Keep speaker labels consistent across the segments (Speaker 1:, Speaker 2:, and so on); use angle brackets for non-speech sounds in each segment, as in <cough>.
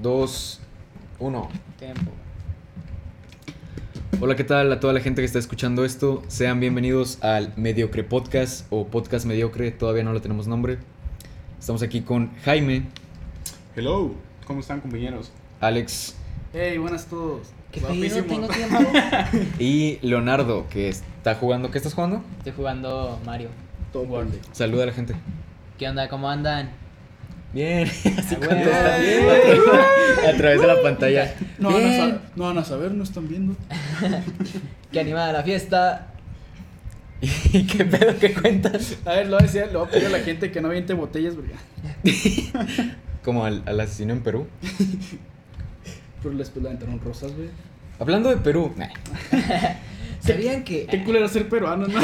Speaker 1: 2, 1.
Speaker 2: Tiempo.
Speaker 1: Hola, ¿qué tal a toda la gente que está escuchando esto? Sean bienvenidos al Mediocre Podcast o Podcast Mediocre, todavía no le tenemos nombre. Estamos aquí con Jaime,
Speaker 3: Hello, ¿cómo están compañeros?
Speaker 1: Alex
Speaker 2: Hey, buenas a todos.
Speaker 4: ¿Qué
Speaker 2: Guapísimo.
Speaker 4: pedo? ¿Tengo tiempo?
Speaker 1: y Leonardo, que está jugando. ¿Qué estás jugando?
Speaker 4: <laughs> Estoy jugando Mario.
Speaker 1: Saluda a la gente.
Speaker 4: ¿Qué onda? ¿Cómo andan?
Speaker 1: <laughs> Bien, así
Speaker 4: Ah,
Speaker 1: cuando
Speaker 4: güey.
Speaker 1: está bien, a través- <laughs> a través de la pantalla.
Speaker 3: No van, a
Speaker 4: Bien.
Speaker 3: saber, no van a saber, no están viendo.
Speaker 4: ¿Qué animada la fiesta? <laughs>
Speaker 1: ¿Y qué pedo que cuentas?
Speaker 2: A ver, lo voy a decir, lo voy a pedir a la gente que no aviente botellas porque,
Speaker 1: Como al, al asesino en Perú.
Speaker 2: pero les pues, la aventaron rosas, güey.
Speaker 1: Hablando de Perú, nah,
Speaker 4: ¿Sabían que...?
Speaker 2: Qué culero ser
Speaker 4: <laughs>
Speaker 2: peruano, ¿no?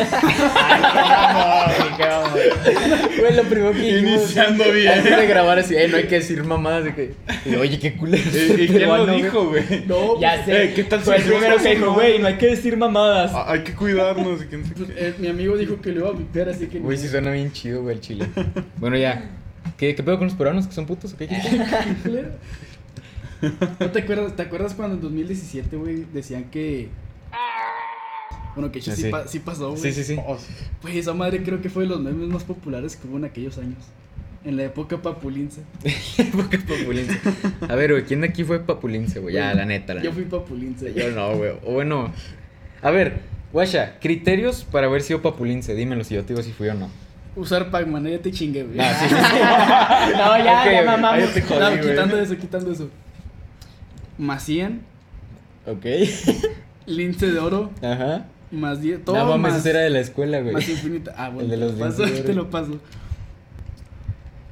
Speaker 1: Güey, lo primero que dijimos
Speaker 3: Iniciando bien.
Speaker 1: antes de grabar así, eh, no hay que decir mamadas de que, y, oye, qué culero.
Speaker 3: ¿Y
Speaker 1: Pero,
Speaker 3: quién lo
Speaker 1: ah, no, güey.
Speaker 3: dijo, güey?
Speaker 2: No,
Speaker 4: Ya sé.
Speaker 3: Eh, ¿qué tal
Speaker 4: Fue
Speaker 3: si
Speaker 4: el
Speaker 3: yo
Speaker 4: primero que
Speaker 3: soy
Speaker 4: dijo,
Speaker 3: mamá?
Speaker 4: güey, no hay que decir mamadas.
Speaker 3: Ah, Hay que cuidarnos. que no sé
Speaker 2: pues,
Speaker 3: qué.
Speaker 2: eh, mi amigo dijo que lo iba a vipear, así que.
Speaker 1: Güey, sí suena bien chido, güey, el chile. Bueno, ya. ¿Qué, ¿Qué pedo con los peruanos que son putos o qué? <laughs> dijiste?
Speaker 3: <laughs>
Speaker 2: Qué culero. ¿No te acuerdas? ¿Te acuerdas cuando en 2017, güey, decían que. Bueno, que hecho
Speaker 1: Ah,
Speaker 2: sí,
Speaker 1: sí.
Speaker 2: pa- sí pasó, güey.
Speaker 1: Sí, sí, sí.
Speaker 3: Oh, sí.
Speaker 2: Pues esa madre creo que fue de los memes más populares que hubo en aquellos años. En la época papulince.
Speaker 1: Época papulince. A ver, güey, ¿quién de aquí fue papulince, güey? Ya, la neta, la
Speaker 2: Yo
Speaker 1: neta.
Speaker 2: fui papulince.
Speaker 1: Yo no, güey. O bueno. A ver, Guasha, criterios para haber sido papulince. Dímelo si yo te digo si fui o no.
Speaker 2: Usar Pac-Man, ya te chingué, güey.
Speaker 1: No, sí, sí, sí.
Speaker 3: <laughs>
Speaker 4: <laughs> No, ya,
Speaker 1: Ah, Ok,
Speaker 4: ya
Speaker 1: ok,
Speaker 4: mamamos.
Speaker 1: ahí te <laughs> jodí,
Speaker 2: No,
Speaker 1: güey.
Speaker 2: quitando eso, quitando eso. Más 100,
Speaker 1: Ok.
Speaker 2: lince de oro,
Speaker 1: Ajá.
Speaker 2: más 10, todo
Speaker 1: No mames,
Speaker 2: más,
Speaker 1: ese era de la escuela, güey.
Speaker 2: más infinita. Ah, bueno,
Speaker 1: El de
Speaker 2: te lo
Speaker 1: los
Speaker 2: paso,
Speaker 1: linces de oro.
Speaker 2: te lo paso.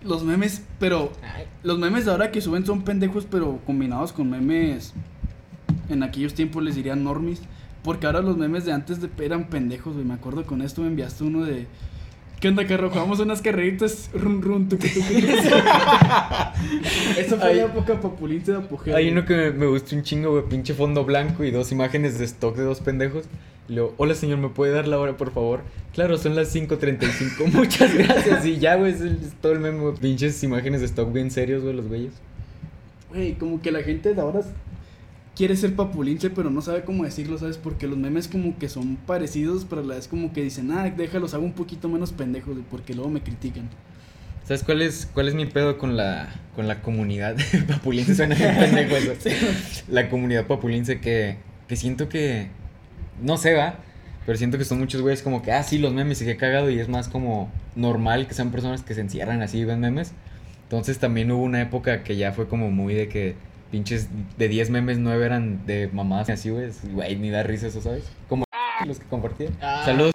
Speaker 2: Los memes, pero
Speaker 4: Ay,
Speaker 2: los memes de ahora que suben son pendejos, pero combinados con memes en aquellos tiempos les dirían normis, porque ahora los memes de antes de- eran pendejos, güey. Me acuerdo con esto me enviaste uno de ¿Qué onda, carro? Jugamos unas carreritas run run tucu, tucu, tucu.
Speaker 1: <laughs>
Speaker 2: Eso fue
Speaker 1: Ay.
Speaker 2: la época populista de apogeo.
Speaker 1: Hay
Speaker 2: güey.
Speaker 1: uno que me, me gusta un chingo, güey. Pinche fondo blanco y dos imágenes de stock de dos pendejos. Y luego, hola señor, ¿me puede dar la hora, por favor? Claro, son las 5.35. <laughs> Muchas gracias. Y ya, güey, es, el- es todo el meme, güey. Pinches imágenes de stock bien serios, güey, los güeyes.
Speaker 2: Güey, como que la gente de ahora quiere ser papulinche, pero no sabe cómo decirlo, ¿sabes? Porque los memes como que son parecidos, pero a la vez como que dicen, ah, déjalos, hago un poquito menos pendejos, güey, porque luego me critican.
Speaker 1: ¿Sabes cuál es, cuál es mi pedo con la, con la comunidad <laughs> papulince? Suena bien pendejo eso. La comunidad papulince que, que siento que. No sé, va. Pero siento que son muchos güeyes como que, ah, sí, los memes y qué cagado. Y es más como normal que sean personas que se encierran así y ven memes. Entonces también hubo una época que ya fue como muy de que pinches de 10 memes, 9 eran de mamadas así, güey. Es- Güey, ni da risa eso, ¿sabes? Como los que compartían.
Speaker 4: Ah.
Speaker 1: Saludos.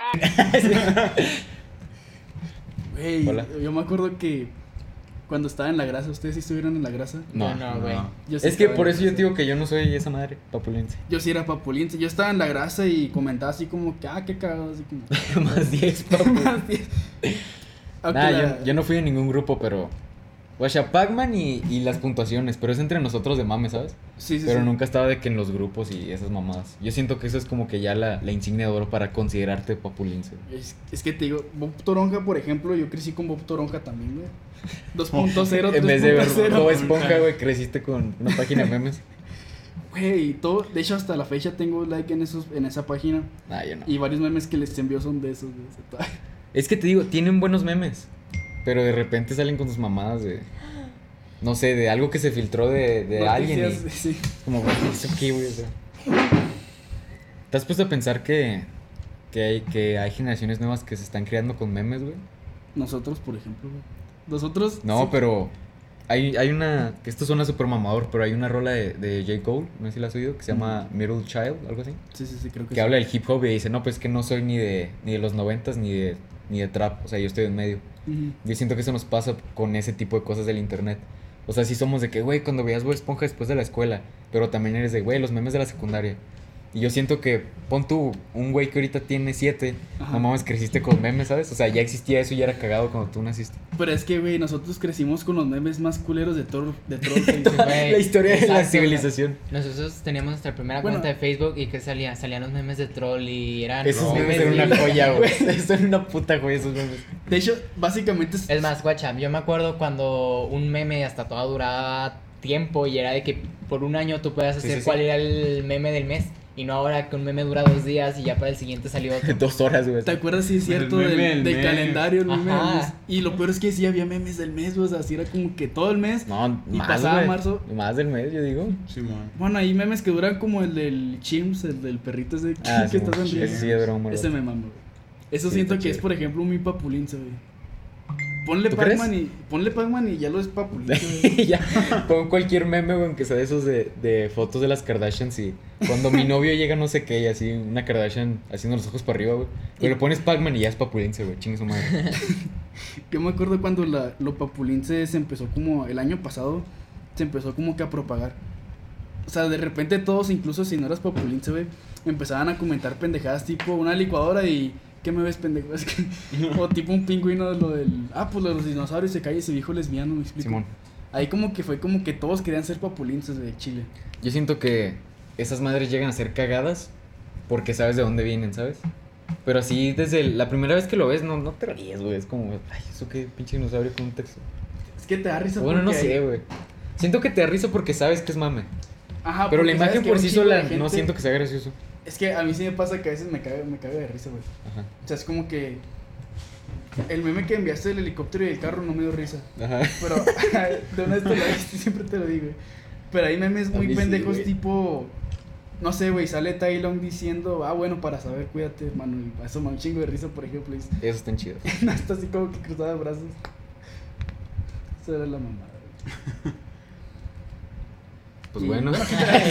Speaker 2: Güey,
Speaker 1: Hola.
Speaker 2: yo me acuerdo que cuando estaba en la grasa, ¿ustedes sí estuvieron en la grasa?
Speaker 1: No,
Speaker 4: No, güey.
Speaker 2: Yo sí
Speaker 1: Es que
Speaker 2: estaba en
Speaker 1: por
Speaker 2: la
Speaker 1: eso yo
Speaker 2: grasa.
Speaker 1: te digo que yo no soy esa madre papulince.
Speaker 2: Yo sí era papulinche, yo estaba en la grasa y comentaba así como que, ah, qué cagado, así
Speaker 1: <laughs>
Speaker 2: como... <laughs>
Speaker 1: Más 10, papu.
Speaker 2: Aunque
Speaker 1: Nah,
Speaker 2: la-
Speaker 1: yo, yo no fui de ningún grupo, pero. Guacha, Pac-Man y, y las puntuaciones, pero es entre nosotros de mame, ¿sabes?
Speaker 2: Sí, sí,
Speaker 1: pero
Speaker 2: sí.
Speaker 1: nunca estaba de que en los grupos y esas mamadas. Yo siento que eso es como que ya la, la insignia de oro para considerarte papulince.
Speaker 2: Es, es que te digo, Bob Toronja, por ejemplo, yo crecí con Bob Toronja también,
Speaker 1: <laughs>
Speaker 2: güey. 2.0,
Speaker 1: en vez de ver
Speaker 2: 3.0.
Speaker 1: Bob Esponja, güey, creciste con una página de
Speaker 2: <laughs>
Speaker 1: memes.
Speaker 2: Güey, y todo, de hecho hasta la fecha tengo like en esos en esa página
Speaker 1: Nah, yo no.
Speaker 2: y varios memes que les envió son de esos, güey. o sea, toda-
Speaker 1: Es que te digo, tienen buenos memes, pero de repente salen con sus mamadas de. No sé, de algo que se filtró de, de alguien. y-
Speaker 2: <laughs> Noticias, sí.
Speaker 1: Como, güey, ¿eso qué, güey? O sea. ¿Te has puesto a pensar que, que, hay, que hay generaciones nuevas que se están creando con memes, güey?
Speaker 2: Nosotros, por ejemplo, güey. Nosotros
Speaker 1: No,
Speaker 2: sí,
Speaker 1: pero hay, hay una. Que esto suena súper mamador, pero hay una rola de, de J. Cole, no sé si la has oído, que se llama Middle Child, algo así.
Speaker 2: Sí, sí, sí, creo
Speaker 1: Que
Speaker 2: que, Pues sí.
Speaker 1: habla del hip hop y dice: No, pues que no soy ni de, ni de los noventas ni de, ni de trap, o sea, yo estoy en medio.
Speaker 2: Ujú.
Speaker 1: Yo siento que eso nos pasa con ese tipo de cosas del internet. O sea, sí somos de que, güey, cuando veías Bob Esponja después de la escuela, pero también eres de, güey, los memes de la secundaria. Y yo siento que, pon tú, un güey que ahorita tiene siete,
Speaker 2: Ajá.
Speaker 1: no mames, creciste con memes, ¿sabes? O sea, ya existía eso y ya era cagado cuando tú naciste.
Speaker 2: Pero es que, güey, nosotros crecimos con los memes más culeros de Troll
Speaker 1: <laughs>
Speaker 2: de Troll Face, güey.
Speaker 4: güey,
Speaker 1: la historia de la
Speaker 4: exacto, güey.
Speaker 1: civilización.
Speaker 4: Nosotros teníamos nuestra primera
Speaker 2: Bueno.
Speaker 4: cuenta de Facebook y que salía, salían los memes de troll y eran
Speaker 1: Esos
Speaker 4: Ah, no,
Speaker 1: memes eran una joya, güey. Son una puta joya esos memes.
Speaker 2: De hecho, básicamente es-
Speaker 4: Es más, guacha, yo me acuerdo cuando un meme hasta toda duraba tiempo y era de que por un año tú puedas
Speaker 1: Sí,
Speaker 4: hacer
Speaker 1: sí, sí.
Speaker 4: cuál era el meme del mes. Y no ahora que un meme dura dos días y ya para el siguiente
Speaker 1: <laughs>
Speaker 4: salió otro.
Speaker 1: Dos horas, güey.
Speaker 2: ¿Te acuerdas, sí, es cierto,
Speaker 3: El
Speaker 2: del,
Speaker 3: meme del
Speaker 2: del
Speaker 3: mes.
Speaker 2: calendario, el meme del
Speaker 4: Ajá.
Speaker 2: mes? Y lo peor es que sí había memes del mes, güey, o sea, así era como que todo el mes.
Speaker 1: No,
Speaker 2: Y
Speaker 1: más,
Speaker 2: pasaba
Speaker 1: güey.
Speaker 2: marzo.
Speaker 1: Más del mes, yo digo.
Speaker 3: Simón.
Speaker 2: Bueno, hay memes que duran como el del Chimps, el del perrito ese
Speaker 1: Ah,
Speaker 2: <laughs> que
Speaker 1: sí,
Speaker 2: está sonriendo.
Speaker 1: ese sí es broma, güey.
Speaker 2: Ese me mamo, güey. Eso
Speaker 1: Sí,
Speaker 2: siento
Speaker 1: está
Speaker 2: que es,
Speaker 1: chido.
Speaker 2: por ejemplo, un mi papulinza, güey. Ponle
Speaker 1: ¿Tú
Speaker 2: Pac-Man y, ponle Pac-Man y ya lo
Speaker 1: <laughs>
Speaker 2: es papulinza, güey.
Speaker 1: Y ya, pon cualquier meme, güey, aunque sea de esos de, de fotos de las Kardashians y cuando mi novio llega no sé qué y así una Kardashian haciendo los ojos para arriba, güey. Pero pones Pac-Man y ya es papulense, güey, chingue su madre.
Speaker 2: Yo me acuerdo cuando la, lo papulince se empezó como el año pasado, se empezó como que a propagar. O sea, de repente todos, incluso si no eras papulince, güey, empezaban a comentar pendejadas tipo una licuadora y ¿qué me ves pendejo? <laughs> Es que- o tipo un pingüino de lo del ah, pues lo de los dinosaurios se cae ese viejo lesbiano, me explico.
Speaker 1: Simón,
Speaker 2: Ahí como que fue como que todos querían ser papulinces de Chile.
Speaker 1: yo siento que esas madres llegan a ser cagadas porque sabes de dónde vienen, ¿sabes? Pero así, desde la primera vez que lo ves, no, no te ríes, güey. Es como, ay, eso qué pinche dinosaurio con un texto.
Speaker 2: Es que te da risa
Speaker 1: Bueno, no
Speaker 2: porque
Speaker 1: sé,
Speaker 2: hay-
Speaker 1: güey. Siento que te da risa porque sabes que es mame.
Speaker 2: Ajá,
Speaker 1: Pero la
Speaker 2: Ah, porque sabes
Speaker 1: imagen
Speaker 2: que
Speaker 1: por
Speaker 2: un
Speaker 1: sí
Speaker 2: chingo de
Speaker 1: sola no
Speaker 2: gente-
Speaker 1: siento que sea gracioso.
Speaker 2: Es que a mí sí me pasa que a veces me cago, me cago de risa, güey.
Speaker 1: Ajá.
Speaker 2: O sea, es como que. El meme que enviaste del helicóptero y del carro no me dio risa.
Speaker 1: Ajá.
Speaker 2: Pero, <laughs> de una vez te lo dije, siempre te lo digo. güey. Pero hay memes
Speaker 1: A
Speaker 2: muy
Speaker 1: mí sí,
Speaker 2: pendejos,
Speaker 1: güey.
Speaker 2: tipo. No sé, güey, sale Tai Long diciendo, ah, bueno, para saber, cuídate, Manuel. Eso me da un chingo de risa, por ejemplo. <laughs> Y
Speaker 1: Esos están chidos.
Speaker 2: está así como que cruzada de brazos. Eso era la mamada. güey.
Speaker 1: Pues
Speaker 2: Y-
Speaker 1: bueno.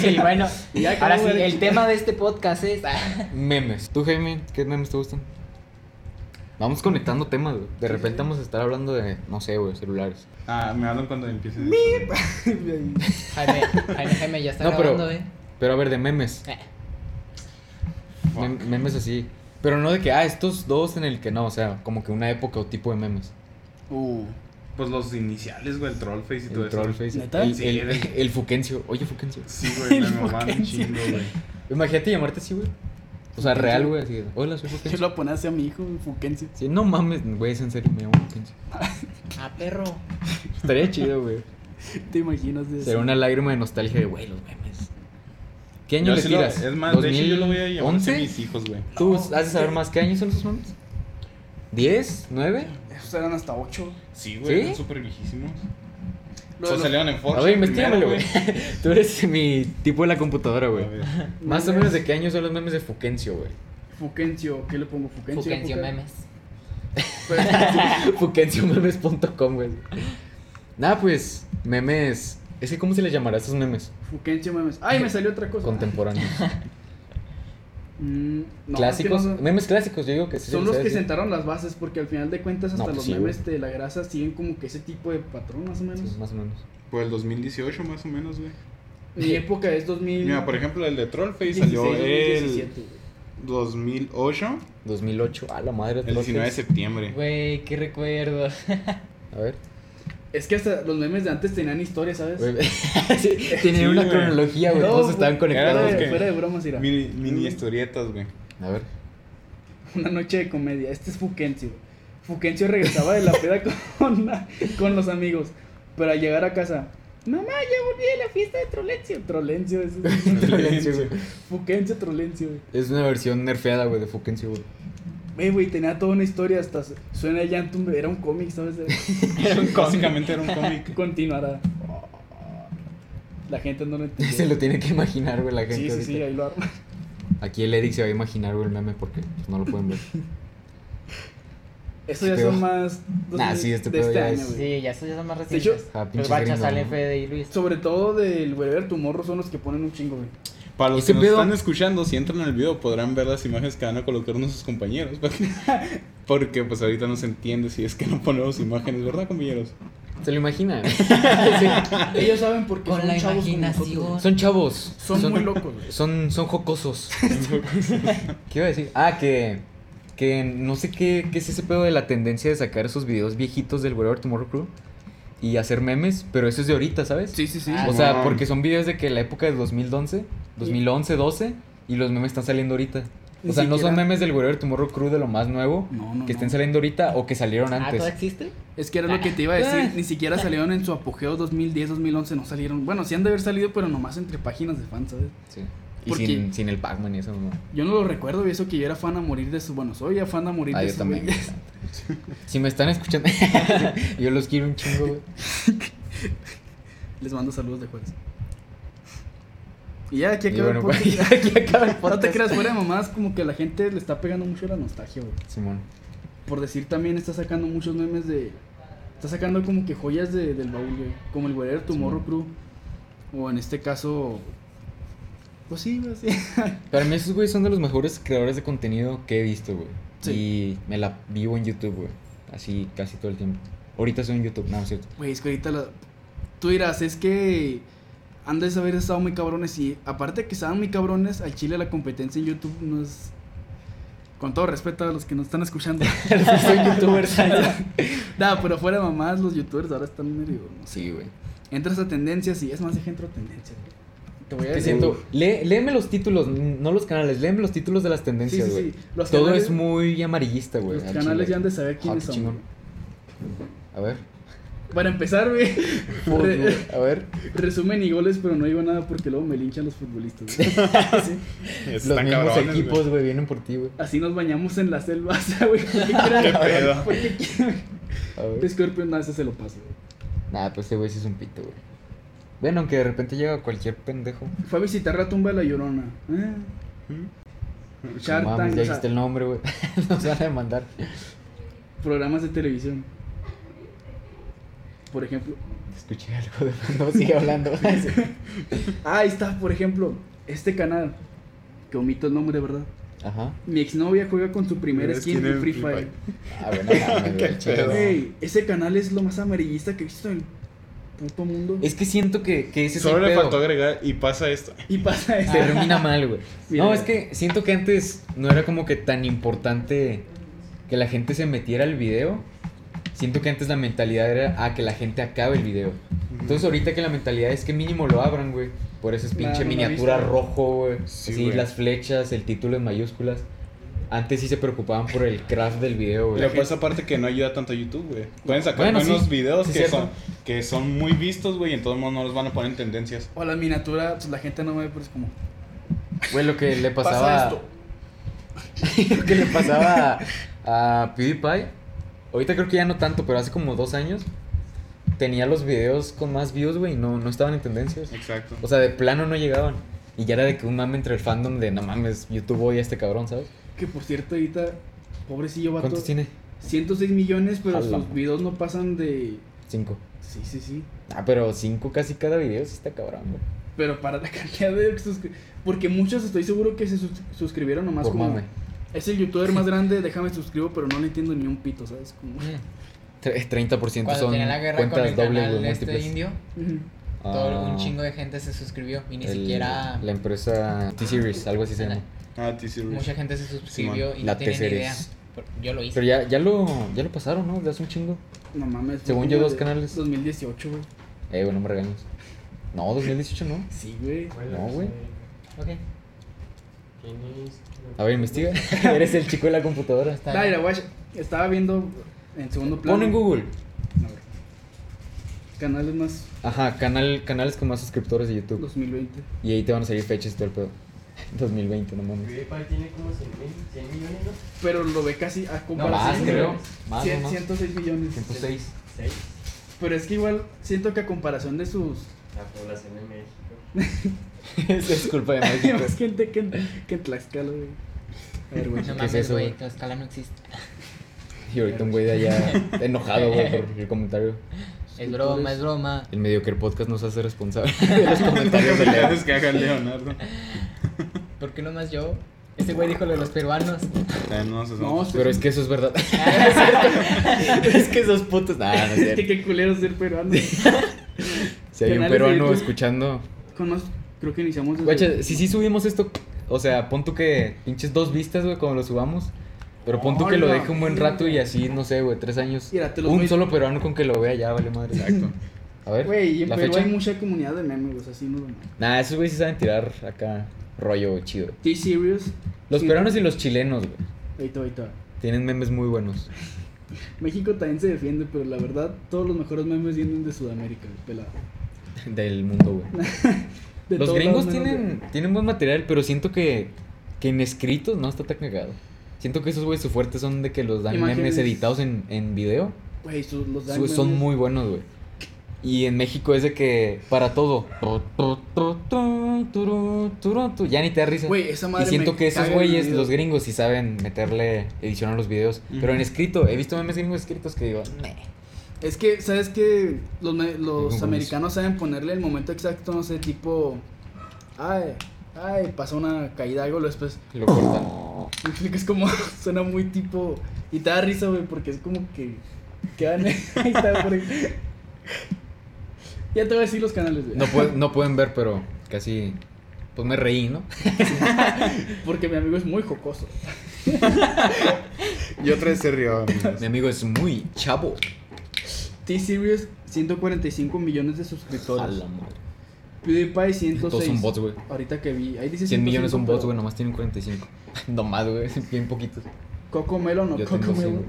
Speaker 4: sí, bueno.
Speaker 1: <laughs>
Speaker 2: Ya
Speaker 4: Ahora sí,
Speaker 2: acabó, güey.
Speaker 4: el tema de este podcast es.
Speaker 1: Memes. ¿Tú, Jaime, qué memes te gustan? Vamos conectando temas, güey. De
Speaker 2: Sí,
Speaker 1: repente
Speaker 2: sí, sí.
Speaker 1: vamos a estar hablando de, no sé, güey, celulares.
Speaker 3: Ah, me hablan cuando empiecen.
Speaker 2: <laughs> Y ahí-
Speaker 4: Jaime, Jaime, Jaime, ya está
Speaker 1: No, pero-
Speaker 4: grabando, ¿eh?
Speaker 1: Pero a ver, de memes.
Speaker 4: Eh.
Speaker 1: Mem- memes así. Pero no de que, ah, estos dos en el que no, o sea, como que una época o tipo de memes.
Speaker 2: Uh.
Speaker 3: Pues los iniciales, güey, el trollface y todo
Speaker 1: El
Speaker 3: eso.
Speaker 1: trollface.
Speaker 2: ¿Neta?
Speaker 1: El,
Speaker 3: Sí,
Speaker 1: el,
Speaker 3: eres-
Speaker 1: <laughs> el Fuquencio. Oye, Fuquencio.
Speaker 3: Sí,
Speaker 1: <laughs>
Speaker 3: güey, me
Speaker 2: El
Speaker 3: mamaban un
Speaker 2: Fulgencio.
Speaker 3: chingo, güey.
Speaker 1: Imagínate llamarte así, güey. O sea, real, güey. Así, hola, soy
Speaker 2: Yo
Speaker 1: Fuquencio.
Speaker 2: lo ponía así a mi hijo, Fuquencio.
Speaker 1: Sí, no mames, güey, es en serio, me llamo Fuquencio.
Speaker 4: Ah, perro.
Speaker 1: Estaría chido, güey.
Speaker 2: ¿Te imaginas de eso?
Speaker 1: Será una lágrima de nostalgia de, güey, los memes. ¿Qué año
Speaker 3: Yo
Speaker 1: le
Speaker 3: sí lo-
Speaker 1: tiras?
Speaker 3: Es más, de hecho yo lo voy a llamar así a
Speaker 1: ¿2011?
Speaker 3: mis hijos, güey.
Speaker 1: ¿Tú
Speaker 2: No,
Speaker 1: has de saber más? ¿Qué años son esos memes? ¿10? ¿9?
Speaker 2: Esos eran hasta 8.
Speaker 3: Sí, güey,
Speaker 1: ¿Sí?
Speaker 3: eran súper viejísimos. O salieron en Fox.
Speaker 1: A ver, investigame, güey. <laughs> Tú eres mi tipo de la computadora, güey.
Speaker 3: <laughs>
Speaker 1: Más o menos de qué años son los memes de Fuquencio, güey. <laughs>
Speaker 2: Fuquencio, ¿qué le pongo? Fuquencio.
Speaker 4: Fuquencio
Speaker 2: Fuca-
Speaker 4: memes.
Speaker 2: Pero- <laughs>
Speaker 1: Fuquenciomemes.com, güey. Nada, pues, memes. Es que, ¿cómo se les llamará a esos memes?
Speaker 2: Fuquencio memes. Ay, me salió otra cosa.
Speaker 1: Contemporáneos.
Speaker 2: <laughs> Mm, no,
Speaker 1: clásicos.
Speaker 2: es que no son-
Speaker 1: Memes clásicos, yo digo que sí.
Speaker 2: son
Speaker 1: se
Speaker 2: los
Speaker 1: les
Speaker 2: que
Speaker 1: sabe decir.
Speaker 2: sentaron las bases, porque al final de cuentas hasta
Speaker 1: No, pues
Speaker 2: los
Speaker 1: sí,
Speaker 2: memes
Speaker 1: güey.
Speaker 2: de la grasa siguen como que ese tipo de patrón, más o menos.
Speaker 1: Sí, más o menos.
Speaker 3: Por Pues el 2018, más o menos, güey.
Speaker 2: Mi época es 2000.
Speaker 3: Mira, por ejemplo, el de Trollface
Speaker 2: 16,
Speaker 3: salió el
Speaker 2: 2017, güey.
Speaker 3: 2008,
Speaker 1: 2008. Ah, la madre.
Speaker 3: el 19 de septiembre.
Speaker 4: Güey, qué recuerdo.
Speaker 1: A ver.
Speaker 2: Es que hasta los memes de antes tenían historia, ¿sabes?
Speaker 1: güey. <laughs> Sí, Tenían
Speaker 3: Sí,
Speaker 1: una
Speaker 3: güey.
Speaker 1: cronología, güey. Todos
Speaker 2: No,
Speaker 1: estaban
Speaker 2: güey,
Speaker 1: conectados.
Speaker 2: Fuera de,
Speaker 3: que-
Speaker 2: fuera de bromas, mira.
Speaker 3: Mini,
Speaker 1: Mm.
Speaker 3: mini historietas, güey.
Speaker 1: A
Speaker 2: <laughs>
Speaker 1: ver.
Speaker 2: Una noche de comedia. Este es Fuquencio. Fuquencio regresaba de la peda <laughs> con, con los amigos. Pero al llegar a casa, mamá, ya volví de la fiesta de Trolencio. Trolencio, eso es un Trolencio, güey. Fuquencio, Trolencio, güey.
Speaker 1: Es una versión nerfeada, güey, de Fuquencio, güey. <laughs>
Speaker 2: "Eh, Güey, güey, tenía toda una historia. Hasta su- suena el llanto, era un
Speaker 1: <laughs>
Speaker 2: cómic, ¿sabes?
Speaker 3: <laughs> Básicamente era un cómic.
Speaker 2: Continuará. La gente no lo
Speaker 1: <laughs>
Speaker 2: entendió.
Speaker 1: Se lo tiene que imaginar, güey, la gente.
Speaker 2: Sí, sí, sí,
Speaker 1: ahorita.
Speaker 2: ahí lo arma.
Speaker 1: Aquí el Eric se va a imaginar, güey, el meme porque pues, no lo pueden
Speaker 2: <laughs>
Speaker 1: ver.
Speaker 2: Eso ya
Speaker 1: Pero-
Speaker 2: son más.
Speaker 1: Nah, sí, este
Speaker 2: de
Speaker 1: pedo
Speaker 2: este
Speaker 1: ya
Speaker 2: año,
Speaker 1: es-
Speaker 2: güey.
Speaker 4: Sí, ya eso ya son más
Speaker 2: De hecho-
Speaker 4: recientes.
Speaker 1: Ah,
Speaker 4: Los
Speaker 1: pinches
Speaker 4: bachas
Speaker 1: gringos,
Speaker 4: salen
Speaker 1: ¿no?
Speaker 4: Fede y Luis.
Speaker 2: Sobre todo del Wherever tu morro son los que ponen un chingo, güey.
Speaker 3: Para los
Speaker 1: Ese
Speaker 3: que nos
Speaker 1: pedo-
Speaker 3: están escuchando, si entran al video podrán ver las imágenes que van a colocar nuestros compañeros. Porque,
Speaker 1: <laughs>
Speaker 3: porque, pues ahorita no se entiende si es que no ponemos imágenes, ¿verdad, compañeros?
Speaker 1: Se lo imaginan.
Speaker 2: Ellos saben por qué
Speaker 4: Con
Speaker 2: son
Speaker 4: la
Speaker 2: chavos como nosotros,
Speaker 4: imaginación.
Speaker 2: güey.
Speaker 1: Son chavos.
Speaker 2: Son muy locos, güey.
Speaker 1: Son, son
Speaker 2: <laughs>
Speaker 1: jocosos. ¿Qué iba a decir? Ah, que. Que no sé qué, qué es ese pedo de la tendencia de sacar esos videos viejitos del Whatever Tomorrow Crew y hacer memes, pero eso es de ahorita, ¿sabes?
Speaker 2: Sí, sí, sí.
Speaker 4: Ah,
Speaker 1: O sea,
Speaker 3: Simón.
Speaker 1: porque son videos de que la época de 2011, 2011, 12 y los memes están saliendo ahorita. O sea, no son memes del Wherever Tomorrow Crew de lo más nuevo
Speaker 2: No, no,
Speaker 1: que estén
Speaker 2: no.
Speaker 1: saliendo ahorita o que salieron
Speaker 4: Ah,
Speaker 1: antes.
Speaker 4: ¿todo existe?
Speaker 2: Es que era lo que te iba a decir, ni siquiera salieron en su apogeo 2010, 2011, no salieron. Bueno, sí han de haber salido, pero nomás entre páginas de fans, ¿sabes?
Speaker 1: Sí. Y
Speaker 2: Porque-
Speaker 1: sin, sin el Pac-Man y eso. ¿no?
Speaker 2: Yo no lo recuerdo y eso que yo era fan a morir de esos. Bueno, soy a fan a morir
Speaker 1: Ah,
Speaker 2: de
Speaker 1: yo
Speaker 2: esos
Speaker 1: también.
Speaker 2: güeyes.
Speaker 1: güey. <laughs> si me están escuchando, <laughs> yo los quiero un chingo, güey.
Speaker 2: <laughs> Les mando saludos de jueves. Y ya, aquí
Speaker 1: Y
Speaker 2: acaba el
Speaker 1: bueno,
Speaker 2: podcast.
Speaker 1: güey, <laughs> aquí acaba el
Speaker 2: <laughs> No te
Speaker 1: podcast.
Speaker 2: creas, fuera de mamás, como que a la gente le está pegando mucho la nostalgia, güey.
Speaker 1: Simón.
Speaker 2: Por decir también, está sacando muchos memes de. Está sacando como que joyas de- del baúl, güey. Como el Guerrero Tomorrow Crew. O en este caso. Pues sí, güey, sí. <laughs>
Speaker 1: Para mí esos güeyes son de los mejores creadores de contenido que he visto, güey.
Speaker 2: Sí.
Speaker 1: Y me la vivo en YouTube, güey. Así casi todo el tiempo. Ahorita soy en YouTube, no, es cierto.
Speaker 2: Güey, es que ahorita la- tú dirás, es que han de haber estado muy cabrones y aparte de que estaban muy cabrones, al chile la competencia en YouTube no es... Con todo respeto a los que nos
Speaker 1: <laughs>
Speaker 2: están escuchando.
Speaker 1: soy
Speaker 4: <laughs>
Speaker 2: <laughs>
Speaker 1: youtuber.
Speaker 2: Nada, pero fuera de mamás, los youtubers ahora están medio... no sé.
Speaker 1: sí, güey.
Speaker 2: Entras a tendencias y es más, deja entro a tendencias. güey. Te voy a
Speaker 1: Que
Speaker 2: decir...
Speaker 1: siento, lee- léeme los títulos, n- no los canales, léeme los títulos de las
Speaker 2: Sí,
Speaker 1: tendencias,
Speaker 2: sí,
Speaker 1: güey.
Speaker 2: sí. Los
Speaker 1: Todo
Speaker 2: canales-
Speaker 1: es muy amarillista, güey.
Speaker 2: Los
Speaker 1: al
Speaker 2: canales
Speaker 1: chile.
Speaker 2: ya han de saber
Speaker 1: Ah,
Speaker 2: quiénes
Speaker 1: qué
Speaker 2: son.
Speaker 1: chingón.
Speaker 2: güey.
Speaker 1: A ver.
Speaker 2: Para empezar, güey, <laughs> re-
Speaker 1: A ver.
Speaker 2: resumen y goles, pero no digo nada porque luego me linchan los
Speaker 1: <laughs>
Speaker 2: futbolistas. güey. Sí.
Speaker 1: Los
Speaker 3: Están
Speaker 1: mismos
Speaker 3: cabrones, güey.
Speaker 1: equipos, güey, vienen por ti, güey.
Speaker 2: Así nos bañamos en la selva, <laughs> o sea, güey. ¿por qué
Speaker 1: <laughs>
Speaker 3: Qué
Speaker 2: quieren-
Speaker 1: pues,
Speaker 3: pedo.
Speaker 2: ¿Por qué quieren-
Speaker 1: A ver.
Speaker 2: Scorpion, no, ese se lo paso, güey.
Speaker 1: Nah, pues ese güey sí es un pito, güey. Bueno, aunque de repente llega cualquier pendejo.
Speaker 2: Fue a visitar la tumba de la llorona. ¿eh? Shark
Speaker 1: Mm. No
Speaker 2: Tank,
Speaker 1: mames, ya
Speaker 2: o sea,
Speaker 1: viste el nombre, güey. <laughs> Nos van a demandar.
Speaker 2: programas de televisión. Por ejemplo.
Speaker 1: Escuché algo de no sigue
Speaker 2: <laughs>
Speaker 1: hablando.
Speaker 2: Ah, ahí está, por ejemplo, este canal. Que omito el nombre, ¿verdad?
Speaker 1: Ajá.
Speaker 2: Mi exnovia juega con su primera skin de Free Fire.
Speaker 1: Ah, bueno, no mames, güey,
Speaker 3: <laughs> Qué
Speaker 1: chido.
Speaker 3: pedo.
Speaker 2: Güey, ese canal es lo más amarillista que he visto en el puto mundo.
Speaker 1: Es que siento que, que ese es
Speaker 3: Solo
Speaker 1: el
Speaker 3: le
Speaker 1: pedo.
Speaker 3: faltó agregar y pasa esto.
Speaker 2: Y pasa
Speaker 1: Se
Speaker 2: eso.
Speaker 1: termina mal,
Speaker 3: <laughs>
Speaker 1: güey.
Speaker 2: Mira.
Speaker 1: No, es que siento que antes no era como que tan importante que la gente se metiera al video. Siento que antes la mentalidad era a que la gente acabe el video. Entonces ahorita que la mentalidad es que mínimo lo abran, güey. Por eso es
Speaker 2: Nah,
Speaker 1: pinche
Speaker 2: no lo he
Speaker 1: miniatura
Speaker 2: visto.
Speaker 1: rojo, güey.
Speaker 3: Sí,
Speaker 1: Así,
Speaker 3: güey.
Speaker 1: las flechas, el título en mayúsculas. Antes sí se preocupaban por el craft del video, güey.
Speaker 3: Pero pues aparte que no ayuda tanto a YouTube, güey. Pueden sacar
Speaker 1: Bueno,
Speaker 3: buenos
Speaker 1: sí.
Speaker 3: videos
Speaker 1: Sí,
Speaker 3: que,
Speaker 1: cierto.
Speaker 3: son, que son muy vistos, güey, y en todo el mundo no los van a poner en tendencias.
Speaker 2: O la miniatura, pues la gente no me ve, pero es como.
Speaker 1: Güey, lo que le
Speaker 2: Pasa
Speaker 1: pasaba.
Speaker 2: esto.
Speaker 1: lo <laughs> que le pasaba a, a PewDiePie. Ahorita creo que ya no tanto, pero hace como dos años. Tenía los videos con más views, güey, y no, no estaban en tendencias.
Speaker 3: Exacto.
Speaker 1: O sea, de plano no llegaban. Y ya era de que un mame entre el fandom de no mames, YouTube odia a este cabrón, ¿sabes?
Speaker 2: Que por cierto, ahorita, pobrecillo vato.
Speaker 1: ¿Cuántos tiene?
Speaker 2: 106 millones, pero
Speaker 1: A la
Speaker 2: sus
Speaker 1: madre.
Speaker 2: videos no pasan de.
Speaker 1: Cinco.
Speaker 2: Sí, sí, sí.
Speaker 1: Ah, pero cinco casi cada video sí está cabrón, güey.
Speaker 2: Pero para la <laughs> cantidad de. suscri- Porque muchos estoy seguro que se sus- suscribieron nomás
Speaker 1: Por
Speaker 2: como.
Speaker 1: mame.
Speaker 2: Es el youtuber más grande, déjame suscribo, pero no le entiendo ni un pito, ¿sabes? Como...
Speaker 4: Mm.
Speaker 1: Tre- 30%
Speaker 4: Cuando
Speaker 1: son
Speaker 4: tenía la guerra con
Speaker 1: cuentas
Speaker 4: el
Speaker 1: dobles,
Speaker 4: canal
Speaker 1: güey,
Speaker 4: este
Speaker 1: múltiples.
Speaker 4: indio,
Speaker 2: Ujú.
Speaker 4: todo
Speaker 1: Ah,
Speaker 4: un chingo de gente se suscribió y ni
Speaker 1: el-
Speaker 4: siquiera
Speaker 1: La empresa T-Series, algo así se llama.
Speaker 3: Ah, T-Series. <laughs>
Speaker 4: mucha gente se suscribió y
Speaker 1: La
Speaker 4: no tienen
Speaker 1: T-Series.
Speaker 4: idea. Por- Yo lo
Speaker 1: Pero
Speaker 4: hice.
Speaker 1: ya, ya lo, ya lo pasaron, ¿no? Ya hace un chingo.
Speaker 2: No mames. fue
Speaker 1: Según
Speaker 2: como
Speaker 1: yo, dos
Speaker 2: de
Speaker 1: canales.
Speaker 2: 2018, güey.
Speaker 1: Eh, güey, no me regañes. No, 2018 no.
Speaker 2: Sí, güey.
Speaker 1: No,
Speaker 5: pues,
Speaker 1: güey.
Speaker 5: eh,
Speaker 4: Ok.
Speaker 1: A ver, investiga. <laughs> Eres el chico de la computadora.
Speaker 4: Está
Speaker 2: Dale,
Speaker 4: bien.
Speaker 2: guay. Estaba viendo en segundo plano.
Speaker 1: Pon en Google.
Speaker 2: A ver. Canales más
Speaker 1: Ajá, canal, canales con más suscriptores de YouTube.
Speaker 2: 2020.
Speaker 1: Y ahí te van a salir fechas y todo el pedo. <laughs> 2020, no mames.
Speaker 5: PewDiePie tiene como 100 mil, 100 millones, ¿no?
Speaker 2: Pero lo ve casi a
Speaker 1: más,
Speaker 2: comparación.
Speaker 1: creo.
Speaker 2: güey.
Speaker 1: Más,
Speaker 2: Cien-
Speaker 1: no, más.
Speaker 2: 106 millones. <laughs>
Speaker 1: 106.
Speaker 5: Seis.
Speaker 2: Pero es que igual siento que a comparación de sus.
Speaker 5: La población de México.
Speaker 1: Esa es culpa de
Speaker 2: Hay
Speaker 1: México.
Speaker 2: más gente que en, que en Tlaxcala, güey. A ver,
Speaker 4: <laughs>
Speaker 2: güey.
Speaker 4: No
Speaker 1: ¿Qué es
Speaker 4: mames,
Speaker 1: eso,
Speaker 4: güey,
Speaker 1: güey?
Speaker 4: tu escala no existe.
Speaker 1: <laughs> Y ahorita un güey de
Speaker 2: <laughs>
Speaker 1: allá enojado, güey, por el comentario.
Speaker 4: Es
Speaker 1: pues.
Speaker 4: broma, es broma.
Speaker 1: El Mediocre Podcast nos hace
Speaker 2: <laughs>
Speaker 1: responsable de los comentarios de Leo.
Speaker 3: que haga Leonardo.
Speaker 4: ¿Por qué no más yo? Este güey dijo lo de
Speaker 1: <laughs>
Speaker 4: los peruanos. Ah,
Speaker 3: Eh, no, eso es-
Speaker 2: No,
Speaker 1: Pero es que eso es
Speaker 2: <laughs>
Speaker 1: verdad. <laughs> es que esos putos. Nah, no es
Speaker 2: Es <laughs>
Speaker 1: cierto.
Speaker 2: que qué culero ser peruano.
Speaker 1: Si hay un
Speaker 2: Canales de
Speaker 1: peruano
Speaker 2: YouTube.
Speaker 1: escuchando.
Speaker 2: Con más, creo que iniciamos desde...
Speaker 1: Guacha, si sí subimos esto, o sea, pon tú que pinches dos vistas, güey, cuando lo subamos. Pero pon tú que lo
Speaker 2: Hola,
Speaker 1: deje un buen rato y así, no sé, güey, tres años.
Speaker 2: Mira, te los
Speaker 1: Un
Speaker 2: voy-
Speaker 1: solo peruano con que lo vea ya, vale madre.
Speaker 2: <laughs>
Speaker 3: Exacto.
Speaker 1: A ver,
Speaker 2: Güey, y en
Speaker 1: la
Speaker 2: Perú
Speaker 1: fecha.
Speaker 2: hay mucha comunidad de memes, o sea, sí, no lo
Speaker 1: Nah, esos güey sí saben tirar acá rollo chido.
Speaker 2: T-Series,
Speaker 1: Los
Speaker 2: Sí.
Speaker 1: peruanos y los chilenos, güey.
Speaker 2: Ahorita, ahorita.
Speaker 1: Tienen memes muy buenos.
Speaker 2: México también se defiende, pero la verdad, todos los mejores memes vienen de Sudamérica, güey, pelado.
Speaker 1: Del mundo, güey.
Speaker 2: <laughs> De
Speaker 1: Los
Speaker 2: todos
Speaker 1: gringos
Speaker 2: lados menos de-
Speaker 1: tienen, tienen buen material, pero siento que, que en escritos no está tan cagado. Siento que esos güeyes su fuerte son de que los dan memes
Speaker 2: Imágenes.
Speaker 1: editados en, en video.
Speaker 2: Güey, su- los dan
Speaker 1: Su- son
Speaker 2: memes.
Speaker 1: muy buenos, güey. Y en México es de que para todo. Tu, tu, tu, tu, turu, turu, tu. Ya ni te da risa.
Speaker 2: Güey, esa madre
Speaker 1: y siento
Speaker 2: me
Speaker 1: que esos
Speaker 2: caga en el
Speaker 1: güeyes,
Speaker 2: video.
Speaker 1: los gringos, sí saben meterle edición a los videos. Pero en
Speaker 3: Ujú.
Speaker 1: escrito, he visto memes gringos escritos que digo, "Meh".
Speaker 2: Es que, ¿sabes que Los, me- los
Speaker 1: compromiso.
Speaker 2: americanos saben ponerle el momento exacto, no sé, tipo. Ay, ay, pasó una caída, algo, luego después. <laughs>
Speaker 1: lo cortan.
Speaker 2: Me explico, es como. <laughs> Suena muy tipo. Y te da risa, güey, porque es como que. Quedan. <laughs> Ahí está, por ahí. Ya te voy a decir los canales, güey.
Speaker 1: No, pueden- no pueden ver, pero casi. Pues me reí, ¿no?
Speaker 2: Porque mi amigo es muy jocoso.
Speaker 3: Y otra vez se <laughs> rió.
Speaker 1: Mi amigo es muy chavo.
Speaker 2: T-Series, 145 millones de suscriptores.
Speaker 1: A la madre.
Speaker 2: PewDiePie, 106.
Speaker 1: Todos son bots, güey.
Speaker 2: Ahorita que vi. Ahí dice
Speaker 1: 100 millones
Speaker 2: 105,
Speaker 1: son bots,
Speaker 2: pero
Speaker 1: güey, nomás tienen 45. <laughs> Nomás, güey, bien poquitos.
Speaker 2: Coco Melon o
Speaker 1: Yo
Speaker 2: Coco
Speaker 1: tengo
Speaker 2: Melon.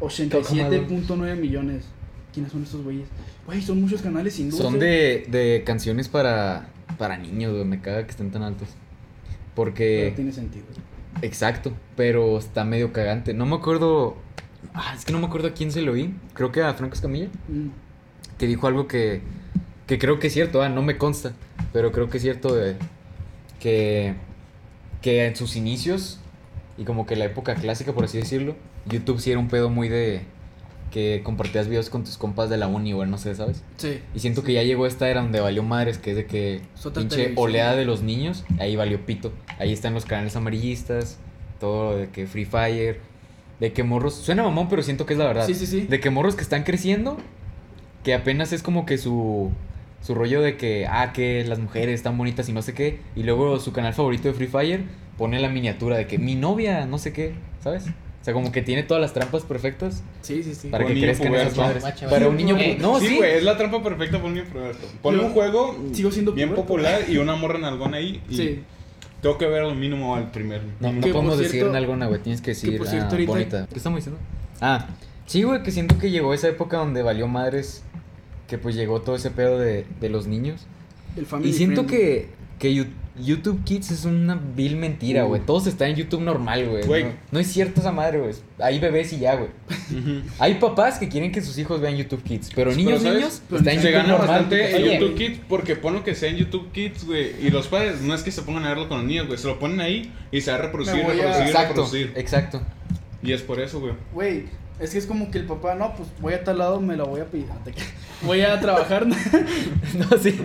Speaker 2: 87.9 millones. ¿Quiénes son estos güeyes? Güey, son muchos canales sin duda.
Speaker 1: Son de, de canciones para, para niños, güey. Me caga que estén tan altos.
Speaker 2: Pero
Speaker 1: Porque.
Speaker 2: tiene sentido.
Speaker 1: Exacto, pero está medio cagante. No me acuerdo. Ah, es que no me acuerdo a quién se lo vi. Creo que a Franco Escamilla.
Speaker 2: Mm.
Speaker 1: Que dijo algo que. Que creo que es cierto. Ah, no me consta. Pero creo que es cierto de. Que. Que en sus inicios. Y como que la época clásica, por así decirlo. YouTube sí era un pedo muy de. Que compartías videos con tus compas de la uni, güey, no sé, ¿sabes?
Speaker 2: Sí.
Speaker 1: Y siento que ya llegó esta era donde valió madres, que es de que
Speaker 2: Es otra
Speaker 1: pinche
Speaker 2: televisión.
Speaker 1: oleada de los niños, ahí valió pito. Ahí están los canales amarillistas, todo de que Free Fire, de que morros, suena mamón, pero siento que es la verdad.
Speaker 2: Sí, sí, sí.
Speaker 1: De que morros que están creciendo, que apenas es como que su su rollo de que ah que las mujeres están bonitas y no sé qué, y luego su canal favorito de Free Fire pone la miniatura de que mi novia, no sé qué, ¿sabes? O sea, como que tiene todas las trampas perfectas
Speaker 2: Sí, sí, sí.
Speaker 1: para
Speaker 3: Para
Speaker 1: que
Speaker 3: un niño
Speaker 1: crezcan esas
Speaker 3: puberto.
Speaker 1: madres.
Speaker 4: Guacha,
Speaker 1: Para
Speaker 4: guacha.
Speaker 1: un niño,
Speaker 4: Eh, <laughs>
Speaker 1: pu- no,
Speaker 3: sí, güey, es la trampa perfecta para un niño puberto. Ponle
Speaker 2: Yo-
Speaker 3: un juego
Speaker 2: sigo siendo
Speaker 3: bien
Speaker 2: puberto.
Speaker 3: popular y una morra en algón ahí. Y
Speaker 2: Sí.
Speaker 3: Tengo que ver lo mínimo al primer.
Speaker 1: No, no
Speaker 2: Que por
Speaker 1: podemos decir
Speaker 2: cierto-
Speaker 1: en alguna, güey. Tienes que decir
Speaker 2: por cierto,
Speaker 1: ah,
Speaker 2: ahorita-
Speaker 1: bonita. ¿Qué estamos diciendo? Ah, sí, güey, que siento que llegó esa época donde valió madres. Que pues llegó todo ese pedo de, de los niños.
Speaker 2: El family
Speaker 1: Y siento
Speaker 2: friendly.
Speaker 1: que, que Yu- YouTube Kids es una vil mentira, güey. Todos están en YouTube normal, güey.
Speaker 3: Güey.
Speaker 1: No, no es cierto esa madre, güey. Hay bebés y ya, güey.
Speaker 3: Ujú.
Speaker 1: Hay papás que quieren que sus hijos vean YouTube Kids. Pero niños,
Speaker 3: ¿sabes?
Speaker 1: niños,
Speaker 2: Pero
Speaker 1: están en
Speaker 3: Se
Speaker 1: YouTube
Speaker 3: gana
Speaker 1: normal.
Speaker 3: bastante en
Speaker 4: Oye.
Speaker 3: YouTube Kids porque pon lo que sea en YouTube Kids, güey. Y los padres no es que se pongan a verlo con los niños, güey. Se lo ponen ahí y se va a
Speaker 2: Me
Speaker 3: reproducir,
Speaker 2: voy a-
Speaker 3: reproducir,
Speaker 1: Exacto,
Speaker 3: reproducir.
Speaker 1: exacto. <laughs>
Speaker 3: Y es por eso, güey.
Speaker 2: Güey, es que es como que el papá, no, pues voy a tal lado, me la voy a pedir. Ah, te- <laughs> Voy a trabajar.
Speaker 1: No, sí.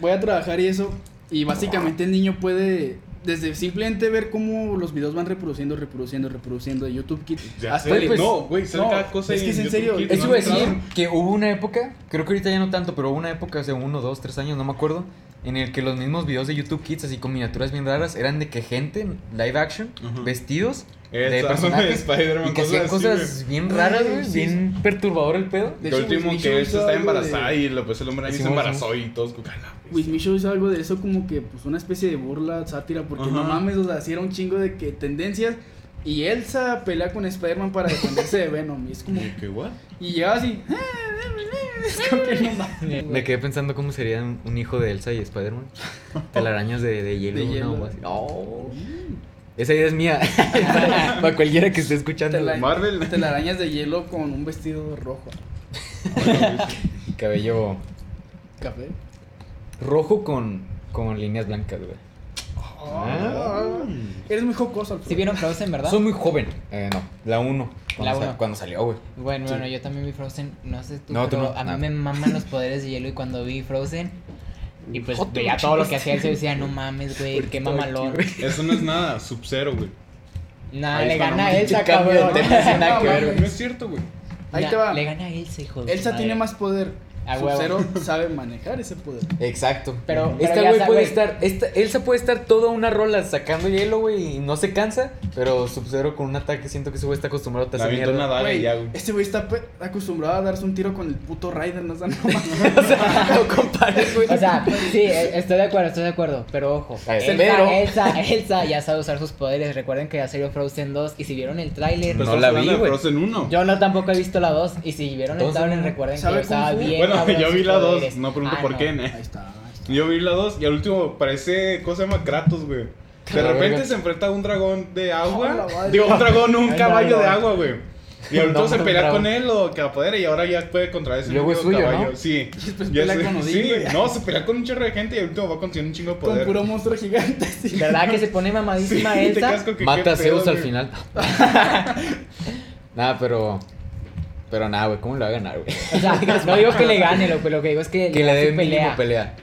Speaker 2: voy a trabajar y eso. Y básicamente el niño puede, desde simplemente ver cómo los videos van reproduciendo, reproduciendo, reproduciendo de YouTube Kids.
Speaker 3: Ya
Speaker 2: hasta
Speaker 3: sé,
Speaker 1: Güey, pues,
Speaker 3: no, güey, sale
Speaker 2: no,
Speaker 3: cada cosa
Speaker 2: es
Speaker 3: ahí
Speaker 2: que es en serio,
Speaker 3: YouTube Kids,
Speaker 1: Eso
Speaker 3: ¿no?
Speaker 1: iba a decir que hubo una época, creo que ahorita ya no tanto, pero hubo una época hace uno, dos, tres años, no me acuerdo, en el que los mismos videos de YouTube Kids, así con miniaturas bien raras, eran de que gente, live action,
Speaker 3: Ajá.
Speaker 1: vestidos, de
Speaker 3: Esa, de
Speaker 1: personajes,
Speaker 3: Spider-Man,
Speaker 1: y que hacían
Speaker 3: cosas así,
Speaker 1: cosas
Speaker 3: güey.
Speaker 1: bien raras,
Speaker 2: Güey,
Speaker 1: güey,
Speaker 2: sí,
Speaker 1: bien perturbador el pedo.
Speaker 2: De
Speaker 3: Que
Speaker 2: hecho,
Speaker 3: último
Speaker 2: Wismichu
Speaker 3: que
Speaker 2: hizo
Speaker 3: está
Speaker 2: algo de-
Speaker 3: embarazada y lo, pues el hombre ahí se
Speaker 1: Simón,
Speaker 3: embarazó y todos con cala.
Speaker 2: Wismichu hizo algo de eso como que pues una especie de burla, sátira, porque no
Speaker 3: Ajá.
Speaker 2: mames, o sea, hacía un chingo de que tendencias y Elsa pelea con Spider-Man para defenderse de Venom, y es como
Speaker 3: ¿Qué what?
Speaker 2: y llega así <laughs> es como que no mames,
Speaker 1: Me
Speaker 2: güey.
Speaker 1: quedé pensando cómo sería un un hijo de Elsa y
Speaker 2: <laughs>
Speaker 1: Spider-man. Telarañas de, de hielo,
Speaker 2: De
Speaker 1: ¿no?
Speaker 2: hielo.
Speaker 1: O así. No. Esa idea es
Speaker 2: <laughs>
Speaker 1: mía. para, para cualquiera que esté escuchando.
Speaker 2: Tela-
Speaker 1: güey.
Speaker 3: Marvel. <laughs>
Speaker 2: telarañas de hielo con un vestido rojo,
Speaker 1: Cabello
Speaker 2: café.
Speaker 1: rojo con, con líneas blancas, güey.
Speaker 2: Ah. Eres muy jocoso, Alfredo.
Speaker 4: ¿Sí vieron Frozen, verdad?
Speaker 1: Soy muy joven. Eh, no, la 1.
Speaker 4: La
Speaker 1: Cuando, sa-
Speaker 4: uno.
Speaker 1: cuando salió, güey.
Speaker 4: Bueno, bueno, yo también vi Frozen, no sé tú,
Speaker 1: No, tú
Speaker 4: pero
Speaker 1: no,
Speaker 4: a mí
Speaker 1: nada.
Speaker 4: me maman los poderes de hielo y cuando vi Frozen y pues
Speaker 1: Joto,
Speaker 4: veía todo lo que hacía él, se decía, no mames, güey, qué mamalón.
Speaker 3: Eso no es nada, Sub-Zero, güey.
Speaker 4: Nada,
Speaker 3: Ahí
Speaker 4: le
Speaker 3: está,
Speaker 4: gana a
Speaker 3: no,
Speaker 4: Elsa,
Speaker 1: pinche cambio de
Speaker 4: cabrón.
Speaker 2: Ah,
Speaker 1: tema, sin nada
Speaker 4: No,
Speaker 1: que ver,
Speaker 4: mames.
Speaker 3: No es cierto, güey.
Speaker 2: Ahí
Speaker 4: Na-
Speaker 2: te va.
Speaker 4: Le gana a Elsa, hijo de su
Speaker 2: Elsa
Speaker 4: madre.
Speaker 2: tiene más poder.
Speaker 4: A huevo. <laughs>
Speaker 2: Sub-Zero sabe manejar ese poder.
Speaker 1: Exacto.
Speaker 4: Pero- pero
Speaker 1: este
Speaker 4: ya
Speaker 1: güey
Speaker 4: sa-
Speaker 1: puede
Speaker 4: güey.
Speaker 1: estar. Esta, Elsa puede estar toda una rola sacando hielo, güey, y no se cansa. Pero Sub-Zero con un ataque, siento que ese güey está acostumbrado a
Speaker 3: La
Speaker 1: hacer
Speaker 3: aviento una
Speaker 1: mierda.
Speaker 3: daga y
Speaker 2: Güey,
Speaker 3: ya, güey.
Speaker 2: este güey está pe- acostumbrado a darse un tiro con el puto Raiden, no <laughs> sea, no mames.
Speaker 1: O
Speaker 4: <laughs>
Speaker 2: <laughs>
Speaker 1: sea, no <laughs> compares, güey.
Speaker 4: O sea, sí, e- estoy de acuerdo, estoy de acuerdo, pero ojo.
Speaker 1: A ver,
Speaker 4: Elsa,
Speaker 1: pero-
Speaker 4: Elsa, <laughs> Elsa ya sabe usar sus poderes. Recuerden que ya salió Frozen 2 y si vieron el tráiler,
Speaker 1: No
Speaker 3: Pero estamos
Speaker 1: la vi,
Speaker 3: hablando de
Speaker 1: güey.
Speaker 3: Frozen 1.
Speaker 4: yo no tampoco he visto la 2 y si vieron el
Speaker 1: Entonces,
Speaker 4: tráiler recuerden que
Speaker 2: ¿sabe
Speaker 4: yo estaba
Speaker 2: Kung Fu?
Speaker 4: bien
Speaker 3: Bueno,
Speaker 4: cabrón
Speaker 3: <laughs> yo
Speaker 4: en
Speaker 3: vi
Speaker 4: sus
Speaker 3: la
Speaker 4: poderes.
Speaker 3: 2, no pregunto
Speaker 4: Ah,
Speaker 3: por
Speaker 4: no.
Speaker 3: qué, ¿eh?
Speaker 2: Ahí está, ahí está.
Speaker 3: Yo vi la 2 y al último parece cosa más Kratos, güey. De
Speaker 1: La
Speaker 3: repente
Speaker 1: verga.
Speaker 3: se enfrenta a un dragón de
Speaker 2: Hola,
Speaker 3: agua.
Speaker 2: Oh, madre.
Speaker 3: Digo, un dragón, un
Speaker 4: Ay,
Speaker 3: caballo de
Speaker 4: no.
Speaker 3: agua, güey. Y al último
Speaker 1: No,
Speaker 3: se
Speaker 1: un
Speaker 3: pelea
Speaker 1: dragón.
Speaker 3: con él o que apodera y ahora ya puede contra ese
Speaker 1: Luego es
Speaker 3: único
Speaker 1: suyo,
Speaker 3: caballo.
Speaker 1: ¿no?
Speaker 3: Sí.
Speaker 2: <laughs> Y después
Speaker 3: Ya
Speaker 2: pelea
Speaker 3: sé-
Speaker 2: con Odín,
Speaker 3: sí,
Speaker 2: güey.
Speaker 3: no, se pelea con un chorro de gente y al último va consiguiendo un chingo de
Speaker 2: Con
Speaker 3: poder.
Speaker 2: puro monstruo gigante. sí.
Speaker 4: ¿Verdad que se pone mamadísima
Speaker 3: <laughs> Sí, te
Speaker 4: Elsa?
Speaker 3: casco que qué
Speaker 1: Mata a
Speaker 3: pedo,
Speaker 1: Zeus al
Speaker 3: güey.
Speaker 1: <laughs> final. nada, pero. Pero nada, güey, ¿cómo le va a ganar,
Speaker 4: <laughs>
Speaker 1: güey?
Speaker 4: O
Speaker 3: <laughs>
Speaker 4: sea, no digo que le gane, lo, lo que digo es que,
Speaker 1: Que le
Speaker 4: da su
Speaker 1: dé mínimo pelea.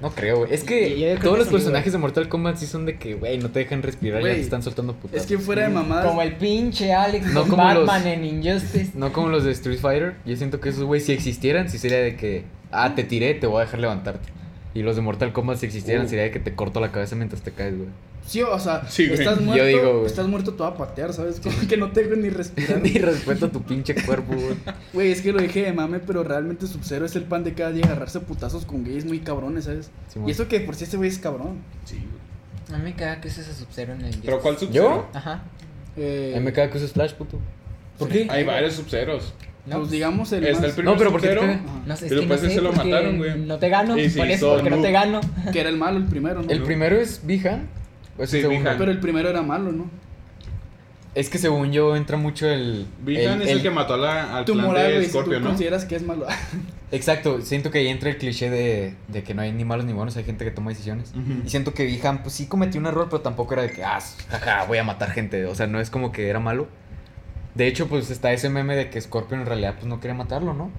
Speaker 1: No creo, güey. Es que
Speaker 4: Yo- yo creo que
Speaker 1: todos los
Speaker 4: sí,
Speaker 1: personajes
Speaker 4: güey.
Speaker 1: de Mortal Kombat sí son de que, güey, no te dejan respirar, ya
Speaker 2: Güey,
Speaker 1: te están soltando putas.
Speaker 2: <laughs> Es que fuera de mamadas.
Speaker 4: Mm, Como el pinche Alex
Speaker 1: No
Speaker 4: con
Speaker 1: como
Speaker 4: Batman
Speaker 1: los-
Speaker 4: en Injustice.
Speaker 1: No como los de Street Fighter. Yo siento que esos, güey, si existieran, sí sería de que, ah, te tiré, te voy a dejar levantarte. Y los de Mortal Kombat, si existieran,
Speaker 3: Uh.
Speaker 1: sería de que te corto la cabeza mientras te caes, <laughs> güey.
Speaker 2: Sí, o sea,
Speaker 3: Sí, güey.
Speaker 2: estás
Speaker 1: Yo
Speaker 2: muerto,
Speaker 1: digo, güey.
Speaker 2: estás muerto, te va a patear, ¿sabes? Como que no tengo
Speaker 4: <laughs>
Speaker 2: ni respirar.
Speaker 1: Ni respeto a tu pinche cuerpo, güey.
Speaker 2: Güey, es que lo dije de mame, pero realmente Sub-Zero es el pan de cada día agarrarse a putazos con gays muy cabrones, ¿sabes?
Speaker 1: Simón.
Speaker 2: y eso que por si ese güey es cabrón.
Speaker 3: Sí, güey.
Speaker 4: No me caga que es ese Sub-Zero en el Injustice.
Speaker 3: ¿Pero cuál sub
Speaker 1: ¿Yo?
Speaker 4: Ajá.
Speaker 2: Eh,
Speaker 1: <laughs> Ahí me caga que uses Flash, puto. ¿Por qué?
Speaker 3: Hay varios subceros.
Speaker 4: No,
Speaker 2: pues digamos el
Speaker 3: Está el
Speaker 2: más-
Speaker 3: primer
Speaker 1: No, pero ¿por qué te
Speaker 3: Sub-Zero,
Speaker 1: caga?
Speaker 2: Ajá.
Speaker 4: No sé, es
Speaker 3: Pero
Speaker 4: que no
Speaker 3: pues
Speaker 4: sé,
Speaker 3: ese lo
Speaker 4: porque
Speaker 3: mataron, güey.
Speaker 4: No te gano,
Speaker 3: Y se
Speaker 4: por
Speaker 3: hizo
Speaker 4: eso, porque no
Speaker 3: noob.
Speaker 4: te gano.
Speaker 2: <laughs> que era el malo, el primero, ¿no?
Speaker 1: El
Speaker 3: no.
Speaker 1: primero es Bihan. ¿O es el
Speaker 3: Sí,
Speaker 1: segundo?
Speaker 3: Bi-Han.
Speaker 2: Pero el primero era malo, ¿no?
Speaker 1: Es que según yo entra mucho el.
Speaker 3: Vigan es el, que mató a la, al
Speaker 2: Tu
Speaker 3: clan
Speaker 2: moral,
Speaker 3: de
Speaker 2: güey, si tú
Speaker 3: Scorpio, ¿no?
Speaker 2: consideras que es malo. <laughs>
Speaker 1: Exacto, siento que ahí entra el cliché de, de que no hay ni malos ni buenos, hay gente que toma decisiones.
Speaker 3: Ujú.
Speaker 1: Y siento que Bihan, pues sí cometió un error, pero tampoco era de que, ah, jaja, voy a matar gente. O sea, no es como que era malo. De hecho, pues está ese meme de que Scorpion en realidad pues no quería matarlo, ¿no?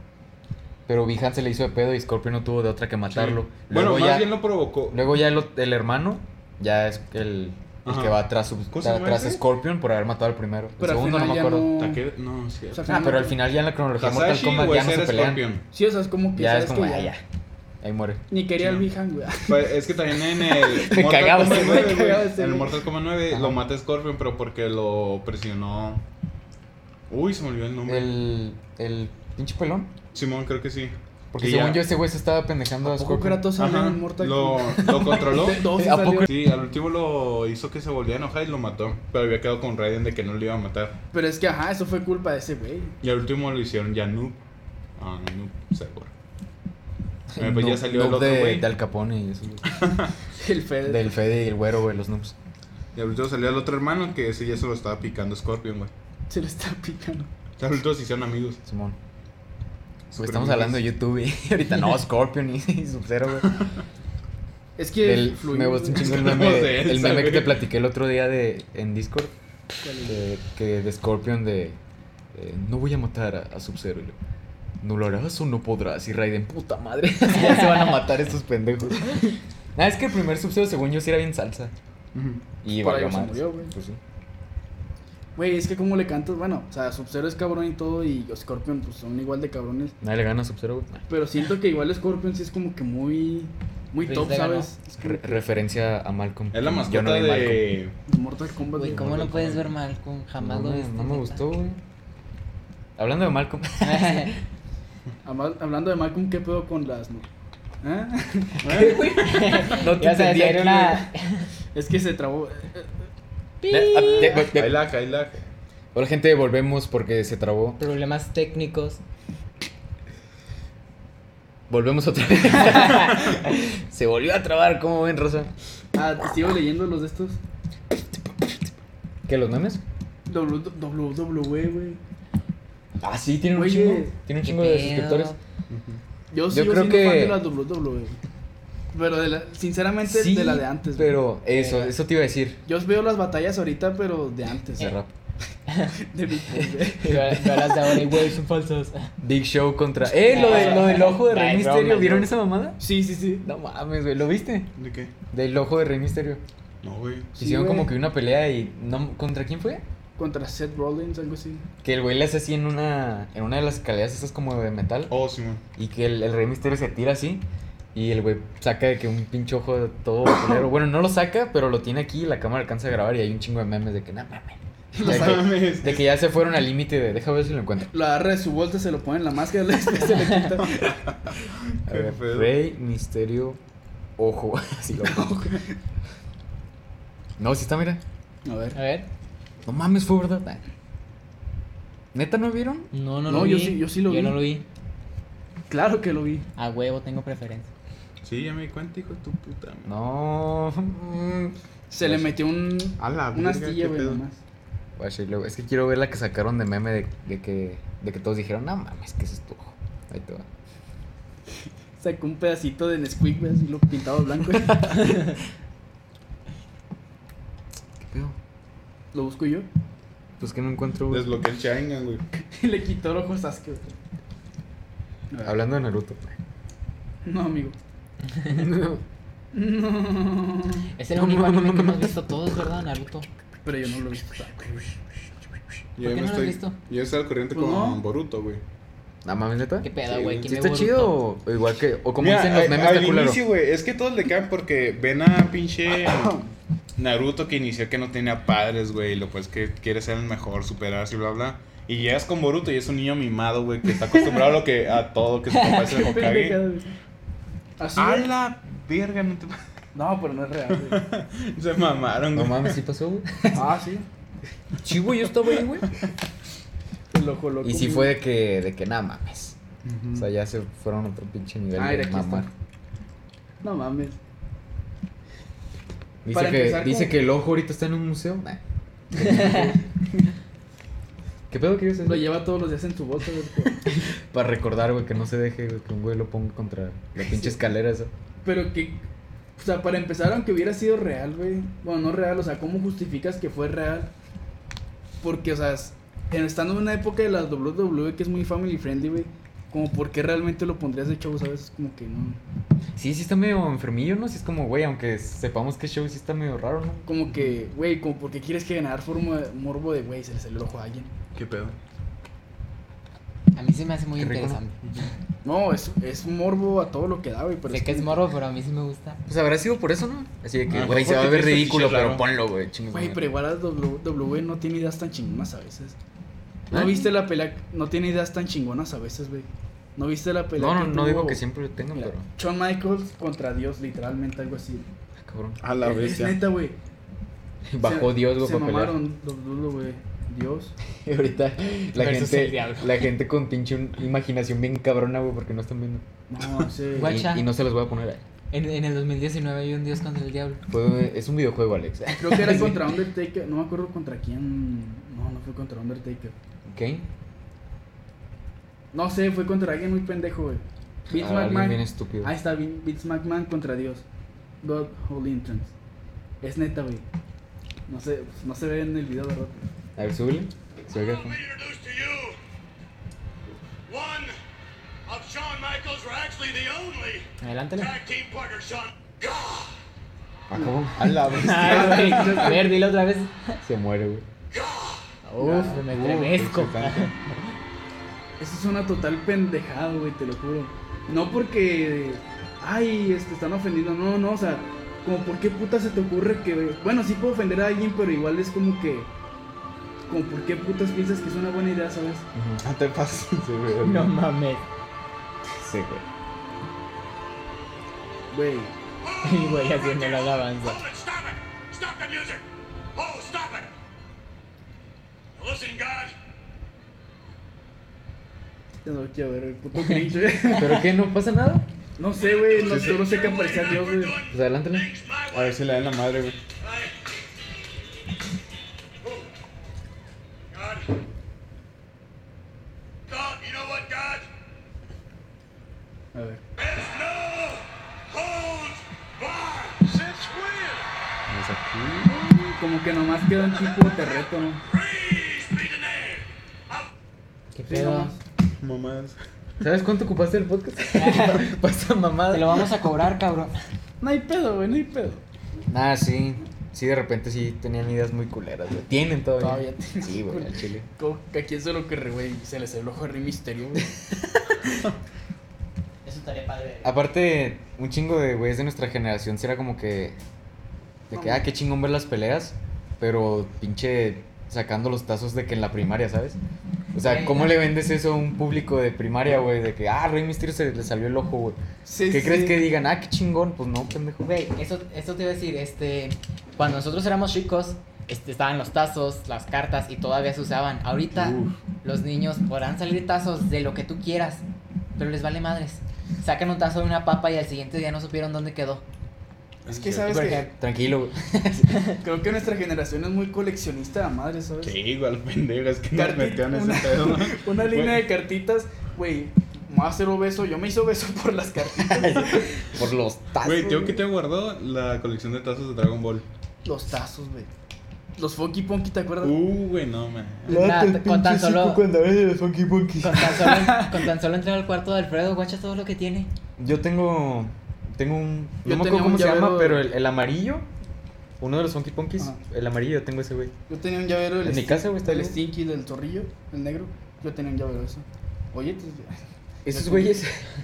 Speaker 1: Pero Bihan se le hizo de pedo y Scorpion no tuvo de otra que matarlo.
Speaker 3: Sí. Bueno,
Speaker 1: luego,
Speaker 3: más
Speaker 1: ya,
Speaker 3: bien lo provocó.
Speaker 1: luego ya el, ot- el hermano, ya es el, el
Speaker 3: Ajá.
Speaker 1: que va tras, sub-
Speaker 3: ¿Cómo se llama
Speaker 1: tras
Speaker 3: ese?
Speaker 1: Scorpion por haber matado al primero. El
Speaker 2: Pero al
Speaker 1: segundo
Speaker 2: final
Speaker 1: no me
Speaker 2: ya
Speaker 1: acuerdo.
Speaker 2: no...
Speaker 3: Taque- No, sí.
Speaker 2: o sea,
Speaker 1: Ah, pero al final ya en la cronología Mortal
Speaker 3: Hasashi
Speaker 1: Kombat
Speaker 3: o
Speaker 1: ya no
Speaker 3: ese
Speaker 1: se
Speaker 3: era
Speaker 1: pelean. <laughs>
Speaker 3: Scorpion.
Speaker 2: Sí, o sea, es como que
Speaker 1: Ya
Speaker 2: sabes
Speaker 1: es como,
Speaker 2: que
Speaker 1: ah, ya. Ahí muere.
Speaker 2: Ni quería el
Speaker 3: Sí.
Speaker 2: Bihan, güey.
Speaker 3: Pues, es que también en el
Speaker 1: <laughs> Me cagaba ese güey,
Speaker 3: 9,
Speaker 2: me cagaba
Speaker 3: güey,
Speaker 2: ese
Speaker 3: en el
Speaker 2: güey.
Speaker 3: Mortal Kombat 9
Speaker 1: Ajá.
Speaker 3: lo mata Scorpion, pero porque lo presionó. Uy, se me olvidó el nombre.
Speaker 1: El, el pinche pelón.
Speaker 3: Simón, creo que sí.
Speaker 1: Porque
Speaker 3: Y
Speaker 1: según
Speaker 3: ya.
Speaker 1: yo este ese güey se estaba pendejando a
Speaker 2: ¿A poco
Speaker 1: Scorpion.
Speaker 2: Kratos sale
Speaker 3: Ajá,
Speaker 2: en Mortal
Speaker 3: lo,
Speaker 2: Kombat?
Speaker 1: <laughs>
Speaker 3: lo controló.
Speaker 2: Dos sí
Speaker 1: ¿A
Speaker 2: salió.
Speaker 1: poco?
Speaker 3: Sí, al último lo hizo que se volviera a enojar y lo mató. Pero había quedado con Raiden de que no lo iba a matar.
Speaker 2: Pero es que, ajá, eso fue culpa de ese güey. <laughs>
Speaker 3: Y al último lo hicieron ya noob. Ah, noob, seguro. Bueno, pues
Speaker 1: No-
Speaker 3: ya salió
Speaker 1: no
Speaker 3: el otro
Speaker 1: de,
Speaker 3: güey.
Speaker 1: de Al Capone y eso.
Speaker 2: El Fede.
Speaker 1: Del Fede y el güero, güey, los noobs.
Speaker 3: Y al último salió el otro hermano que ese ya se lo estaba picando Scorpion, güey.
Speaker 2: Se lo está picando.
Speaker 3: O sea, Al último se hicieron amigos.
Speaker 1: Simón. Güey,
Speaker 3: Super
Speaker 1: estamos
Speaker 3: amigos.
Speaker 1: hablando de YouTube y <laughs> ahorita no, Scorpion y, y Sub-Zero, güey.
Speaker 2: Es que
Speaker 1: Del-
Speaker 2: fluimos,
Speaker 1: Me gusta un
Speaker 2: güey. <laughs>
Speaker 1: chingo el
Speaker 3: Hablamos
Speaker 1: meme,
Speaker 3: de
Speaker 1: el
Speaker 3: Elsa,
Speaker 1: meme que te
Speaker 3: güey.
Speaker 1: platiqué el otro día de, en Discord.
Speaker 2: ¿Cuál es?
Speaker 1: Que, que de Scorpion de... eh, no voy a matar a, a Sub-Zero. y luego, No lo harás o no podrás. Y Raiden, puta madre. <laughs> ya se van a matar estos pendejos. Nada, es que el primer Sub-Zero, según yo, sí era bien salsa.
Speaker 3: Ujú.
Speaker 1: Y
Speaker 2: Por
Speaker 1: valió
Speaker 2: algo se
Speaker 1: madres.
Speaker 2: murió, güey.
Speaker 1: Pues sí.
Speaker 2: <laughs> Güey, es que como le cantas, bueno, o sea, Sub-Zero es cabrón y todo y Scorpion pues son igual de cabrones,
Speaker 1: Nadie le gana a Sub-Zero, güey.
Speaker 2: pero siento que igual Scorpion sí es como que muy muy
Speaker 4: Pues
Speaker 2: top,
Speaker 4: le ganó.
Speaker 2: ¿sabes? Es
Speaker 1: Re-
Speaker 2: como que
Speaker 1: referencia a Malcolm.
Speaker 3: Es la
Speaker 1: Yo
Speaker 3: mascota
Speaker 1: no vi Malcolm.
Speaker 3: de.
Speaker 2: de Mortal Kombat.
Speaker 4: Güey,
Speaker 2: güey.
Speaker 4: ¿cómo pues, no puedes ver mal con jamás
Speaker 1: no,
Speaker 4: lo
Speaker 1: me-
Speaker 4: viste,
Speaker 1: no me
Speaker 4: neta?
Speaker 1: gustó, güey. Hablando de Malcolm. <laughs>
Speaker 2: Ama- Hablando de Malcolm, ¿qué pedo con las no?
Speaker 1: <laughs>
Speaker 2: ¿Eh?
Speaker 4: <laughs>
Speaker 1: no
Speaker 4: Ya sabes, era una...
Speaker 2: Es que se trabó. eh, eh,
Speaker 3: Hay lag, hay lag.
Speaker 1: Hola, gente, volvemos porque se trabó.
Speaker 4: Problemas técnicos.
Speaker 1: Volvemos otra
Speaker 4: <laughs>
Speaker 1: vez. se volvió a trabar, ¿cómo ven, Rosa?
Speaker 2: Ah, te sigo leyendo los de estos.
Speaker 1: ¿Qué, los memes?
Speaker 2: W- WWE, güey.
Speaker 1: Ah, sí, tiene
Speaker 2: Oye,
Speaker 1: Tiene un
Speaker 4: qué
Speaker 1: chingo de
Speaker 4: pedo.
Speaker 1: suscriptores.
Speaker 2: Yo
Speaker 1: Yo
Speaker 2: sigo
Speaker 1: creo
Speaker 2: siendo
Speaker 1: que-
Speaker 2: fan de las WWE. Pero de la, sinceramente de la de antes. güey.
Speaker 1: Pero eso,
Speaker 4: Eh.
Speaker 1: eso te iba a decir.
Speaker 2: Yo veo las batallas ahorita, pero de antes.
Speaker 1: De rap.
Speaker 2: <laughs> De Big Boss, güey.
Speaker 4: Y yo- yo las de ahora y, güey, son falsas.
Speaker 1: Big Show contra. ¡Eh! Lo, de- lo del ojo de Rey
Speaker 4: Ay, broma,
Speaker 1: Misterio. ¿Vieron
Speaker 4: güey.
Speaker 1: esa mamada?
Speaker 2: Sí, sí, sí.
Speaker 1: No mames, güey. ¿Lo viste?
Speaker 3: ¿De qué?
Speaker 1: Del ojo de Rey Misterio.
Speaker 3: No, güey.
Speaker 2: Sí,
Speaker 1: Hicieron
Speaker 2: güey.
Speaker 1: como que una pelea y. No, ¿Contra quién fue?
Speaker 2: contra Seth Rollins, algo así.
Speaker 1: Que el güey le hace así en una, en una de las escaleras esas como de metal.
Speaker 3: Oh, Simón.
Speaker 1: Y que el, el Rey Misterio se tira así. Y el güey saca de que un pinche ojo de todo culero. Bueno, no lo saca, pero lo tiene aquí. y La cámara alcanza a grabar. Y hay un chingo de memes de que, no mames.
Speaker 3: No
Speaker 1: De que,
Speaker 3: mames.
Speaker 1: de que ya se fueron al límite de, deja ver si lo encuentro.
Speaker 2: Lo agarra de su bolsa, se lo pone en la máscara <laughs> y después se le quita.
Speaker 1: A
Speaker 3: Qué
Speaker 1: ver,
Speaker 3: pedo.
Speaker 1: Rey Misterio, ojo. <laughs> Así lo pongo. No, si está, mira.
Speaker 2: A ver.
Speaker 4: A ver.
Speaker 1: No mames, fue verdad. Ah. ¿Neta no vieron?
Speaker 4: No, no,
Speaker 2: No,
Speaker 4: lo
Speaker 2: yo
Speaker 4: vi.
Speaker 2: sí- yo sí lo vi.
Speaker 4: no lo vi.
Speaker 2: Claro que lo vi.
Speaker 4: A huevo, tengo preferencia.
Speaker 3: Sí, ya me di cuenta, hijo de tu puta. madre.
Speaker 1: No. mm.
Speaker 2: Se le metió un,
Speaker 1: Ah,
Speaker 3: A la verga,
Speaker 2: una astilla,
Speaker 3: qué
Speaker 2: güey,
Speaker 3: pedo.
Speaker 2: nomás.
Speaker 1: Voy a decirlo, Pues Es que quiero ver la que sacaron de meme de, de que, de que todos dijeron, no mames, que ese es tu ojo. Ahí te va.
Speaker 2: Sacó un pedacito de Nesquik, güey, así lo pintado <laughs> blanco. güey.
Speaker 1: ¿Qué pedo?
Speaker 2: lo busco yo.
Speaker 1: Pues que no encuentro. güey.
Speaker 3: Desbloqueé el Sharingan, güey.
Speaker 2: <laughs> Y le quitó el ojo a Sasuke, güey. A ver.
Speaker 1: Hablando de Naruto.
Speaker 3: <laughs>
Speaker 2: No, amigo.
Speaker 4: Es el único anime que hemos visto todos, ¿verdad, Naruto?
Speaker 2: Pero yo no lo vi.
Speaker 4: qué
Speaker 3: Yo
Speaker 4: no
Speaker 3: me
Speaker 4: lo has
Speaker 3: estoy.
Speaker 4: visto?
Speaker 3: Yo estoy al corriente
Speaker 2: Pues
Speaker 3: con
Speaker 2: no.
Speaker 3: Boruto, güey.
Speaker 1: No mames, neta.
Speaker 4: ¿Qué
Speaker 1: ¿Sí
Speaker 4: pedo,
Speaker 3: Sí,
Speaker 4: güey?
Speaker 3: güey.
Speaker 4: ¿Quién ve
Speaker 1: está
Speaker 4: Boruto?
Speaker 1: chido o- o igual que. O como
Speaker 3: Mira,
Speaker 1: dicen los
Speaker 3: a-
Speaker 1: memes
Speaker 3: al
Speaker 1: de culero.
Speaker 3: inicio, güey, es que todos le caen porque ven a pinche Naruto que inició que no tenía padres, güey, y lo pues que quiere ser el mejor, superarse y bla bla. Y llegas con Boruto y es un niño mimado, güey, que está acostumbrado a lo que a todo, que su papá es el
Speaker 2: <laughs> Qué pendejada,
Speaker 3: Hokage.
Speaker 2: güey. Ah, Así.
Speaker 3: A
Speaker 2: güey.
Speaker 3: la verga, no te <laughs> pa-
Speaker 2: No, pero no es real, <laughs> güey.
Speaker 3: Se mamaron,
Speaker 1: No
Speaker 3: güey.
Speaker 1: mames, sí pasó, güey.
Speaker 2: Ah, sí.
Speaker 1: Sí, güey, yo estaba ahí, güey.
Speaker 2: El ojo loco.
Speaker 1: Y sí
Speaker 2: güey.
Speaker 1: fue de que, de que nada mames. O sea, ya se fueron a otro pinche nivel
Speaker 2: Ah,
Speaker 1: de
Speaker 2: mira, Mm. aquí está.
Speaker 1: mamar.
Speaker 2: No mames.
Speaker 1: Dice,
Speaker 2: Para
Speaker 1: que,
Speaker 2: empezar
Speaker 1: dice
Speaker 2: con-
Speaker 1: que el ojo ahorita está en un museo.
Speaker 2: <laughs>
Speaker 1: Nah. ¿Qué pedo que ibas a
Speaker 2: Lo
Speaker 1: decir?
Speaker 2: lleva todos los días en su bolsa, güey.
Speaker 1: Para recordar, güey, que no se deje güey, que un güey lo ponga contra la pinche escalera esa.
Speaker 2: Pero que. O sea, para empezar, aunque hubiera sido real, güey. Bueno, no real, o sea, ¿cómo justificas que fue real? Porque, o sea, es- en- estando en una época de la WWE que es muy family friendly, güey. Como, ¿por qué realmente lo pondrías de show, sabes? Es como que no.
Speaker 1: Sí, sí está medio enfermillo, ¿no? Sí es como, güey, aunque sepamos que show sí está medio raro, ¿no?
Speaker 2: Como que, güey, como porque quieres que ganar forma, morbo de, güey, se le salió el ojo a alguien.
Speaker 3: ¿Qué pedo?
Speaker 4: A mí se me hace muy
Speaker 1: Qué rico, ¿no?
Speaker 4: interesante.
Speaker 2: No, es, es morbo a todo lo que da, güey. Pero
Speaker 4: Sé que es moro, pero a mí sí me gusta.
Speaker 1: Pues habrá sido por eso, ¿no? Así de
Speaker 3: A
Speaker 1: que,
Speaker 3: lo
Speaker 1: güey,
Speaker 3: mejor
Speaker 1: se va a
Speaker 3: porque
Speaker 1: ver
Speaker 3: tiene
Speaker 1: ridículo,
Speaker 3: fetiches
Speaker 1: pero
Speaker 3: raros.
Speaker 1: ponlo, güey. chingue su
Speaker 2: Güey,
Speaker 1: madre.
Speaker 2: pero igual la WWE E no tiene ideas tan chingonas a veces. ¿No
Speaker 1: ¿Eh?
Speaker 2: viste la pelea? No tiene ideas tan chingonas a veces, güey. ¿No viste la pelea?
Speaker 1: No, no, no digo
Speaker 2: tuvo-
Speaker 1: que siempre lo tengan,
Speaker 2: Mira,
Speaker 1: pero.
Speaker 2: Shawn Michaels contra Dios, literalmente, algo así.
Speaker 1: Ah, Cabrón.
Speaker 3: A la
Speaker 2: es
Speaker 3: bestia.
Speaker 2: neta, güey.
Speaker 1: Bajó
Speaker 2: <laughs> Se-
Speaker 1: Dios, güey,
Speaker 2: Se
Speaker 1: para pelear.
Speaker 2: mamaron los güey. Dios.
Speaker 1: <laughs> Y ahorita la
Speaker 4: Versus el
Speaker 1: gente,
Speaker 4: diablo.
Speaker 1: la gente con pinche un- imaginación bien cabrona, güey, porque no están viendo. <laughs>
Speaker 2: No, ese.
Speaker 4: Guay. Guacha.
Speaker 1: Y, y no se los voy a poner ahí.
Speaker 4: En, en el 2019 hay un dios contra el diablo.
Speaker 1: Fue- es un videojuego, Alex.
Speaker 2: Creo
Speaker 1: <laughs>
Speaker 2: que era contra Undertaker. No me acuerdo contra quién. No, no fue contra Undertaker.
Speaker 1: ¿Qué?
Speaker 2: No sé, fue contra alguien muy pendejo, güey. Vince
Speaker 1: Ah, alguien
Speaker 2: McMahon.
Speaker 1: bien estúpido.
Speaker 2: Ahí está Vin- Vince McMahon contra Dios. God Holy Entrance. Es neta, güey. No se, no se ve en el video, ¿verdad?
Speaker 1: A ver, súbele. Se oiga.
Speaker 6: Allow me to introduce to
Speaker 3: eh.
Speaker 6: you one of Shawn Michaels, or actually the only
Speaker 4: Adelántale.
Speaker 6: tag team partner, Shawn. God,
Speaker 1: Ah, cabrón.
Speaker 3: A la bestia.
Speaker 4: <laughs> Ay, güey. A ver, dilo otra vez.
Speaker 1: Se muere, güey.
Speaker 6: God.
Speaker 4: Uf, me estremezco.
Speaker 2: Ah, Eso es una total pendejada, güey, te lo juro. No porque. Ay, este, están ofendiendo. No, no, o sea, como por qué puta se te ocurre que. Bueno, sí puedo ofender a alguien, pero igual es como que. Como por qué putas piensas que es una buena idea, ¿sabes?
Speaker 1: Ujú.
Speaker 3: No te pases, güey.
Speaker 4: No mames. <laughs>
Speaker 1: Sí, güey.
Speaker 2: Güey.
Speaker 4: Y güey, haciendo la alabanza.
Speaker 6: Hold it, stop it. Stop the music. Oh, stop it. Now listen, God.
Speaker 2: Ya no lo quiero ver, güey, puto
Speaker 1: <laughs>
Speaker 2: cringe, güey.
Speaker 1: ¿Pero qué? ¿No pasa nada?
Speaker 2: No sé, güey, no, yo no sé qué aparecía Dios, güey.
Speaker 1: Pues adelántale.
Speaker 6: Things my
Speaker 3: A ver si le dan la madre, güey.
Speaker 6: way. God. God, you know what, God?
Speaker 2: A ver.
Speaker 6: There's no holds barred. Since when?
Speaker 2: Como que nomás queda un tipo de reto, ¿no?
Speaker 6: Praise be the name of
Speaker 4: ¿Qué
Speaker 2: Sí,
Speaker 4: pedo?
Speaker 2: nomás.
Speaker 3: Mamás.
Speaker 1: ¿Sabes cuánto ocupaste el podcast? <laughs> Pasa
Speaker 4: Te
Speaker 1: mamada.
Speaker 4: lo vamos a cobrar, cabrón.
Speaker 2: No hay pedo, güey, no hay pedo.
Speaker 1: Ah, sí. sí, de repente sí tenían ideas muy culeras, güey. Tienen todavía.
Speaker 2: Todavía tienen
Speaker 1: Sí, güey, al chile.
Speaker 2: ¿Cómo- ¿A quién se lo que güey? Se les el ojo a Rey Misterio, güey.
Speaker 4: Eso estaría padre.
Speaker 1: Aparte, un chingo de güeyes de nuestra generación sí era como que. De que, ah, qué chingón ver las peleas. Pero pinche sacando los tazos de que en la primaria, ¿sabes? O sea,
Speaker 4: Güey,
Speaker 1: ¿cómo
Speaker 4: no.
Speaker 1: le vendes eso a un público de primaria, güey? De que, ah, Rey Mysterio se le salió el ojo, güey.
Speaker 2: <laughs> Sí,
Speaker 1: ¿Qué
Speaker 2: sí,
Speaker 1: crees
Speaker 2: sí.
Speaker 1: que digan? Ah, qué chingón. Pues no, pendejo.
Speaker 4: Güey, eso, eso te iba a decir, este, cuando nosotros éramos chicos, este, estaban los tazos, las cartas y todavía se usaban. Ahorita los niños podrán salir tazos de lo que tú quieras, pero les vale madres. Sacan un tazo de una papa y al siguiente día no supieron dónde quedó.
Speaker 2: Es que sabes que
Speaker 1: Tranquilo, güey.
Speaker 2: creo que nuestra generación es muy coleccionista de madre, ¿sabes?
Speaker 3: Sí, igual, <laughs> pendejo, es que nos
Speaker 2: Carti-
Speaker 3: metieron
Speaker 2: una-
Speaker 3: ese pedo.
Speaker 2: <laughs> Una
Speaker 3: Güey.
Speaker 2: línea de cartitas, güey, me va a hacer obeso. Yo me hice obeso por las cartitas, <laughs>
Speaker 1: Por los tazos.
Speaker 3: Güey, tengo que te guardó la colección de tazos de Dragon Ball.
Speaker 2: los tazos, güey. Los Funky Punky, ¿te acuerdas?
Speaker 3: Uh, güey, no, man.
Speaker 4: Nada, con, tan solo, con,
Speaker 1: Cuando ves el funky funky.
Speaker 4: tan
Speaker 2: <laughs>
Speaker 4: solo, con tan solo entrar al cuarto de Alfredo, guacha todo lo que tiene.
Speaker 1: Yo tengo. Tengo un.
Speaker 2: Yo
Speaker 1: No me
Speaker 2: tenía
Speaker 1: acuerdo
Speaker 2: un
Speaker 1: cómo se llama,
Speaker 2: llavero-
Speaker 1: pero el, el amarillo. Uno de los Funky Punkies.
Speaker 2: Ajá.
Speaker 1: El amarillo, yo tengo ese, güey.
Speaker 2: Yo tenía un llavero del
Speaker 1: En mi
Speaker 2: Stin-
Speaker 1: casa, güey, está
Speaker 2: del
Speaker 1: bien.
Speaker 2: Stinky, del Zorrillo, el negro. Yo tenía un llavero de eso. Oye, pues, te-
Speaker 1: Esos
Speaker 2: Ujú.
Speaker 1: güeyes <laughs>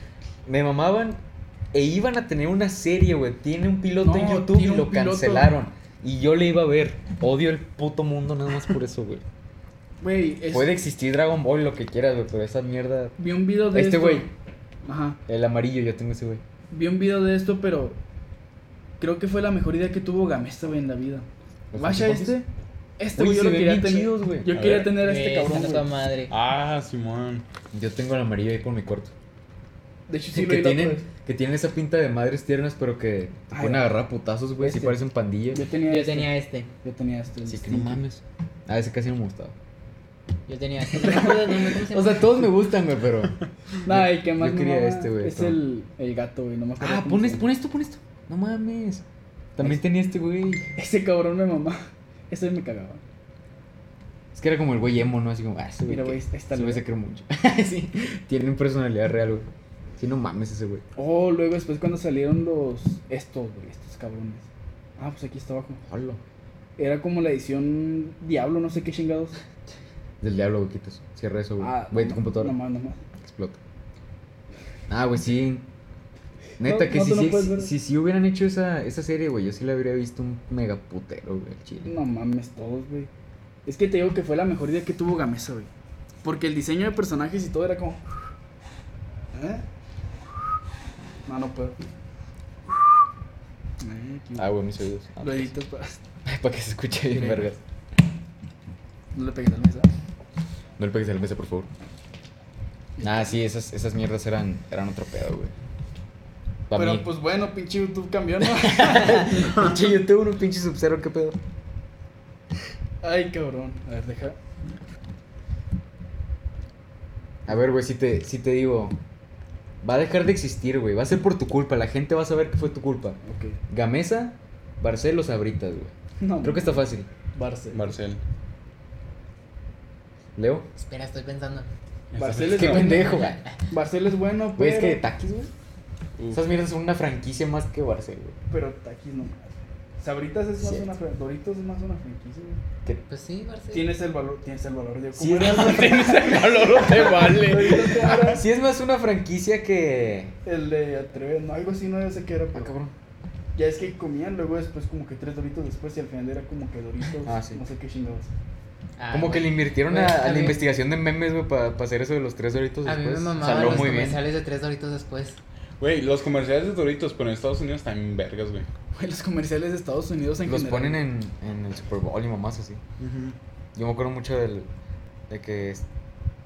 Speaker 1: me mamaban e iban a tener una serie, güey. Tiene un piloto en
Speaker 2: No,
Speaker 1: YouTube y
Speaker 2: tiene un
Speaker 1: lo
Speaker 2: piloto.
Speaker 1: cancelaron. Y yo le iba a ver. Odio el puto mundo nada más por eso, güey.
Speaker 2: güey, <laughs> es-
Speaker 1: Puede existir Dragon Ball, lo que quieras, güey, pero esa mierda.
Speaker 2: vi un video de
Speaker 1: Este
Speaker 2: esto.
Speaker 1: güey.
Speaker 2: Ajá.
Speaker 1: El amarillo, yo tengo ese, güey.
Speaker 2: Vi un video de esto, pero creo que fue la mejor idea que tuvo Gamesta, güey, en la vida.
Speaker 1: ¿Los
Speaker 2: Vaya
Speaker 1: Funky
Speaker 2: este. Este,
Speaker 1: Uy,
Speaker 2: güey, yo
Speaker 1: se
Speaker 2: lo
Speaker 1: ven
Speaker 2: quería
Speaker 1: bien
Speaker 2: tener.
Speaker 1: chidos, güey.
Speaker 2: yo
Speaker 1: A
Speaker 2: quería
Speaker 1: ver.
Speaker 2: tener a este
Speaker 4: Güey,
Speaker 2: cabrón.
Speaker 4: Eh, está
Speaker 2: güey.
Speaker 4: toda madre.
Speaker 3: Ah, Simón.
Speaker 1: Yo tengo el amarillo ahí por mi cuarto.
Speaker 2: De hecho, sí, lo
Speaker 1: que,
Speaker 2: vi la otra
Speaker 1: tienen,
Speaker 2: vez.
Speaker 1: que tienen esa pinta de madres tiernas, pero que te
Speaker 2: Ay,
Speaker 1: pueden agarrar a putazos, güey. Sí
Speaker 2: este.
Speaker 1: parecen pandillas.
Speaker 2: Yo tenía
Speaker 4: Yo
Speaker 2: este.
Speaker 4: tenía este,
Speaker 2: Yo tenía este. el
Speaker 1: Así que no
Speaker 2: Stinky.
Speaker 1: mames. A ese casi no me gustaba.
Speaker 4: yo tenía
Speaker 2: <laughs>
Speaker 4: este. No me acuerdo del nombre, ¿cómo se
Speaker 1: O sea, todos me gustan, güey, pero.
Speaker 2: Nah, el que más
Speaker 1: yo
Speaker 2: me
Speaker 1: quería
Speaker 2: mama
Speaker 1: este, güey,
Speaker 2: Es
Speaker 1: pero-
Speaker 2: el, el gato, güey. No me acuerdo
Speaker 1: Ah,
Speaker 2: cómo
Speaker 1: pon,
Speaker 2: se
Speaker 1: es-
Speaker 2: llama.
Speaker 1: pon esto, pon esto. No mames. También tenía este güey.
Speaker 2: Ese cabrón me mamá. Ese me cagaba.
Speaker 1: Es que era como el güey emo, ¿no? Así como, ah, ese güey.
Speaker 2: Mira,
Speaker 1: que-
Speaker 2: güey, ahí está
Speaker 1: ese
Speaker 2: el
Speaker 1: güey se
Speaker 2: güey.
Speaker 1: cree mucho. <laughs> sí. Tiene personalidad real, güey. Sí, no mames ese güey.
Speaker 2: Oh, luego después cuando salieron los. Estos, güey, estos cabrones. Ah, pues aquí está abajo.
Speaker 1: Hola.
Speaker 2: Era como la edición Diablo, no sé qué chingados.
Speaker 1: Del diablo, güey, quita eso. Cierra eso, güey.
Speaker 2: Ah,
Speaker 1: güey,
Speaker 2: no,
Speaker 1: tu computadora
Speaker 2: No más, no más.
Speaker 1: explota. Ah, güey, sí. Neta,
Speaker 2: No,
Speaker 1: que
Speaker 2: no
Speaker 1: si,
Speaker 2: te lo
Speaker 1: sí-
Speaker 2: puedes
Speaker 1: si,
Speaker 2: ver.
Speaker 1: si hubieran hecho esa, esa serie, güey, yo sí la habría visto un mega putero, güey, al chile.
Speaker 2: No mames, todos, güey. Es que te digo que fue la mejor idea que tuvo Gamesa, güey. Porque el diseño de personajes y todo era como. ¿Eh? No, no puedo. Eh, aquí-
Speaker 1: Ah, güey, mis oídos. Ah,
Speaker 2: Lo editas para. <laughs>
Speaker 1: <laughs> para que se escuche bien,
Speaker 2: Mira.
Speaker 1: vergas.
Speaker 2: No le pegues al mesa.
Speaker 1: No le pegues a la mesa, por favor. Ah, sí, esas, esas mierdas eran, eran otro pedo, güey. Pa'
Speaker 2: Pero
Speaker 1: mí.
Speaker 2: pues bueno, pinche YouTube
Speaker 1: <laughs>
Speaker 2: cambió, ¿no?
Speaker 1: Pinche YouTube, un pinche sub-zero, qué pedo.
Speaker 2: Ay, cabrón. A ver, deja.
Speaker 1: A ver, güey, si te, si te digo. Va a dejar de existir, güey. Va a ser por tu culpa. La gente va a saber que fue tu culpa.
Speaker 2: Ok.
Speaker 1: Gamesa, Barcelos, Abritas, güey.
Speaker 2: No,
Speaker 1: Creo que está fácil.
Speaker 2: Barcel.
Speaker 3: Marcel.
Speaker 1: Leo.
Speaker 4: Espera, estoy pensando.
Speaker 2: Barcel es
Speaker 1: Qué
Speaker 2: bueno.
Speaker 1: pendejo, güey.
Speaker 2: Barcel es bueno,
Speaker 1: Güey,
Speaker 2: pero.
Speaker 1: es que taquis, güey.
Speaker 3: Uf.
Speaker 1: Esas mierdas son una franquicia más que Barcelos, güey.
Speaker 2: Pero Takis no más. Sabritas es más
Speaker 1: Cierto.
Speaker 2: una fran- Doritos es más una franquicia, güey.
Speaker 1: Que-
Speaker 4: Pues sí, Barcelona.
Speaker 2: Tienes el valor, tienes el valor de
Speaker 1: Sí,
Speaker 2: era?
Speaker 3: Valor <laughs> no te vale.
Speaker 2: Doritos era
Speaker 1: Sí, es más una franquicia que.
Speaker 2: <laughs> El de atrever, no, algo así no sé qué era,
Speaker 1: Ah,
Speaker 2: pero
Speaker 1: cabrón.
Speaker 2: ya es que comían luego después como que tres Doritos después y al final era como que Doritos,
Speaker 1: Ah, sí.
Speaker 2: no sé qué chingados.
Speaker 4: Ah,
Speaker 1: Como que le
Speaker 4: güey.
Speaker 1: invirtieron
Speaker 4: Güey,
Speaker 1: a, a
Speaker 4: a
Speaker 1: la
Speaker 4: mí-
Speaker 1: investigación de memes, güey, para hacer eso de los tres doritos
Speaker 4: A mí me
Speaker 1: después.
Speaker 4: mamaban
Speaker 1: Salió
Speaker 4: los
Speaker 1: muy bien.
Speaker 4: comerciales de tres doritos después.
Speaker 3: Güey, los comerciales de Doritos, pero en Estados Unidos también vergas, güey.
Speaker 2: Los comerciales de Estados Unidos en
Speaker 1: Los
Speaker 2: general.
Speaker 1: ponen en, en el Super Bowl y mamás así. Yo me acuerdo mucho del, de que es-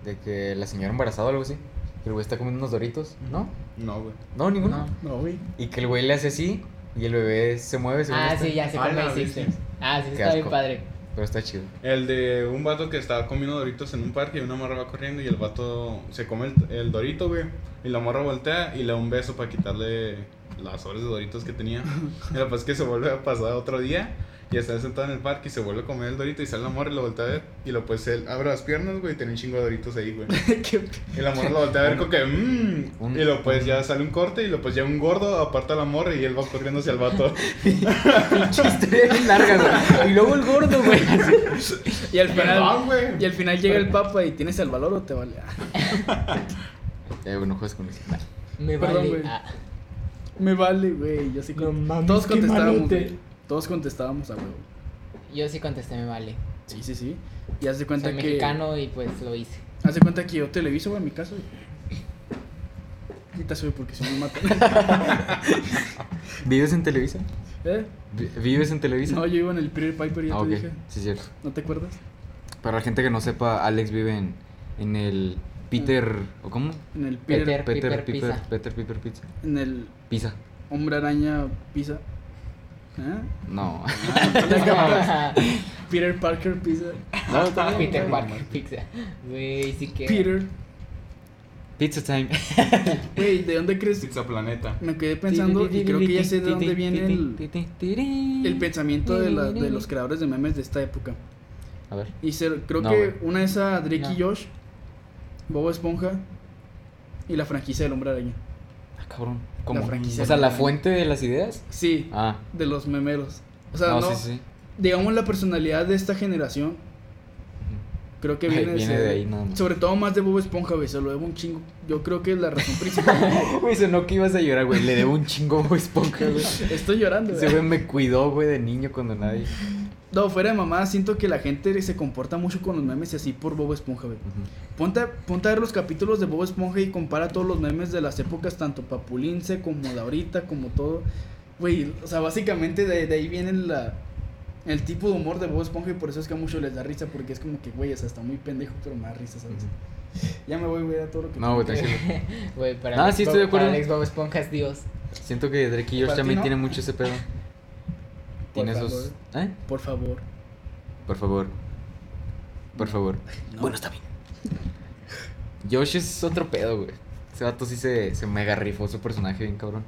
Speaker 1: de que la señora embarazada o algo así. Que el güey está comiendo unos doritos, ¿no?
Speaker 3: No, güey.
Speaker 1: No, ninguno.
Speaker 4: No.
Speaker 2: No, güey. <laughs>
Speaker 1: Y que el güey le hace así y el bebé se mueve. según
Speaker 4: Ah,
Speaker 1: esto.
Speaker 4: sí,
Speaker 2: este.
Speaker 4: ya sé
Speaker 3: Ah,
Speaker 4: cuál me
Speaker 3: la
Speaker 4: hiciste.
Speaker 3: bestia.
Speaker 4: Ah, sí,
Speaker 1: Qué
Speaker 4: está bien
Speaker 1: asco.
Speaker 4: padre.
Speaker 1: <laughs> Pero está chido.
Speaker 3: El de un vato que estaba comiendo Doritos en un parque y una morra va corriendo y el vato se come el, el Dorito, güey. Y la morra voltea y le da
Speaker 4: <laughs>
Speaker 3: un beso para quitarle las sobres de Doritos que tenía. Y la pasa es que se vuelve a pasar otro día Y está sentado en el parque y se vuelve a comer el dorito y sale la morra y lo voltea a ver. Y lo pues él abre las piernas, güey, y tiene un chingo de doritos ahí,
Speaker 4: <laughs>
Speaker 3: güey.
Speaker 2: Qué-
Speaker 3: Y la morra lo voltea a ver con que, mmm.
Speaker 1: Un-
Speaker 3: y lo pues ya sale un corte y lo pues ya un gordo aparta a la morra y él va corriendo hacia
Speaker 4: <laughs>
Speaker 3: el vato.
Speaker 4: Pinche historia bien larga, güey. <laughs> Y luego el gordo, güey.
Speaker 2: y al
Speaker 3: Perdón,
Speaker 2: final
Speaker 3: güey.
Speaker 2: y al final llega el papa y tienes el valor o te vale. Ah,
Speaker 1: Eh, bueno, juegas con eso. Bye.
Speaker 4: Me
Speaker 2: Perdón,
Speaker 4: vale.
Speaker 2: güey.
Speaker 4: Ah,
Speaker 2: Me vale, güey. Yo sí
Speaker 4: No
Speaker 2: con-
Speaker 4: mames,
Speaker 2: Todos
Speaker 4: qué
Speaker 2: contestábamos.
Speaker 4: malote.
Speaker 2: güey. Todos contestábamos a huevo.
Speaker 4: yo sí contesté, me vale.
Speaker 2: Sí, sí, sí. Y hace cuenta
Speaker 4: Soy
Speaker 2: que
Speaker 4: mexicano y pues lo
Speaker 2: <laughs>
Speaker 4: hice.
Speaker 2: Hace cuenta que yo televiso, güey, en mi caso. Quita soy porque si no me matan.
Speaker 1: <laughs> ¿Vives en Televisa?
Speaker 2: ¿Eh?
Speaker 1: Vi- ¿Vives en Televisa?
Speaker 2: No, yo iba en el Peter Piper y ya
Speaker 1: ah,
Speaker 2: te
Speaker 1: ok.
Speaker 2: dije.
Speaker 1: Sí, cierto.
Speaker 2: ¿No te acuerdas?
Speaker 1: Para la gente que no sepa, Alex vive en, en el Peter. ¿O cómo?
Speaker 2: En el
Speaker 4: Peter.
Speaker 2: Peter,
Speaker 1: Piper,
Speaker 4: Piper Pizza.
Speaker 1: Peter Piper Pizza.
Speaker 2: en el
Speaker 1: Pizza.
Speaker 2: Hombre Araña Pizza.
Speaker 1: <laughs>
Speaker 2: ¿Eh?
Speaker 1: No.
Speaker 4: <laughs>
Speaker 2: Peter Parker Pizza.
Speaker 4: Peter Parker Pizza. Güey, sí que.
Speaker 2: Peter.
Speaker 1: Pizza time. <laughs>
Speaker 2: Güey, ¿de dónde crees?
Speaker 3: Pizza Planeta.
Speaker 2: Me quedé pensando y creo que ya sé de dónde viene el,
Speaker 4: <laughs>
Speaker 2: el pensamiento de, la- de los creadores de memes de esta época.
Speaker 1: A ver.
Speaker 2: Y se- creo
Speaker 1: No,
Speaker 2: que
Speaker 1: güey.
Speaker 2: una es a Drake y
Speaker 4: No.
Speaker 2: Josh, Bobo Esponja y la franquicia del Hombre Araña.
Speaker 1: Ah, cabrón. ¿Cómo?
Speaker 2: La franquicia.
Speaker 1: o sea, la fuente de las ideas.
Speaker 2: Sí,
Speaker 1: Ah.
Speaker 2: de los memeros. O sea, no,
Speaker 1: no, sí, sí.
Speaker 2: digamos la personalidad de esta generación. Creo que
Speaker 1: Ay,
Speaker 2: viene,
Speaker 1: viene
Speaker 2: ese-
Speaker 1: de ahí nada más.
Speaker 2: Sobre todo más de Bob Esponja, güey. Se lo debo un chingo. Yo creo que es la razón principal.
Speaker 1: Güey, sonó que ibas a llorar, güey. Le debo un chingo a Bob Esponja, <laughs> güey.
Speaker 2: Estoy llorando,
Speaker 1: Ese
Speaker 2: güey.
Speaker 1: güey me cuidó, güey, de niño cuando nadie.
Speaker 2: No, fuera de mamá, siento que la gente se comporta mucho con los memes y así por Bob Esponja, güey.
Speaker 1: Ujú.
Speaker 2: Ponte, a- ponte a ver los capítulos de Bob Esponja y compara todos los memes de las épocas, tanto papulince como de ahorita, como todo. Güey, o sea, básicamente de, de ahí viene la, el tipo de humor de Bob Esponja y por eso es que a muchos les da risa, porque es como que, güey, o sea, está muy pendejo, pero me da risa, ¿sabes? Ya me voy, güey, a todo lo que...
Speaker 1: No, güey, tranquilo.
Speaker 4: <laughs> Güey, para,
Speaker 2: Ah,
Speaker 1: No,
Speaker 4: Alex
Speaker 1: sí,
Speaker 4: Bob-
Speaker 1: estoy de acuerdo.
Speaker 4: para Alex Bob Esponja es Dios.
Speaker 1: Siento que Drake y Josh
Speaker 2: ¿Para ti
Speaker 1: también
Speaker 2: no?
Speaker 1: tienen mucho ese pedo. Tiene esos. ¿Eh?
Speaker 2: Por favor.
Speaker 1: Por favor. Por favor. Bueno, está bien. Josh es otro pedo, güey. Ese vato sí se, se mega rifó su personaje bien cabrón.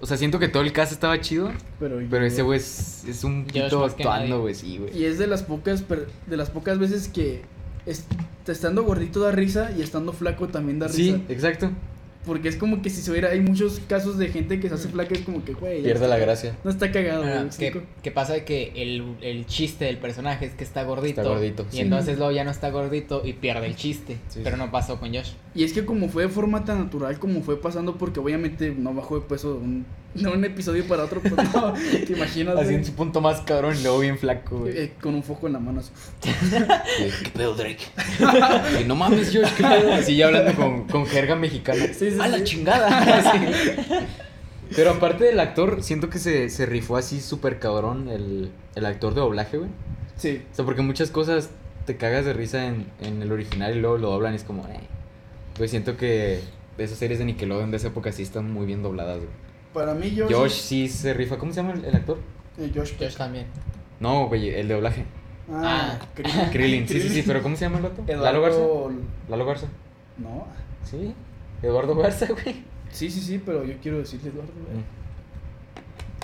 Speaker 1: O sea, siento que todo el caso estaba chido,
Speaker 2: Pero, yo-
Speaker 1: pero ese güey es, es un
Speaker 4: Josh
Speaker 1: pito
Speaker 4: más que nadie.
Speaker 1: actuando, güey, sí, güey.
Speaker 2: Y es de las pocas, per- de las pocas veces que... es- estando gordito da risa y estando flaco también da risa.
Speaker 1: Sí, exacto.
Speaker 2: Porque es como que si se hubiera, hay muchos casos de gente que se hace flaca, es como que, güey. ya
Speaker 1: Pierde
Speaker 2: está-
Speaker 1: la gracia.
Speaker 2: No está cagado, güey.
Speaker 4: Ah,
Speaker 2: ¿me
Speaker 4: que,
Speaker 2: explico?
Speaker 4: que pasa de que el, el chiste del personaje es que está gordito.
Speaker 1: Está gordito,
Speaker 4: Y
Speaker 1: sí.
Speaker 4: entonces luego ya no está gordito y pierde el chiste.
Speaker 1: Sí,
Speaker 4: pero
Speaker 1: sí.
Speaker 4: no pasó con Josh.
Speaker 2: Y es que como fue de forma tan natural, como fue pasando, porque obviamente no bajó de peso de un, de un episodio para otro, pues <laughs> no, te imaginas,
Speaker 1: Así
Speaker 2: güey?
Speaker 1: en su punto más cabrón y luego bien flaco,
Speaker 2: <laughs>
Speaker 1: güey.
Speaker 2: Eh, con un foco en la mano. así.
Speaker 1: ¿Qué pedo, <laughs> Drake? Y no mames, Josh, qué pedo. Así ya hablando con, con jerga mexicana.
Speaker 2: Sí, sí,
Speaker 1: ¡A la
Speaker 2: sí.
Speaker 4: <laughs>
Speaker 2: <laughs>
Speaker 1: chingada! Sí. Pero aparte del actor, siento que se, se rifó así súper cabrón el, el actor de doblaje, güey.
Speaker 2: Sí.
Speaker 1: O sea, porque muchas cosas te cagas de risa en, en el original y luego lo doblan y es como, eh. Pues siento que esas series de Nickelodeon de esa época sí están muy bien dobladas, güey.
Speaker 2: Para mí, Josh.
Speaker 1: Josh sí se rifa. ¿Cómo se llama el, el actor?
Speaker 2: eh, Josh.
Speaker 4: Josh también.
Speaker 1: No, güey, el de doblaje.
Speaker 2: Ah,
Speaker 4: Ah.
Speaker 2: Krillin.
Speaker 1: Krillin. Sí, sí, sí, pero ¿cómo se llama el vato? Lalo Garza.
Speaker 2: Eduardo.
Speaker 1: Lalo Garza.
Speaker 2: No.
Speaker 1: Sí. Eduardo Garza, güey.
Speaker 2: Sí, sí, sí, pero yo quiero decirle Eduardo, güey.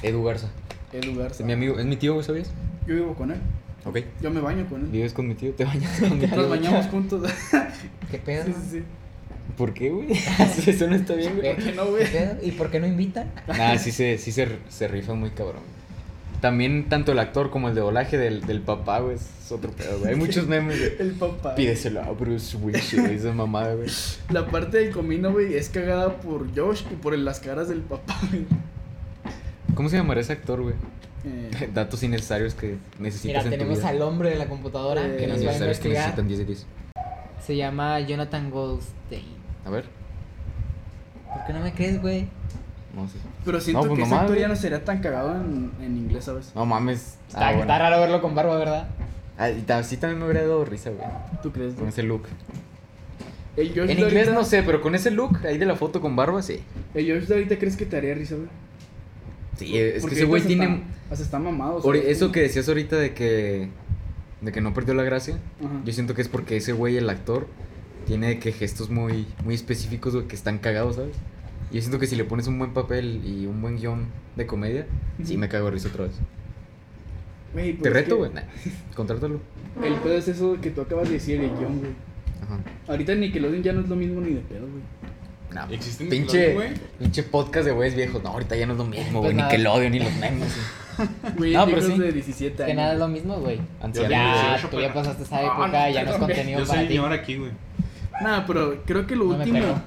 Speaker 1: Edu Garza.
Speaker 2: Edu
Speaker 1: Mm. Es
Speaker 2: Garza.
Speaker 1: mi amigo, es mi tío, güey, ¿sabías?
Speaker 2: Yo vivo con él.
Speaker 1: Ok.
Speaker 2: Yo me baño con él.
Speaker 1: ¿Vives con mi tío? ¿Te bañas con mi tío?
Speaker 2: Nos bañamos juntos. <laughs>
Speaker 4: ¿Qué pedo?
Speaker 2: sí, sí, sí.
Speaker 1: ¿Por qué, güey? <laughs> Eso no está bien, güey.
Speaker 4: ¿Por
Speaker 2: qué no, güey?
Speaker 4: pedo? ¿Y por qué no invitan?
Speaker 1: Nah, Ah, sí se, sí se, se rifa muy cabrón. También tanto el actor como el de doblaje del, del papá, güey, es otro pedo, güey. Hay muchos memes de...
Speaker 2: El papá.
Speaker 1: Pídeselo a Bruce Willis, güey, esa mamada, güey.
Speaker 2: La parte del comino, güey, es cagada por Josh y por el- las caras del papá, güey.
Speaker 1: ¿Cómo se llamará ese actor, güey? <laughs>
Speaker 2: Eh,
Speaker 1: Datos innecesarios que necesitas
Speaker 4: Mira,
Speaker 1: en tu
Speaker 4: tenemos
Speaker 1: vida.
Speaker 4: al hombre de la computadora
Speaker 2: Eh,
Speaker 4: que nos va a
Speaker 1: Innecesarios que
Speaker 4: investigar.
Speaker 1: necesitan 10 de 10.
Speaker 4: Se llama Jonathan Goldstein.
Speaker 1: A ver.
Speaker 4: ¿Por qué no me crees, güey?
Speaker 1: Ah, No sé.
Speaker 2: pero siento
Speaker 1: No, pues
Speaker 2: que ese
Speaker 1: nomás,
Speaker 2: actor ya
Speaker 1: güey.
Speaker 2: no sería tan cagado en, en inglés, ¿sabes?
Speaker 1: No mames.
Speaker 4: Está,
Speaker 1: Ah, bueno.
Speaker 4: está raro verlo con barba, ¿verdad?
Speaker 1: Ah, y ta- sí también me hubiera dado risa, güey.
Speaker 2: ¿Tú crees?
Speaker 1: Con
Speaker 2: güey?
Speaker 1: ese look.
Speaker 2: El Josh,
Speaker 1: En
Speaker 2: de
Speaker 1: inglés
Speaker 2: ahorita,
Speaker 1: no sé, pero con ese look ahí de la foto con barba, sí.
Speaker 2: el Josh de ahorita crees que te haría risa, güey.
Speaker 1: Sí, es que
Speaker 2: Porque
Speaker 1: ese güey
Speaker 2: ahorita se
Speaker 1: tiene...
Speaker 2: Está, hasta está mamado.
Speaker 1: Ori-
Speaker 2: ¿sabes?
Speaker 1: Eso que decías ahorita de que... De que no perdió la gracia.
Speaker 2: Ajá.
Speaker 1: Yo siento que es porque ese güey, el actor, tiene de que gestos muy, muy específicos güey, que están cagados, ¿sabes? Y yo siento que si le pones un buen papel y un buen guión de comedia, sí me cago de risa otra vez.
Speaker 2: Güey, pues
Speaker 1: Te
Speaker 2: es
Speaker 1: reto,
Speaker 2: que
Speaker 1: güey.
Speaker 2: <laughs>
Speaker 1: Nah, contrátalo.
Speaker 2: El pedo es eso que tú acabas de decir, el guión, güey.
Speaker 1: Ajá.
Speaker 2: Ahorita Nickelodeon ya no es lo mismo ni de
Speaker 1: <laughs>
Speaker 2: pedo, güey.
Speaker 1: Nah,
Speaker 3: ¿Existe
Speaker 1: pinche,
Speaker 3: Nickelodeon, güey?
Speaker 1: pinche podcast de güeyes viejos. No, ahorita ya no es lo mismo, güey.
Speaker 4: Pues
Speaker 1: Ni
Speaker 4: nada.
Speaker 1: que lo odio, ni los
Speaker 2: <laughs>
Speaker 1: memes. güey.
Speaker 2: Güey,
Speaker 1: No, pero
Speaker 2: chicos
Speaker 1: sí.
Speaker 2: de
Speaker 4: <laughs>
Speaker 2: 17
Speaker 4: Que nada es
Speaker 2: años.
Speaker 4: lo mismo, güey.
Speaker 1: Anciano.
Speaker 4: Ya,
Speaker 3: dieciocho,
Speaker 4: tú ya
Speaker 3: pero-
Speaker 4: pasaste esa
Speaker 2: Ah,
Speaker 4: época,
Speaker 2: no,
Speaker 4: ya no es
Speaker 2: perdón,
Speaker 4: contenido
Speaker 3: Yo
Speaker 4: para
Speaker 3: soy
Speaker 4: ti.
Speaker 3: señor aquí, güey.
Speaker 2: Nada, pero creo que lo
Speaker 4: No me
Speaker 2: último.
Speaker 4: pegó.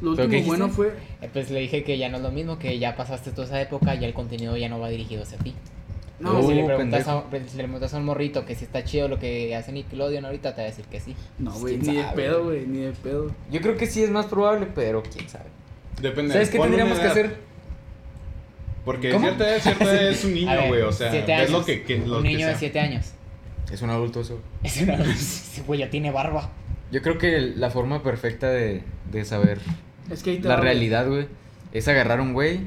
Speaker 2: Lo
Speaker 1: ¿Pero qué
Speaker 2: último bueno
Speaker 1: dijiste?
Speaker 2: fue.
Speaker 4: Eh, Pues le dije que ya no es lo mismo, que ya pasaste toda esa época y el contenido ya no va dirigido hacia ti.
Speaker 2: No,
Speaker 4: Pero Pues, si, le
Speaker 1: Uh,
Speaker 4: preguntas a, si le preguntas a un morrito que si está chido lo que hace Nickelodeon ahorita, te va a decir que sí.
Speaker 2: no,
Speaker 1: Pues,
Speaker 2: güey,
Speaker 1: quién
Speaker 2: ni de
Speaker 1: sabe,
Speaker 2: pedo, güey, ni de pedo.
Speaker 1: Yo creo que sí es más probable, pero quién sabe.
Speaker 3: Depende.
Speaker 1: ¿Sabes qué
Speaker 3: Ponle una
Speaker 1: tendríamos que
Speaker 3: edad,
Speaker 1: hacer?
Speaker 3: Porque
Speaker 1: ¿Cómo?
Speaker 3: cierta edad, cierta edad es un
Speaker 4: A
Speaker 3: niño,
Speaker 4: ver,
Speaker 3: güey. O sea,
Speaker 4: siete
Speaker 3: es
Speaker 4: años.
Speaker 3: lo que, que- lo
Speaker 4: un
Speaker 3: que
Speaker 4: niño
Speaker 3: sea.
Speaker 4: de 7 años. <laughs>
Speaker 1: Es un adulto eso.
Speaker 4: Es una... Ese güey ya tiene barba.
Speaker 1: Yo creo que la forma perfecta de, de saber
Speaker 2: Es que ahí te
Speaker 1: la
Speaker 2: va, güey.
Speaker 1: realidad, güey, es agarrar a un güey,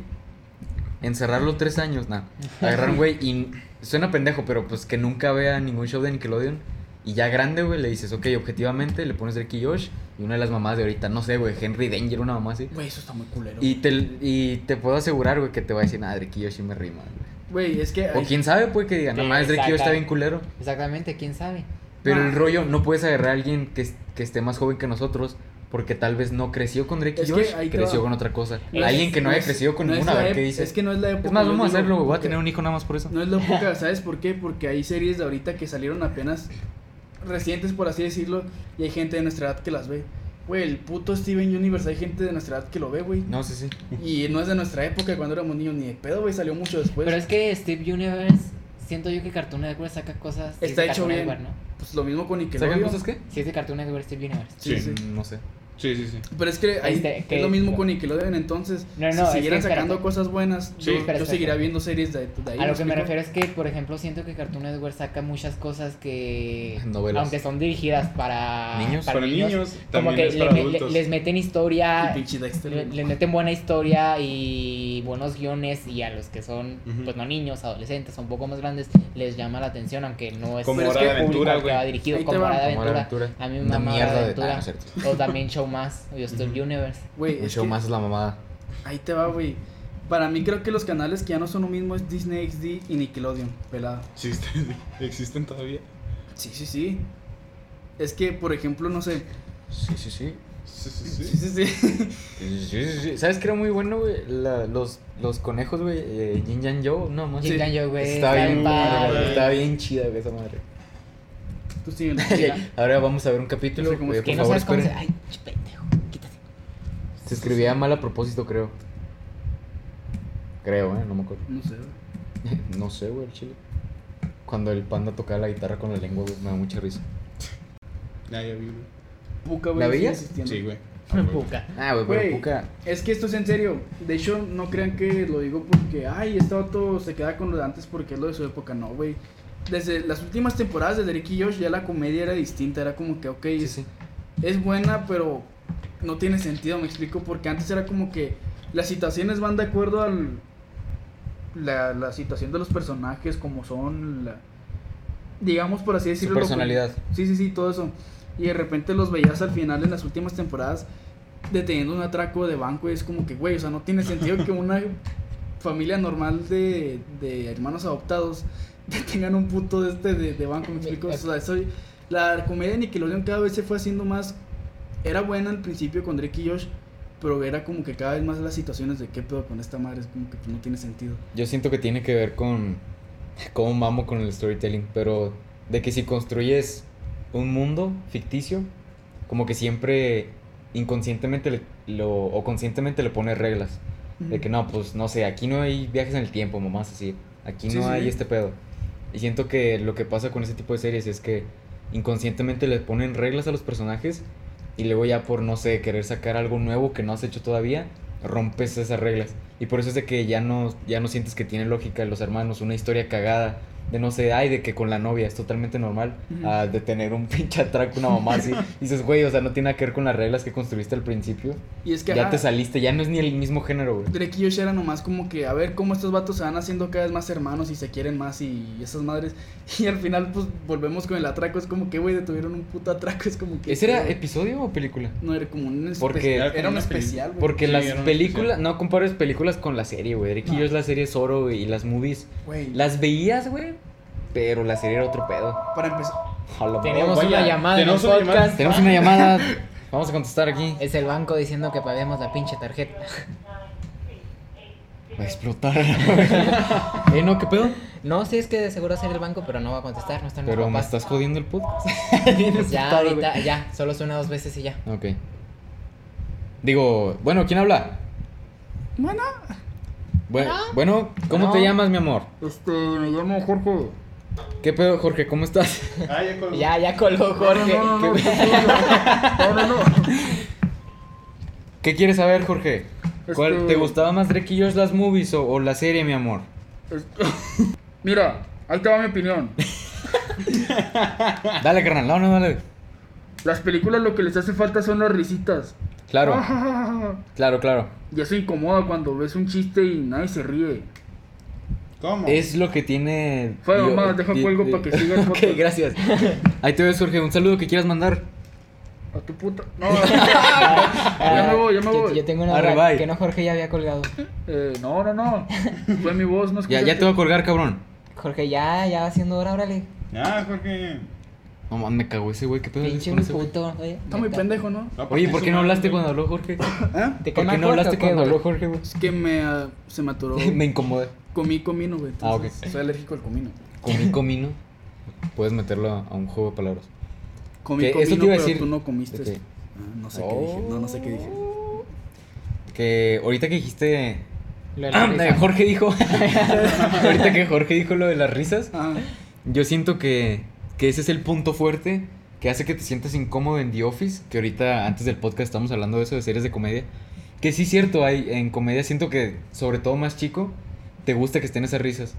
Speaker 1: encerrarlo tres años, nada. Agarrar a un güey y suena pendejo, pero pues que nunca vea ningún show de Nickelodeon. Y ya grande, güey, le dices, ok, objetivamente, le pones Drake y Josh y una de las mamás de ahorita, no sé, güey, Henry Danger, una mamá así.
Speaker 2: Güey, eso está muy culero.
Speaker 1: Y te, y te puedo asegurar, güey, que te va a decir, nada, Drake y Josh sí me rima, güey.
Speaker 2: Güey, es que.
Speaker 1: O
Speaker 2: ahí-
Speaker 1: quién sabe, pues, que diga, no
Speaker 4: Sí,
Speaker 1: mames, Drake y Josh está
Speaker 4: exacta-
Speaker 1: bien culero.
Speaker 4: Exactamente, quién sabe.
Speaker 1: Pero
Speaker 2: Ah.
Speaker 1: el rollo, no puedes agarrar a alguien que, es- que esté más joven que nosotros porque tal vez no creció con Drake y
Speaker 2: Es que
Speaker 1: Josh,
Speaker 2: ahí te
Speaker 1: creció
Speaker 2: va.
Speaker 1: con otra cosa.
Speaker 2: no es-
Speaker 1: Alguien que no,
Speaker 2: es-
Speaker 1: haya crecido con
Speaker 2: no es
Speaker 1: ninguna, a
Speaker 2: la
Speaker 1: ver
Speaker 2: ep-
Speaker 1: qué dice.
Speaker 2: Es que no es la época.
Speaker 1: Es más,
Speaker 2: yo
Speaker 1: vamos a
Speaker 2: digo,
Speaker 1: hacerlo, güey. Voy a
Speaker 2: porque
Speaker 1: tener un hijo nada más por eso.
Speaker 2: No es la época, ¿sabes por qué? Porque hay series de ahorita que salieron apenas recientes, por así decirlo, y hay gente de nuestra edad que las ve. Güey, el puto Steven Universe, hay gente de nuestra edad que lo ve, güey.
Speaker 1: No, sí, sí.
Speaker 2: Y no es de nuestra época, cuando éramos niños, ni de pedo, güey, salió mucho
Speaker 3: Pues
Speaker 2: después.
Speaker 4: Pero es que Steve Universe, siento yo que Cartoon Network saca cosas. sí es
Speaker 2: Está
Speaker 4: de
Speaker 2: hecho
Speaker 4: Cartoon
Speaker 2: bien.
Speaker 4: Network, ¿no?
Speaker 2: Pues lo mismo con
Speaker 1: ¿Sacan
Speaker 2: Nickelodeon.
Speaker 1: cosas qué?
Speaker 4: Si es de Cartoon Network, Steve Universe.
Speaker 2: Sí, sí.
Speaker 1: Mm, No sé.
Speaker 3: Sí, sí, sí.
Speaker 2: Pero es que ahí
Speaker 4: Este, que-
Speaker 2: es lo mismo con Nickelodeon, entonces,
Speaker 4: No, no, es
Speaker 2: si
Speaker 4: que
Speaker 2: siguieran
Speaker 4: espérate.
Speaker 2: sacando cosas buenas,
Speaker 3: Sí,
Speaker 2: yo,
Speaker 3: espera,
Speaker 2: yo
Speaker 4: espera.
Speaker 2: seguiría viendo series de, de ahí.
Speaker 4: A lo que me
Speaker 2: explico?
Speaker 4: refiero es que, por ejemplo, siento que Cartoon Network saca muchas cosas que.
Speaker 1: Novelas.
Speaker 4: Aunque son dirigidas para.
Speaker 1: Niños.
Speaker 3: Para niños,
Speaker 4: Como
Speaker 3: también
Speaker 4: que
Speaker 3: es
Speaker 4: le-
Speaker 3: para
Speaker 4: le-
Speaker 3: adultos.
Speaker 4: les meten historia.
Speaker 2: Y pinche Dexter,
Speaker 4: ah, Le,
Speaker 2: güey.
Speaker 4: le meten buena historia y buenos guiones y a los que son,
Speaker 3: Ujú.
Speaker 4: pues no niños, adolescentes, son un poco más grandes, les llama la atención, aunque no es
Speaker 3: Como
Speaker 4: el
Speaker 2: Hora de
Speaker 4: público
Speaker 3: Aventura,
Speaker 4: al que
Speaker 3: güey.
Speaker 4: va dirigido,
Speaker 2: Ahí te
Speaker 4: como
Speaker 2: va.
Speaker 4: Hora de
Speaker 1: Como Hora
Speaker 4: Aventura.
Speaker 1: de Aventura.
Speaker 4: A mí me
Speaker 1: Una
Speaker 4: mama
Speaker 1: mierda
Speaker 4: Hora de
Speaker 1: de- ah,
Speaker 4: Aventura.
Speaker 1: no es cierto.
Speaker 4: o también Show Más, o Just
Speaker 3: Ujú.
Speaker 4: Universe.
Speaker 2: Güey,
Speaker 1: Un
Speaker 2: es
Speaker 1: show
Speaker 2: que-
Speaker 1: más es la mamada.
Speaker 2: Ahí te va, güey. Para mí creo que los canales que ya no son lo mismo es Disney XD y Nickelodeon, pelado.
Speaker 3: Existen, <laughs> existen todavía.
Speaker 2: Sí, sí, sí. Es que, por ejemplo, no sé.
Speaker 1: Sí, sí, sí.
Speaker 3: Sí,
Speaker 2: Sí,
Speaker 3: sí, sí.
Speaker 2: sí, sí. <laughs>
Speaker 1: Sí, sí, sí, sí. ¿Sabes qué era muy bueno, güey? La- los, los conejos, güey. Eh, Jin Yang Yo, no, más.
Speaker 4: Jin Yang Yo, güey,
Speaker 1: Está
Speaker 4: está
Speaker 1: bien,
Speaker 4: bien padre.
Speaker 1: güey, está bien chida, güey, esa madre.
Speaker 2: Tú sigue.
Speaker 1: <laughs> Ahora vamos a ver un capítulo.
Speaker 2: No sé cómo
Speaker 1: güey,
Speaker 2: es
Speaker 1: por
Speaker 4: Que no
Speaker 1: favor,
Speaker 4: sabes cómo se.
Speaker 1: esperen.
Speaker 4: Ay, ch- pendejo, quítate.
Speaker 1: Se escribía mal a propósito, creo. Creo, ¿eh? No me acuerdo. <laughs>
Speaker 2: No sé, güey.
Speaker 1: No sé, güey, el chile. Cuando el panda tocaba la guitarra con la lengua, güey, me da mucha risa.
Speaker 3: Ya, ya vi, güey.
Speaker 2: Puca, güey.
Speaker 1: ¿La
Speaker 2: sigue
Speaker 1: veías?
Speaker 2: existiendo.
Speaker 3: Sí, güey.
Speaker 4: Puca.
Speaker 1: Ah, güey,
Speaker 2: Güey,
Speaker 1: pero Puka.
Speaker 2: Es que esto es en serio. De hecho, no crean que lo digo porque, ay, este auto se queda con lo de antes porque es lo de su época. No, güey. Desde las últimas temporadas de Drake y Josh ya la comedia era distinta. Era como que, ok,
Speaker 1: Sí,
Speaker 2: es-
Speaker 1: sí.
Speaker 2: es buena, pero no tiene sentido, me explico, porque antes era como que las situaciones van de acuerdo al la, la situación de los personajes, como son, la- digamos por así decirlo. lo que-
Speaker 1: personalidad.
Speaker 2: sí, sí, sí, todo eso. Y de repente los veías al final en las últimas temporadas deteniendo un atraco de banco y es como que, güey, o sea, no tiene sentido que una familia normal de, de hermanos adoptados <laughs> tengan un puto de este de, de banco, me explico. O sea, eso- la comedia de Nickelodeon cada vez se fue haciendo más. Era buena al principio con Drake y Josh, pero era como que cada vez más las situaciones de qué pedo con esta madre, es como que pues, no tiene sentido.
Speaker 1: Yo siento que tiene que ver con cómo mamo con el storytelling, pero de que si construyes un mundo ficticio, como que siempre inconscientemente le- lo, o conscientemente le pones reglas. De que no, pues no sé, aquí no hay viajes en el tiempo, mamás así. Aquí
Speaker 2: Sí,
Speaker 1: no
Speaker 2: sí,
Speaker 1: hay
Speaker 2: sí.
Speaker 1: este pedo. Y siento que lo que pasa con ese tipo de series es que inconscientemente le ponen reglas a los personajes y luego ya por, no sé, querer sacar algo nuevo que no has hecho todavía, rompes esas reglas. Y por eso es de que ya no, ya no sientes que tiene lógica los hermanos, una historia cagada. De no sé, ay, de que con la novia es totalmente normal
Speaker 2: Ujú.
Speaker 1: a de tener un <laughs> pinche atraco, una mamá
Speaker 2: <laughs>
Speaker 1: así. Dices, güey, o sea, no tiene nada que ver con las reglas que construiste al principio.
Speaker 2: Y es que
Speaker 1: Ya
Speaker 2: ajá,
Speaker 1: te saliste, ya no es ni el mismo género, güey.
Speaker 2: Drake y Josh era nomás como que a ver cómo estos vatos se van haciendo cada vez más hermanos y se quieren más y esas madres. <laughs> Y al final, pues volvemos con el atraco. Es como que, güey, detuvieron un puto atraco. Es como que.
Speaker 1: ¿Ese era episodio o película?
Speaker 2: No, era como un espe-
Speaker 1: Porque-
Speaker 2: era,
Speaker 3: Era como
Speaker 2: un
Speaker 3: una peli-
Speaker 2: especial, güey.
Speaker 1: Porque
Speaker 3: Sí,
Speaker 1: las
Speaker 3: era una
Speaker 1: películas,
Speaker 3: especial.
Speaker 1: no compares películas con la serie, güey. Drake y
Speaker 2: No.
Speaker 1: Josh, la serie es oro güey, y las movies.
Speaker 2: Güey,
Speaker 1: Las veías, güey, pero la serie era otro pedo. <laughs>
Speaker 2: Para empezar.
Speaker 1: A la
Speaker 4: Tenemos
Speaker 1: madre.
Speaker 4: una llamada
Speaker 3: tenemos
Speaker 4: en
Speaker 3: una
Speaker 4: el
Speaker 3: llamada.
Speaker 4: podcast.
Speaker 1: Tenemos una llamada. Vamos a contestar aquí.
Speaker 4: Es el banco diciendo que paguemos la pinche tarjeta.
Speaker 1: Va a explotar. <laughs> eh, no, ¿qué pedo?
Speaker 4: No, sí, es que de seguro ser el banco, pero no va a contestar. No están mis
Speaker 1: Pero me
Speaker 4: papás.
Speaker 1: estás jodiendo el podcast. <laughs>
Speaker 4: Ya, ahorita, ya. Solo suena dos veces y ya.
Speaker 1: Ok. Digo, bueno, ¿quién habla?
Speaker 2: Bueno,
Speaker 1: Bueno, bueno ¿cómo
Speaker 4: No.
Speaker 1: te llamas, mi amor?
Speaker 2: este, me llamo Jorge.
Speaker 1: ¿Qué pedo, Jorge? ¿Cómo estás?
Speaker 3: Ah, ya colgó.
Speaker 4: Ya, ya colgó Jorge.
Speaker 2: No, no, no, no, no, no, no, no.
Speaker 1: <laughs> ¿Qué quieres saber, Jorge? ¿Cuál
Speaker 2: Este-
Speaker 1: te gustaba más Drake y Josh las movies o, o la serie, mi
Speaker 2: <laughs>
Speaker 1: amor?
Speaker 2: Es- Este, Mira, ahí te va mi opinión.
Speaker 1: Dale, carnal. No, no, dale.
Speaker 2: Las películas lo que les hace falta son las risitas. Ah,
Speaker 1: Claro, claro, claro.
Speaker 2: Y eso incomoda cuando ves un chiste y nadie se ríe.
Speaker 3: ¿Cómo?
Speaker 1: Es lo que tiene.
Speaker 2: Fue,
Speaker 1: Dio-
Speaker 2: mamá, deja
Speaker 1: di-
Speaker 2: cuelgo
Speaker 1: di-
Speaker 2: pa' que siga
Speaker 1: <laughs>
Speaker 2: el
Speaker 1: Ok,
Speaker 2: podcast.
Speaker 1: gracias. Ahí te ves, Jorge. Un saludo que quieras mandar.
Speaker 2: A tu puta. No, ya me voy, ya me
Speaker 4: Yo-
Speaker 2: voy.
Speaker 4: Yo tengo una
Speaker 1: Arre,
Speaker 4: duda,
Speaker 1: bye.
Speaker 4: que no Jorge ya había colgado.
Speaker 2: Eh, no, no, no. Fue mi voz, no
Speaker 1: <laughs> Ya, ya te voy a colgar, cabrón.
Speaker 4: Jorge, ya, ya va siendo hora, órale.
Speaker 3: Ah, Jorge.
Speaker 1: No mames, me cagó ese güey. ¿Qué pedo
Speaker 4: Pinche
Speaker 1: con ese güey?
Speaker 4: puto. oye,
Speaker 2: Está muy
Speaker 4: neta.
Speaker 2: pendejo, ¿no?
Speaker 3: No, pues
Speaker 1: Oye, ¿por
Speaker 3: es
Speaker 1: qué no
Speaker 3: humano,
Speaker 1: hablaste
Speaker 3: güey.
Speaker 1: cuando habló Jorge?
Speaker 2: ¿Eh?
Speaker 4: ¿Te cae
Speaker 1: ¿Por qué
Speaker 4: mal
Speaker 1: no
Speaker 4: Jorge
Speaker 1: hablaste
Speaker 4: o qué,
Speaker 1: cuando
Speaker 4: güey?
Speaker 1: habló Jorge, güey?
Speaker 2: Es que me, ah, se me atoró.
Speaker 1: <laughs> Me incomodé.
Speaker 2: Comí comino, güey.
Speaker 1: Ah, ok.
Speaker 2: entonces Soy alérgico al comino. <laughs>
Speaker 1: Comí comino. Puedes meterlo a a un juego de palabras.
Speaker 2: Comí
Speaker 1: Que
Speaker 2: comino,
Speaker 1: eso te iba a
Speaker 2: pero
Speaker 1: decir Oh.
Speaker 2: tú no comiste.
Speaker 1: de que-
Speaker 2: esto. Ah, no sé qué dije. No, no sé qué dije.
Speaker 1: Que ahorita que dijiste.
Speaker 4: Lo de la
Speaker 1: Ah, <clears throat>
Speaker 4: risa.
Speaker 1: Jorge dijo. <laughs> ahorita que Jorge dijo lo de las risas.
Speaker 2: Ah,
Speaker 1: Yo siento que, que ese es el punto fuerte que hace que te sientas incómodo en The Office, que ahorita antes del podcast estamos hablando de eso, de series de comedia. Que sí, cierto, hay en comedia, siento que sobre todo más chico, te gusta que estén esas risas.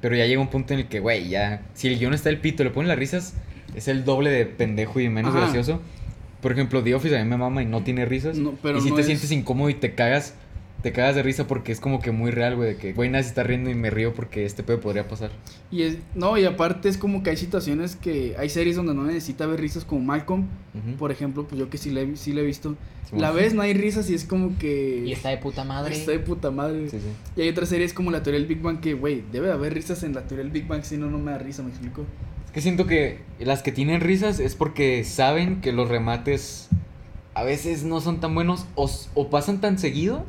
Speaker 1: Pero ya llega un punto en el que, güey, ya, si el guión está el pito, le ponen las risas, es el doble de pendejo y menos
Speaker 2: Ajá.
Speaker 1: gracioso. Por ejemplo, The Office a mí me mama y no tiene risas.
Speaker 2: No, pero
Speaker 1: y si
Speaker 2: no
Speaker 1: te
Speaker 2: es-
Speaker 1: sientes incómodo y te cagas, te cagas de risa porque es como que muy real, güey, de que, güey, nadie se está riendo y me río porque este pedo podría pasar.
Speaker 2: y es, no, y aparte es como que hay situaciones que hay series donde no necesita ver risas como Malcolm.
Speaker 1: Ujú.
Speaker 2: Por ejemplo, pues yo que sí le, he- sí le he visto.
Speaker 1: Simón.
Speaker 2: La ves, no hay risas y es como que.
Speaker 4: Y está de puta madre.
Speaker 2: Está de puta madre.
Speaker 1: Sí, sí.
Speaker 2: Y hay otras series como la teoría del Big Bang que, güey, debe de haber risas en la teoría del Big Bang, si no, no me da risa, ¿me explico?
Speaker 1: Es que siento que las que tienen risas es porque saben que los remates a veces no son tan buenos o, s- o pasan tan seguido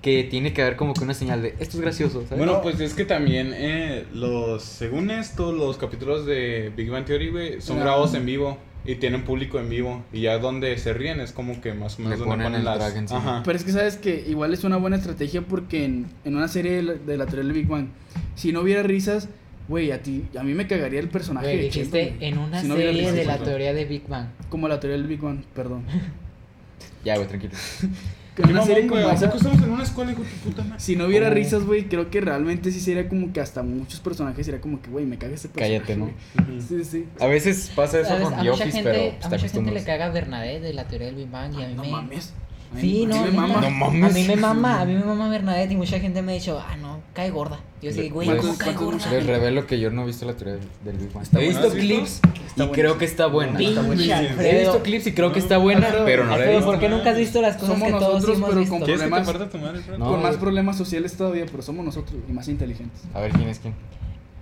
Speaker 1: que tiene que haber como que una señal de esto es gracioso, ¿sabes?
Speaker 3: Bueno, pues es que también eh, los, según esto, los capítulos de Big Bang Theory, güey, son
Speaker 2: Ah.
Speaker 3: grabados en vivo y tienen público en vivo y ya donde se ríen es como que más o
Speaker 1: Le
Speaker 3: menos donde
Speaker 1: ponen
Speaker 3: ponen,
Speaker 1: el
Speaker 3: las.
Speaker 1: drag encima.
Speaker 3: Ajá.
Speaker 2: Pero es que sabes que igual es una buena estrategia porque en, en una serie de la, de la teoría del Big Bang, si no hubiera risas, güey, a ti, a mí me cagaría el personaje.
Speaker 4: Güey,
Speaker 2: de
Speaker 4: dijiste
Speaker 2: Sheldon, güey.
Speaker 4: en una
Speaker 2: Si no hubiera
Speaker 4: serie
Speaker 2: risas,
Speaker 4: de la
Speaker 2: Sheldon.
Speaker 4: teoría de Big Bang.
Speaker 2: Como la teoría del Big Bang,
Speaker 4: <laughs>
Speaker 2: perdón.
Speaker 1: Ya, güey, tranquilo.
Speaker 3: Qué
Speaker 2: Que en una
Speaker 3: mamón,
Speaker 2: serie
Speaker 3: güey,
Speaker 2: como
Speaker 3: o sea, que
Speaker 2: esa,
Speaker 3: estamos en una escuela, hijo de puta madre.
Speaker 2: si no hubiera
Speaker 1: Oh.
Speaker 2: risas, güey, creo que realmente sí sería como que hasta muchos personajes sería como que, güey, me caga este personaje.
Speaker 1: Cállate, ¿no?
Speaker 2: güey. Sí, sí.
Speaker 1: A veces pasa eso
Speaker 4: ¿Sabes?
Speaker 1: con
Speaker 4: A
Speaker 1: The
Speaker 4: mucha
Speaker 1: Office,
Speaker 4: gente,
Speaker 1: pero pues, te
Speaker 4: a mucha gente le
Speaker 1: acostumbras.
Speaker 4: caga Bernadette de la teoría del Big Bang y a mí
Speaker 2: Ah, No
Speaker 4: me...
Speaker 2: mames. A mí-
Speaker 4: Sí,
Speaker 2: a mí
Speaker 4: no,
Speaker 2: me
Speaker 4: no,
Speaker 2: mama.
Speaker 1: No
Speaker 4: A
Speaker 1: mames.
Speaker 4: mí me mama, a mí me mama Bernadette y mucha gente me ha dicho, ah, no, cae gorda. Yo sí, güey,
Speaker 1: Les-
Speaker 4: ¿cómo cae
Speaker 2: ¿cuántos-
Speaker 4: gorda?
Speaker 1: Les revelo que yo no he visto la teoría del Big Bang.
Speaker 2: Está
Speaker 1: He
Speaker 2: buena,
Speaker 1: visto
Speaker 3: Ah, ¿sí?
Speaker 1: clips y
Speaker 2: Está buena.
Speaker 1: creo que está buena.
Speaker 4: Pinche
Speaker 3: buenísimo.
Speaker 1: He
Speaker 4: Alfredo.
Speaker 1: visto clips y creo que está buena,
Speaker 2: Alfredo,
Speaker 1: pero no la he
Speaker 4: Alfredo,
Speaker 1: visto.
Speaker 4: ¿por qué nunca has visto las cosas
Speaker 2: Somos
Speaker 4: que todos
Speaker 2: nosotros,
Speaker 4: sí hemos
Speaker 2: pero
Speaker 4: visto?
Speaker 2: con
Speaker 3: ¿Quieres que te
Speaker 2: Problemas-
Speaker 3: parta tu madre, Fran?
Speaker 1: No,
Speaker 3: <laughs>
Speaker 2: Con más
Speaker 1: güey.
Speaker 2: problemas sociales todavía, pero somos nosotros y más inteligentes.
Speaker 1: A ver quién es quién.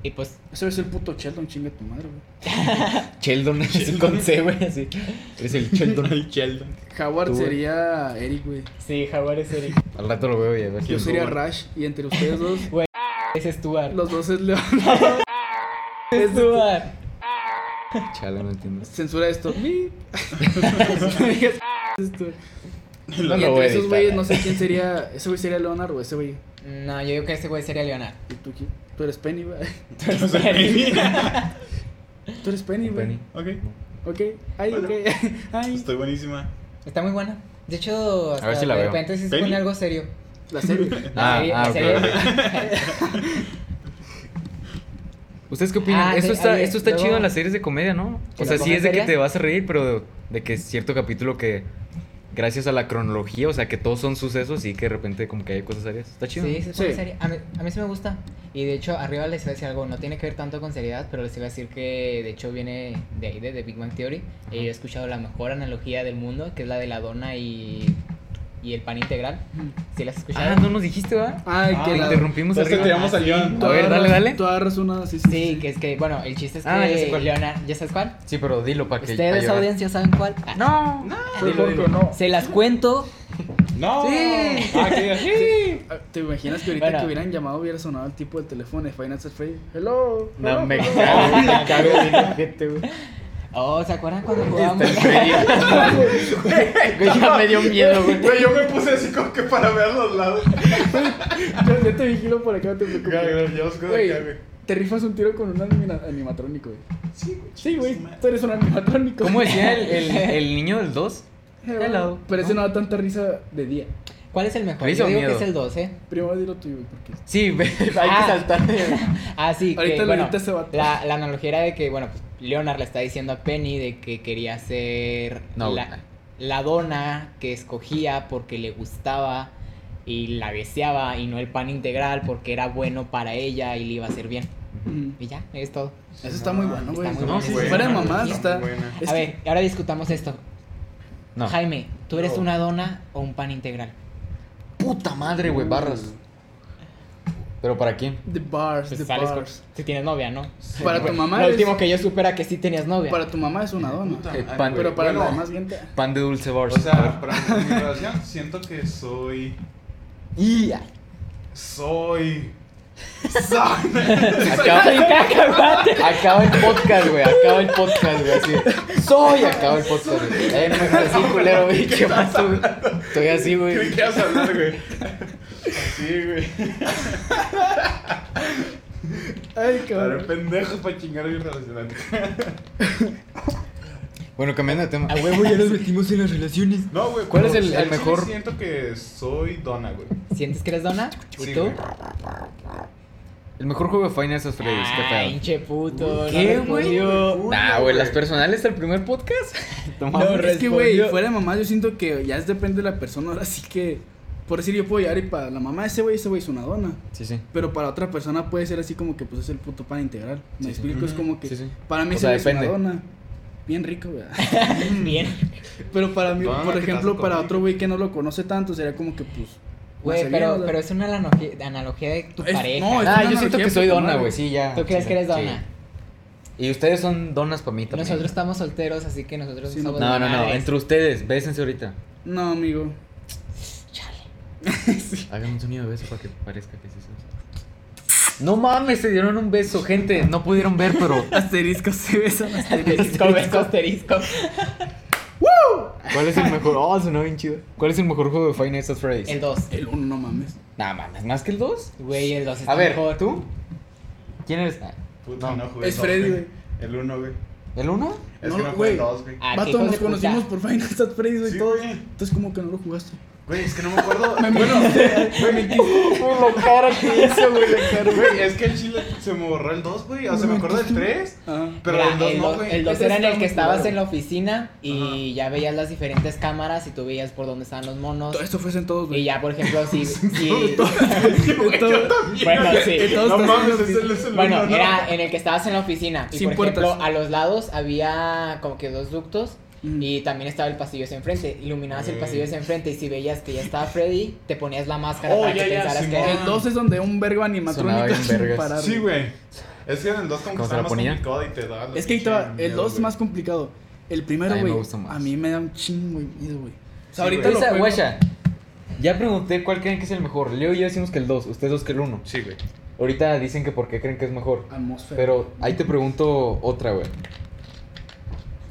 Speaker 4: Y pues,
Speaker 2: Eso es el puto Sheldon, chinga tu madre, güey.
Speaker 1: Sheldon, <laughs> así con C, güey, así. Eres el Sheldon.
Speaker 3: El Sheldon.
Speaker 2: Howard
Speaker 1: Tú, güey.
Speaker 2: sería Eric, güey.
Speaker 4: sí, Jaguar es Eric,
Speaker 1: Al rato lo veo y a ver
Speaker 2: Yo
Speaker 1: quién.
Speaker 2: sería
Speaker 3: Howard?
Speaker 2: Rash y entre ustedes dos,
Speaker 1: <laughs>
Speaker 4: es Stuart.
Speaker 2: <laughs> los dos es León.
Speaker 4: Es Stuart.
Speaker 1: Chale, no entiendo.
Speaker 2: Censura esto. Bip. No digas esto.
Speaker 1: <laughs> No
Speaker 2: y
Speaker 1: lo voy a
Speaker 2: entre esos
Speaker 1: editar.
Speaker 2: güeyes, no sé quién sería. Ese güey sería Leonard o ese güey.
Speaker 4: No, yo digo que este güey sería Leonard.
Speaker 2: ¿Y tú quién? Tú eres Penny, güey. <laughs>
Speaker 3: <laughs>
Speaker 2: Tú eres Penny,
Speaker 1: Un penny.
Speaker 2: güey.
Speaker 3: Ok,
Speaker 2: Ok, ay,
Speaker 3: Bueno.
Speaker 2: ok. <laughs> Ay.
Speaker 3: estoy buenísima.
Speaker 4: Está muy buena. De hecho, hasta
Speaker 1: ver si la
Speaker 4: de
Speaker 1: veo.
Speaker 4: repente sí se
Speaker 3: ¿Penny?
Speaker 4: pone algo serio.
Speaker 2: La
Speaker 1: <laughs>
Speaker 2: serie.
Speaker 4: La
Speaker 1: Ah,
Speaker 4: serie-
Speaker 1: ah,
Speaker 4: la
Speaker 1: ok,
Speaker 4: serie-
Speaker 1: ¿Ustedes qué opinan?
Speaker 4: Ah,
Speaker 1: esto
Speaker 4: sí,
Speaker 1: está,
Speaker 4: oye,
Speaker 1: esto está
Speaker 4: luego-
Speaker 1: chido en las series de comedia, ¿no? O
Speaker 4: ¿Que las
Speaker 1: sea, sí es de que
Speaker 4: comedias?
Speaker 1: te vas a reír, pero de que es cierto capítulo que gracias a la cronología, o sea, que todos son sucesos y que de repente como que hay cosas serias. Está chido.
Speaker 4: <laughs> Sí,
Speaker 1: ¿no?
Speaker 4: se pone
Speaker 2: Sí.
Speaker 4: seria. A mí, a mí sí me gusta. Y de hecho, arriba les iba a decir algo, no tiene que ver tanto con seriedad, pero les iba a decir que de hecho viene de ahí, de, The Big Bang Theory. Y yo he escuchado la mejor analogía del mundo, que es la de la dona y y el pan integral. Si las
Speaker 1: Ah,
Speaker 4: escucharon.
Speaker 1: no nos dijiste, ¿verdad?
Speaker 2: Ay,
Speaker 3: Ah,
Speaker 2: que
Speaker 1: Te
Speaker 2: la-
Speaker 1: interrumpimos
Speaker 3: Entonces te
Speaker 1: arriba.
Speaker 3: tiramos a John.
Speaker 2: tú
Speaker 1: A ver,
Speaker 2: agarras-
Speaker 1: dale, dale.
Speaker 2: Tú agarras una, sí,
Speaker 4: Sí, que es que, bueno, el chiste es que
Speaker 1: Ah, ya sé cuál.
Speaker 4: Leonard, ¿ya sabes cuál?
Speaker 1: Sí, pero dilo para que.
Speaker 4: Ustedes,
Speaker 1: pa' llorar.
Speaker 4: audiencia, ¿saben cuál? Ah,
Speaker 1: No, no. Dilo, dilo.
Speaker 4: Se las cuento.
Speaker 3: No.
Speaker 1: Sí.
Speaker 3: Ah, que-
Speaker 2: Ah, ¿Te imaginas que ahorita
Speaker 4: Bueno.
Speaker 2: que hubieran llamado hubiera sonado el tipo del teléfono de Finance at Freddy? Hello.
Speaker 1: No,
Speaker 2: hello,
Speaker 4: <laughs>
Speaker 2: <laughs>
Speaker 1: me
Speaker 2: hello.
Speaker 1: cago, me cago en la gente, güey.
Speaker 4: Oh, ¿se acuerdan cuando
Speaker 1: Este
Speaker 4: jugamos? <laughs>
Speaker 1: Güey, ya me dio miedo, güey.
Speaker 3: Güey, yo me puse así como que para ver los lados.
Speaker 2: Yo, yo te vigilo por acá, no te preocupes. Güey,
Speaker 3: Güey.
Speaker 2: te rifas un tiro con un anima- animatrónico, güey. Sí, güey. Tú eres un animatrónico.
Speaker 1: ¿Cómo decía el, el, el niño del 2?
Speaker 2: Hello.
Speaker 1: Hello.
Speaker 2: Pero ese no da tanta risa de día.
Speaker 4: ¿Cuál es el mejor?
Speaker 1: Me hizo
Speaker 4: Yo digo
Speaker 1: miedo.
Speaker 4: que es el 2, ¿eh?
Speaker 2: Primero dilo tuyo, güey, porque
Speaker 1: Sí, <laughs> güey, hay que
Speaker 4: Ah. <laughs>
Speaker 1: saltar.
Speaker 4: Ah, sí, que,
Speaker 2: Ahorita lo
Speaker 4: bueno,
Speaker 2: edita ese vato.
Speaker 4: la, la analogía era de que, bueno, pues Leonard le está diciendo a Penny de que quería ser
Speaker 1: No,
Speaker 4: la,
Speaker 1: güey.
Speaker 4: la dona que escogía porque le gustaba y la deseaba y no el pan integral porque era bueno para ella y le iba a hacer bien.
Speaker 2: Ujú.
Speaker 4: Y ya, es todo.
Speaker 2: Eso está muy bueno, güey.
Speaker 4: muy
Speaker 2: No,
Speaker 4: bueno.
Speaker 2: sí,
Speaker 4: Buena,
Speaker 2: fuera de
Speaker 4: güey,
Speaker 2: mamás
Speaker 4: está
Speaker 2: está.
Speaker 3: muy buena.
Speaker 2: es
Speaker 4: a
Speaker 2: que-
Speaker 4: ver, ahora discutamos esto.
Speaker 1: No.
Speaker 4: Jaime, ¿tú eres
Speaker 3: No.
Speaker 4: una dona o un pan integral?
Speaker 1: Puta madre, güey, barras. ¿Pero para quién?
Speaker 2: The bars,
Speaker 4: Pues
Speaker 2: the
Speaker 4: sales con-
Speaker 2: bars.
Speaker 4: si tienes novia, ¿no?
Speaker 2: Para tu
Speaker 4: Bueno,
Speaker 2: mamá
Speaker 4: Lo
Speaker 2: eres-
Speaker 4: último que yo supe era que sí tenías novia.
Speaker 2: Para tu mamá es una dona.
Speaker 3: Puta
Speaker 1: Eh,
Speaker 3: madre,
Speaker 1: pan-
Speaker 3: güey.
Speaker 2: Pero para la
Speaker 3: Bueno,
Speaker 2: demás gente.
Speaker 1: Pan de dulce bars.
Speaker 3: O sea, para mi relación siento que soy.
Speaker 1: <laughs> y
Speaker 3: Soy. Soy.
Speaker 1: acaba, acaba el podcast, güey. Acaba el podcast, güey. Así. Soy, acaba el podcast. güey. Eh, no me quedes así, culero, güey. Qué mazo, güey. Estoy así,
Speaker 3: ¿Qué
Speaker 1: güey.
Speaker 3: quieres hablar, güey? Así, güey.
Speaker 2: Ay,
Speaker 3: Estaré
Speaker 2: cabrón.
Speaker 3: pendejos para chingar a mi relacionante.
Speaker 1: Bueno, cambiando de tema.
Speaker 4: A huevo ya nos
Speaker 1: metimos en las relaciones.
Speaker 3: No, güey.
Speaker 1: ¿Cuál
Speaker 3: pero
Speaker 1: es el-
Speaker 3: al
Speaker 1: el
Speaker 3: chile
Speaker 1: mejor?
Speaker 3: Siento que soy dona, güey.
Speaker 4: ¿Sientes que eres dona? ¿Y
Speaker 3: Sí,
Speaker 4: tú?
Speaker 3: güey.
Speaker 1: El mejor juego de Final Fantasy Freddy's, qué
Speaker 4: Ay,
Speaker 1: pedo.
Speaker 4: hinche puto.
Speaker 1: ¿Qué,
Speaker 4: no
Speaker 1: güey?
Speaker 4: respondió.
Speaker 1: Nah, güey, las personales del primer podcast.
Speaker 4: No,
Speaker 2: es que, güey,
Speaker 4: respondió.
Speaker 2: fuera de mamá, yo siento que ya es depende de la persona. Ahora sí que, por decir, yo puedo llegar y para la mamá de ese güey, ese güey es una dona.
Speaker 1: Sí, sí.
Speaker 2: Pero para otra persona puede ser así como que, pues es el puto pan integral.
Speaker 1: Sí,
Speaker 2: Me
Speaker 1: sí.
Speaker 2: explico, es como que.
Speaker 1: Sí, sí.
Speaker 2: Para
Speaker 1: O
Speaker 2: mí ese
Speaker 1: sea,
Speaker 2: güey es una
Speaker 1: depende.
Speaker 2: dona. Bien rico, güey. <laughs>
Speaker 4: Bien.
Speaker 2: Pero para mí,
Speaker 3: Dona
Speaker 2: por
Speaker 3: que te
Speaker 2: ejemplo,
Speaker 3: hace
Speaker 2: para
Speaker 3: comer.
Speaker 2: otro güey que no lo conoce tanto, sería como que, pues.
Speaker 4: Güey,
Speaker 2: más
Speaker 4: pero,
Speaker 2: aliado.
Speaker 4: pero es una analogía, analogía de tu
Speaker 2: Es-
Speaker 4: pareja.
Speaker 2: no, es-
Speaker 1: Ah,
Speaker 2: una
Speaker 1: yo siento
Speaker 2: analogía
Speaker 1: que soy
Speaker 2: puta
Speaker 1: dona,
Speaker 2: madre.
Speaker 1: güey. Sí, ya.
Speaker 4: ¿Tú crees
Speaker 1: Ah, Sí,
Speaker 4: que eres
Speaker 1: sí.
Speaker 4: dona?
Speaker 1: Y ustedes son donas para mí también.
Speaker 4: Nosotros estamos solteros, así que nosotros
Speaker 2: Sí,
Speaker 4: no
Speaker 2: no,
Speaker 4: somos
Speaker 1: No, no, no.
Speaker 4: madres.
Speaker 1: Entre ustedes, bésense ahorita.
Speaker 2: No, amigo.
Speaker 1: Hagan un sonido de beso para que parezca que es eso. No mames, se dieron un beso, gente. No pudieron ver, pero.
Speaker 2: Asteriscos se besan,
Speaker 4: Asterisco, <laughs>
Speaker 2: asteriscos.
Speaker 4: asterisco, asterisco.
Speaker 1: <laughs> ¿Cuál es el mejor? Oh, sonó bien chido. ¿Cuál es el mejor juego de Final Fantasy Freddy's?
Speaker 4: El 2.
Speaker 2: El uno, no mames.
Speaker 1: Nah, mames, ¿más que el 2?
Speaker 4: Güey, el 2 está
Speaker 1: A ver,
Speaker 4: mejor.
Speaker 1: ¿tú? ¿Quién eres? Ah,
Speaker 3: Puta, no, jugué
Speaker 2: Es
Speaker 3: dos,
Speaker 2: Freddy, güey.
Speaker 3: El uno, güey.
Speaker 1: ¿El 1?
Speaker 3: Es
Speaker 2: No,
Speaker 3: que no jugué
Speaker 2: güey.
Speaker 3: el dos, güey.
Speaker 4: Ah, qué
Speaker 2: Vato,
Speaker 4: hijos
Speaker 2: nos
Speaker 4: de puta.
Speaker 2: conocimos por Final Fantasy Freddy, güey.
Speaker 3: Sí,
Speaker 2: todos.
Speaker 3: güey.
Speaker 2: Entonces, como que no lo jugaste.
Speaker 3: Güey, es que no me acuerdo.
Speaker 2: <laughs> Me mentiste, me mentiste.
Speaker 1: la cara que hizo, güey.
Speaker 3: Güey, es que el chile se me borró el 2, güey. O sea, me acuerdo del 3.
Speaker 2: Ajá.
Speaker 3: Pero
Speaker 4: Mira,
Speaker 3: el 2
Speaker 4: el
Speaker 3: no,
Speaker 4: dos-
Speaker 3: güey.
Speaker 4: el dos
Speaker 2: Ese
Speaker 4: era en
Speaker 2: está
Speaker 4: el que
Speaker 2: muy
Speaker 4: estabas
Speaker 2: culero.
Speaker 4: en la oficina y ya veías las diferentes cámaras y tú veías por dónde estaban los monos.
Speaker 2: Todo esto fuese en todos,
Speaker 4: Y
Speaker 2: güey.
Speaker 4: ya, por ejemplo, si. si-
Speaker 2: <laughs> En todo-
Speaker 4: <laughs> bueno, sí.
Speaker 2: en todos
Speaker 3: No
Speaker 2: los-
Speaker 3: mames, es el, es el
Speaker 4: Bueno,
Speaker 3: uno, ¿no?
Speaker 4: era en el que estabas en la oficina. Y
Speaker 2: Sin
Speaker 4: por ejemplo,
Speaker 2: puertas.
Speaker 4: a los lados había como que dos ductos.
Speaker 2: Mm.
Speaker 4: Y también estaba el pasillo hacia enfrente. Iluminabas el
Speaker 3: Ok.
Speaker 4: pasillo hacia enfrente. Y si veías que ya estaba Freddy, te ponías la máscara
Speaker 3: Oh,
Speaker 4: para
Speaker 3: ya,
Speaker 4: que
Speaker 3: ya,
Speaker 4: pensaras
Speaker 3: Simón.
Speaker 4: que era.
Speaker 2: El 2 es donde un vergo
Speaker 1: Sonaba
Speaker 2: animatrónico
Speaker 1: bien vergas.
Speaker 2: sin parar.
Speaker 3: Sí, güey. Es que en el 2 como que
Speaker 1: ¿Cómo se
Speaker 3: está
Speaker 1: la
Speaker 3: más
Speaker 1: ponía?
Speaker 3: complicado y te da. la
Speaker 2: Es que ahí te
Speaker 3: pinche
Speaker 2: va, el
Speaker 3: miedo,
Speaker 2: 2 es
Speaker 3: güey.
Speaker 2: más complicado. El primero,
Speaker 1: A mí me
Speaker 2: güey,
Speaker 1: gusta más.
Speaker 2: a mí me da un chingo de miedo, güey. O sea,
Speaker 3: Sí,
Speaker 2: ahorita
Speaker 3: güey.
Speaker 2: lo
Speaker 1: Esa,
Speaker 2: juego.
Speaker 1: guacha. Ya pregunté cuál creen que es el mejor. Leo y yo decimos que el 2, ustedes dos que el 1.
Speaker 3: Sí, güey.
Speaker 1: Ahorita dicen que por qué creen que es mejor.
Speaker 2: Atmósfera.
Speaker 1: Pero ahí te pregunto otra, güey.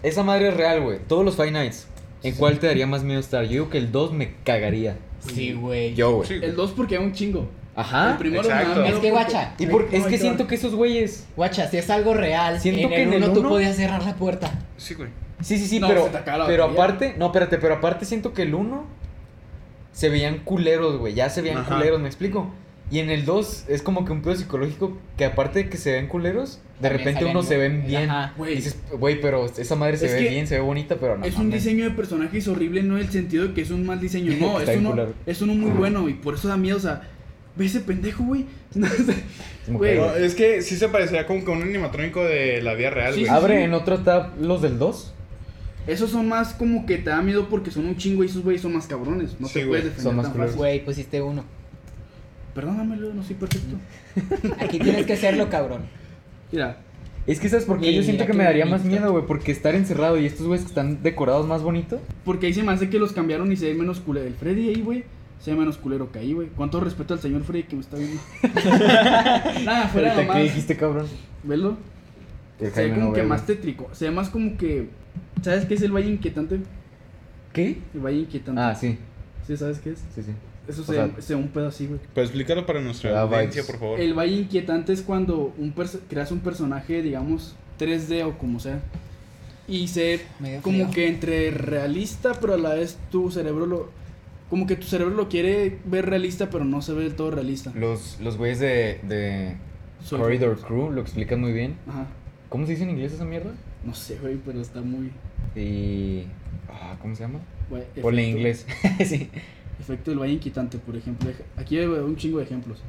Speaker 1: Esa madre es real, güey. Todos los Five Nights. ¿En cuál te daría más miedo estar? Yo digo que el 2 me cagaría.
Speaker 4: Sí, güey.
Speaker 1: Yo,
Speaker 3: Sí,
Speaker 1: güey.
Speaker 3: güey.
Speaker 2: El 2 porque da un chingo.
Speaker 1: Ajá.
Speaker 2: el primero me da
Speaker 3: exacto.
Speaker 2: miedo
Speaker 4: Es que,
Speaker 2: porque-
Speaker 4: guacha,
Speaker 1: Ah, Y por, es
Speaker 2: Ay,
Speaker 1: que
Speaker 2: cabrón.
Speaker 1: siento que esos güeyes.
Speaker 4: Guacha, si es algo real,
Speaker 1: Siento
Speaker 4: en
Speaker 1: que
Speaker 4: el
Speaker 1: en el
Speaker 4: uno tú
Speaker 1: uno-
Speaker 4: podías cerrar la puerta.
Speaker 3: Sí, güey.
Speaker 1: Sí, sí, sí,
Speaker 2: No,
Speaker 1: pero.
Speaker 2: se te acaba la
Speaker 1: Pero
Speaker 2: batería.
Speaker 1: aparte. No, espérate, pero aparte siento que el 1 se veían culeros, güey. Ya se veían
Speaker 3: Ajá.
Speaker 1: culeros, ¿me explico? Y en el 2 es como que un pedo psicológico que aparte de que se ven culeros, de
Speaker 4: También
Speaker 1: repente
Speaker 4: salían
Speaker 1: uno se ven
Speaker 4: muy-
Speaker 1: bien.
Speaker 4: Ajá.
Speaker 1: Y dices, güey, pero esa madre se
Speaker 2: Es
Speaker 1: ve
Speaker 2: que
Speaker 1: bien, se ve bonita, pero no.
Speaker 2: Es un
Speaker 1: mames".
Speaker 2: diseño de personajes horrible, no en el sentido de que es un mal diseño, no,
Speaker 1: <laughs> Está bien
Speaker 2: es uno,
Speaker 1: culero.
Speaker 2: es uno muy bueno y por eso da miedo, o sea, ve ese pendejo, güey. <laughs> No, o sea,
Speaker 1: Como
Speaker 2: Güey,
Speaker 1: que-
Speaker 3: No, es que sí se parecía como que a un animatrónico de la vida real,
Speaker 2: Sí,
Speaker 3: güey.
Speaker 2: sí,
Speaker 1: Abre en otro tab los del 2.
Speaker 2: Esos son más como que te da miedo porque son un chingo y esos güeyes son más cabrones. No
Speaker 3: Sí,
Speaker 2: te
Speaker 3: güey,
Speaker 2: puedes defender
Speaker 1: son más
Speaker 2: tan
Speaker 1: culeros.
Speaker 2: fácil.
Speaker 4: Güey, pusiste uno.
Speaker 2: Perdóname, Leo, no soy perfecto.
Speaker 4: Aquí tienes que serlo, cabrón.
Speaker 2: Mira,
Speaker 1: Es que sabes por qué yo
Speaker 4: Mira
Speaker 1: siento que
Speaker 4: qué
Speaker 1: me daría más
Speaker 4: bonito.
Speaker 1: miedo, güey, porque estar encerrado y estos güeyes que están decorados más bonito.
Speaker 2: porque ahí se me hace que los cambiaron y se ve menos culero. El Freddy ahí, güey, se ve menos culero que ahí, güey. ¿Cuánto respeto al señor Freddy que me
Speaker 1: <laughs>
Speaker 2: está viendo? Nada, fuera
Speaker 1: Ahorita, ¿Qué
Speaker 2: nomás.
Speaker 1: dijiste, cabrón?
Speaker 2: Velo.
Speaker 1: Que
Speaker 2: Se ve
Speaker 1: Jaime
Speaker 2: como
Speaker 1: no
Speaker 2: que
Speaker 1: ve,
Speaker 2: más
Speaker 1: güey.
Speaker 2: tétrico. Se ve más como que. ¿Sabes qué es el valle inquietante?
Speaker 1: ¿Qué?
Speaker 2: El valle inquietante.
Speaker 1: Ah, sí,
Speaker 2: Sí, ¿sabes qué es?
Speaker 1: sí, sí.
Speaker 2: Eso
Speaker 1: O
Speaker 2: se,
Speaker 1: sea-
Speaker 2: se ve un pedo así, güey.
Speaker 3: Pero explícalo para nuestra
Speaker 1: Ah,
Speaker 3: audiencia,
Speaker 1: vibes.
Speaker 3: por favor.
Speaker 2: El valle inquietante es cuando un perso- creas un personaje, digamos, 3D o como sea. Y se
Speaker 4: Me dio
Speaker 2: como
Speaker 4: frío.
Speaker 2: <laughs> que entre realista, pero a la vez tu cerebro lo. Como que tu cerebro lo quiere ver realista, pero no se ve del todo realista.
Speaker 1: Los, los güeyes de, de
Speaker 2: Soy-
Speaker 1: Corridor Crew lo explican muy bien.
Speaker 2: Ajá.
Speaker 1: ¿Cómo se dice en inglés esa mierda?
Speaker 2: No sé, güey, pero está muy.
Speaker 1: Y... ah, ¿Cómo se llama?
Speaker 2: güey,
Speaker 1: Ponle
Speaker 2: efecto-
Speaker 1: inglés. sí.
Speaker 2: Efecto del valle inquietante, por ejemplo. Deja- Aquí hay un chingo de ejemplos.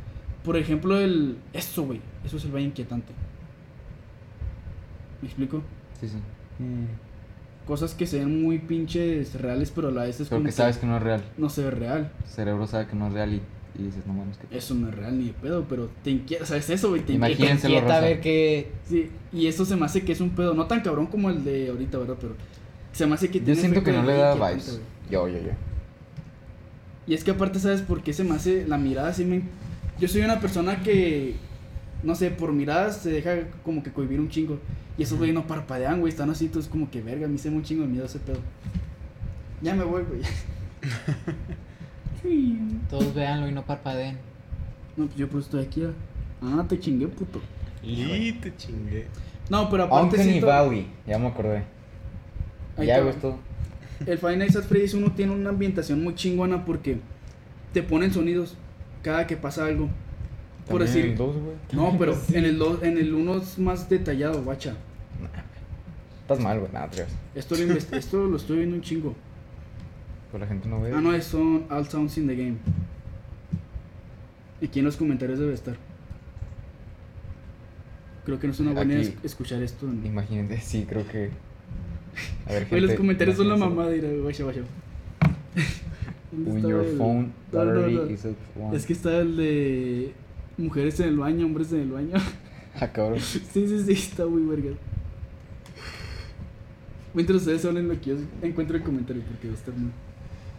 Speaker 2: Por ejemplo, el. Eso, güey. Eso es el valle inquietante. ¿Me explico?
Speaker 1: Sí, sí. Mm.
Speaker 2: Cosas que se ven muy pinches reales, pero a la vez es
Speaker 1: Pero
Speaker 2: como.
Speaker 1: que
Speaker 2: que
Speaker 1: sabes que no es real.
Speaker 2: No se ve real.
Speaker 1: Tu cerebro sabe que no es real y, y dices, no mames, que...
Speaker 2: Eso no es real ni de pedo, pero te inquieta. O sea, es eso, güey. Te
Speaker 1: Imagínate. Imagínense
Speaker 2: inquieta.
Speaker 1: lo
Speaker 4: Quieta a
Speaker 1: rosa.
Speaker 4: ver qué.
Speaker 2: Sí, y eso se me hace que es un pedo. No tan cabrón como el de ahorita, ¿verdad? Pero se me hace que.
Speaker 1: Yo
Speaker 2: tiene
Speaker 1: siento que
Speaker 2: efecto
Speaker 1: no
Speaker 2: de
Speaker 1: le da
Speaker 2: inquietante,
Speaker 1: vibes.
Speaker 2: güey.
Speaker 1: Yo, yo, yo.
Speaker 2: Y es que aparte, ¿sabes por qué se me hace la mirada así? Me... Yo soy una persona que, no sé, por miradas se deja como que cohibir un chingo. Y esos güey no parpadean, güey, están así, entonces como que verga, me hice un chingo de miedo ese pedo. Ya me voy,
Speaker 1: <laughs>
Speaker 2: güey. Sí.
Speaker 4: Todos véanlo y no parpadeen.
Speaker 2: no, pues yo por eso estoy aquí. ah. Ah, te chingué, puto.
Speaker 3: Y te chingué.
Speaker 2: No, pero aparte
Speaker 1: Uncanny
Speaker 2: siento...
Speaker 1: Valley. Ya me acordé.
Speaker 2: Ahí
Speaker 1: Ya,
Speaker 2: te
Speaker 1: güey,
Speaker 2: va.
Speaker 1: es todo.
Speaker 2: El Five Nights at Freddy's 1 tiene una ambientación muy chingona porque te ponen sonidos cada que pasa algo. Por
Speaker 1: También
Speaker 2: decir,
Speaker 1: el dos, güey.
Speaker 2: No,
Speaker 1: <laughs>
Speaker 2: pero en el dos- en el uno es más detallado, guacha.
Speaker 1: Estás mal, güey. Nada, tres.
Speaker 2: Esto lo,
Speaker 1: <laughs>
Speaker 2: invest- esto lo estoy viendo un chingo.
Speaker 1: Pero la gente no ve.
Speaker 2: Ah, no, es son All Sounds in the Game. Aquí en los comentarios debe estar. Creo que no es una buena idea
Speaker 1: Aquí.
Speaker 2: es- escuchar esto. en-
Speaker 1: Imagínate, sí, creo que... A ver,
Speaker 2: Oye, los
Speaker 1: gente,
Speaker 2: comentarios son la
Speaker 1: imagínense.
Speaker 2: mamada, dirá, guacha, guacha. <laughs> ¿Dónde
Speaker 1: When
Speaker 2: estaba
Speaker 1: your
Speaker 2: el-
Speaker 1: phone
Speaker 2: No, no,
Speaker 1: battery
Speaker 2: no.
Speaker 1: is at one.
Speaker 2: Es que está el de mujeres en el baño, hombres en el baño. <laughs>
Speaker 1: Ah, cabrón.
Speaker 2: Sí, sí, sí, está muy verga. Mientras ustedes hablen lo que yo encuentro el comentario, porque va a estar muy...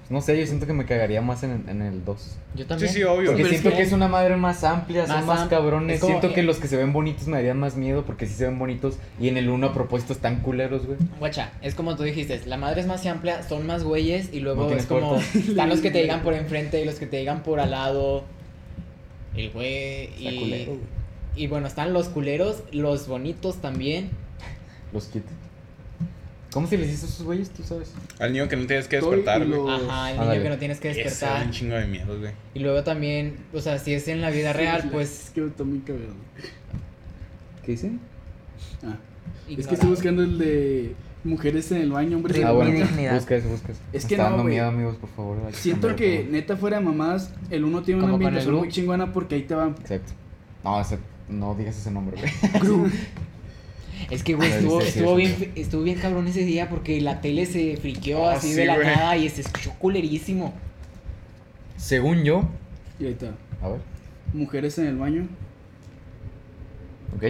Speaker 1: No sé, yo siento que me cagaría más en, en el 2.
Speaker 4: Yo
Speaker 3: Sí,
Speaker 4: también.
Speaker 3: sí, obvio.
Speaker 1: Porque
Speaker 4: Pero es
Speaker 1: siento
Speaker 4: que-
Speaker 1: que es una madre más amplia,
Speaker 4: Más
Speaker 1: son más
Speaker 4: am-
Speaker 1: cabrones.
Speaker 4: es como-
Speaker 1: siento que los que se ven bonitos me darían más miedo porque sí se ven bonitos. Y en el 1 a propósito están culeros, güey.
Speaker 4: Guacha, es como tú dijiste, la madre es más amplia, son más güeyes y
Speaker 1: No
Speaker 4: luego
Speaker 1: tienes
Speaker 4: es como
Speaker 1: puerta.
Speaker 4: <laughs> están los que te digan por enfrente y los que te digan por al lado. El güey
Speaker 1: Está culero,
Speaker 4: y,
Speaker 1: güey.
Speaker 4: y bueno, están los culeros, los bonitos también.
Speaker 1: Los kits. ¿Cómo se les hizo a esos güeyes? Tú sabes.
Speaker 3: Al niño que no tienes que
Speaker 2: Estoy
Speaker 3: despertar,
Speaker 2: y
Speaker 3: güey.
Speaker 2: lo- Pues,
Speaker 4: Ajá, el niño
Speaker 1: ándale.
Speaker 4: que no tienes que
Speaker 3: Ese da
Speaker 4: despertar.
Speaker 3: un chingo de miedo, güey.
Speaker 4: Y luego también, o sea, si es en la vida real,
Speaker 2: Es
Speaker 4: pues.
Speaker 2: que está muy cagado.
Speaker 1: ¿Qué dicen?
Speaker 2: Ah. Es que
Speaker 4: ignorado.
Speaker 2: estoy buscando el de mujeres en el baño, hombres en
Speaker 1: ah,
Speaker 2: el
Speaker 1: bueno. <laughs>
Speaker 2: baño.
Speaker 4: dignidad.
Speaker 1: Buscas, buscas.
Speaker 2: Es
Speaker 1: Me
Speaker 2: que
Speaker 1: está
Speaker 2: no,
Speaker 1: dando
Speaker 2: güey.
Speaker 1: miedo, amigos, por favor. hay que
Speaker 2: Siento
Speaker 1: cambiar
Speaker 2: que,
Speaker 1: todo.
Speaker 2: neta, fuera de mamás, el uno tiene una
Speaker 4: Como con el
Speaker 2: ambientación muy
Speaker 4: Gru.
Speaker 2: chingona porque ahí
Speaker 4: <laughs>
Speaker 2: te va...
Speaker 1: Exacto. No, ese- no digas ese nombre, güey.
Speaker 4: Es que, güey,
Speaker 1: Ah,
Speaker 4: estuvo,
Speaker 1: sí, sí,
Speaker 4: estuvo,
Speaker 1: eso
Speaker 4: bien,
Speaker 1: creo.
Speaker 4: fi- estuvo bien cabrón ese día porque la tele se friqueó
Speaker 3: Ah,
Speaker 4: así
Speaker 3: sí,
Speaker 4: de la
Speaker 3: güey.
Speaker 4: nada y se escuchó culerísimo.
Speaker 1: Según yo.
Speaker 2: Y ahí está.
Speaker 1: A ver.
Speaker 2: Mujeres en el baño, <laughs>
Speaker 1: Ok.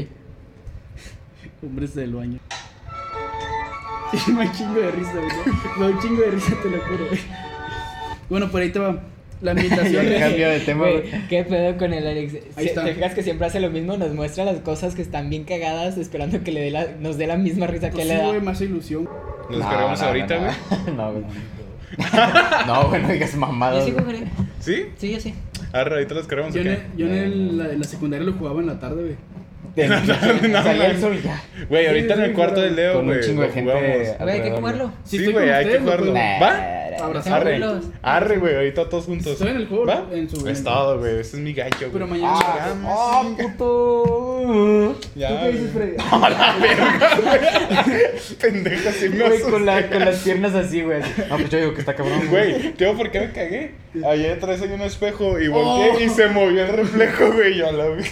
Speaker 2: hombres en el baño. Y me da un chingo de risa, güey. Me da un chingo de risa, te lo juro, güey. Bueno, por ahí te va. La ambientación...
Speaker 1: le cambio de tema,
Speaker 4: Güey,
Speaker 1: güey.
Speaker 4: ¿Qué pedo con el Alex? Se-
Speaker 2: Ahí está.
Speaker 4: ¿Te fijas que siempre hace lo mismo? Nos muestra las cosas que están bien cagadas esperando que le dé la, nos dé la misma risa que
Speaker 2: Pues
Speaker 4: le
Speaker 2: sí, güey,
Speaker 4: da.
Speaker 2: más ilusión.
Speaker 3: Nos descargamos ahorita,
Speaker 1: <laughs>
Speaker 3: güey.
Speaker 1: No, güey. No, güey, no digas
Speaker 4: Yo
Speaker 1: mamadas.
Speaker 4: sí
Speaker 1: güey.
Speaker 4: cogeré.
Speaker 3: ¿Sí?
Speaker 4: Sí, yo sí.
Speaker 3: Arre, ahorita los cargamos
Speaker 2: Yo, en,
Speaker 3: acá.
Speaker 2: el- yo en el- la, la secundaria lo jugaba en la tarde, güey.
Speaker 1: No, Salía el
Speaker 3: mames.
Speaker 1: sol ya.
Speaker 3: Güey, ahorita
Speaker 2: Sí,
Speaker 3: en
Speaker 2: sí,
Speaker 3: el cuarto
Speaker 2: sí,
Speaker 3: del Leo,
Speaker 1: Con un
Speaker 3: güey.
Speaker 1: chingo de
Speaker 3: lo
Speaker 1: gente
Speaker 3: jugamos.
Speaker 4: Güey, hay que jugarlo.
Speaker 2: Si
Speaker 3: Sí,
Speaker 2: estoy con
Speaker 3: güey, hay que
Speaker 2: ustedes, lo
Speaker 3: jugarlo.
Speaker 2: juego.
Speaker 3: Nah.
Speaker 2: Abrazado.
Speaker 3: Arre,
Speaker 4: Vámonos.
Speaker 3: arre, güey, ahorita todos juntos.
Speaker 2: Estoy en el juego,
Speaker 3: ¿Va?
Speaker 2: en su-
Speaker 3: Es todo, güey, ese es mi gancho, güey.
Speaker 2: Pero mañana.
Speaker 1: Ah, ah, puto.
Speaker 3: Ya,
Speaker 2: ¿Tú qué
Speaker 3: güey. <laughs>
Speaker 2: dices, Freddy?
Speaker 3: Pendejo, sí me
Speaker 1: Güey,
Speaker 3: asusté.
Speaker 1: con, la- con las piernas así, güey. No, pues yo digo que está cabrón, güey.
Speaker 3: Güey, tío, ¿por qué me cagué? Allá atrás hay un espejo y volteé y se movió el reflejo, güey. Yo a la vi.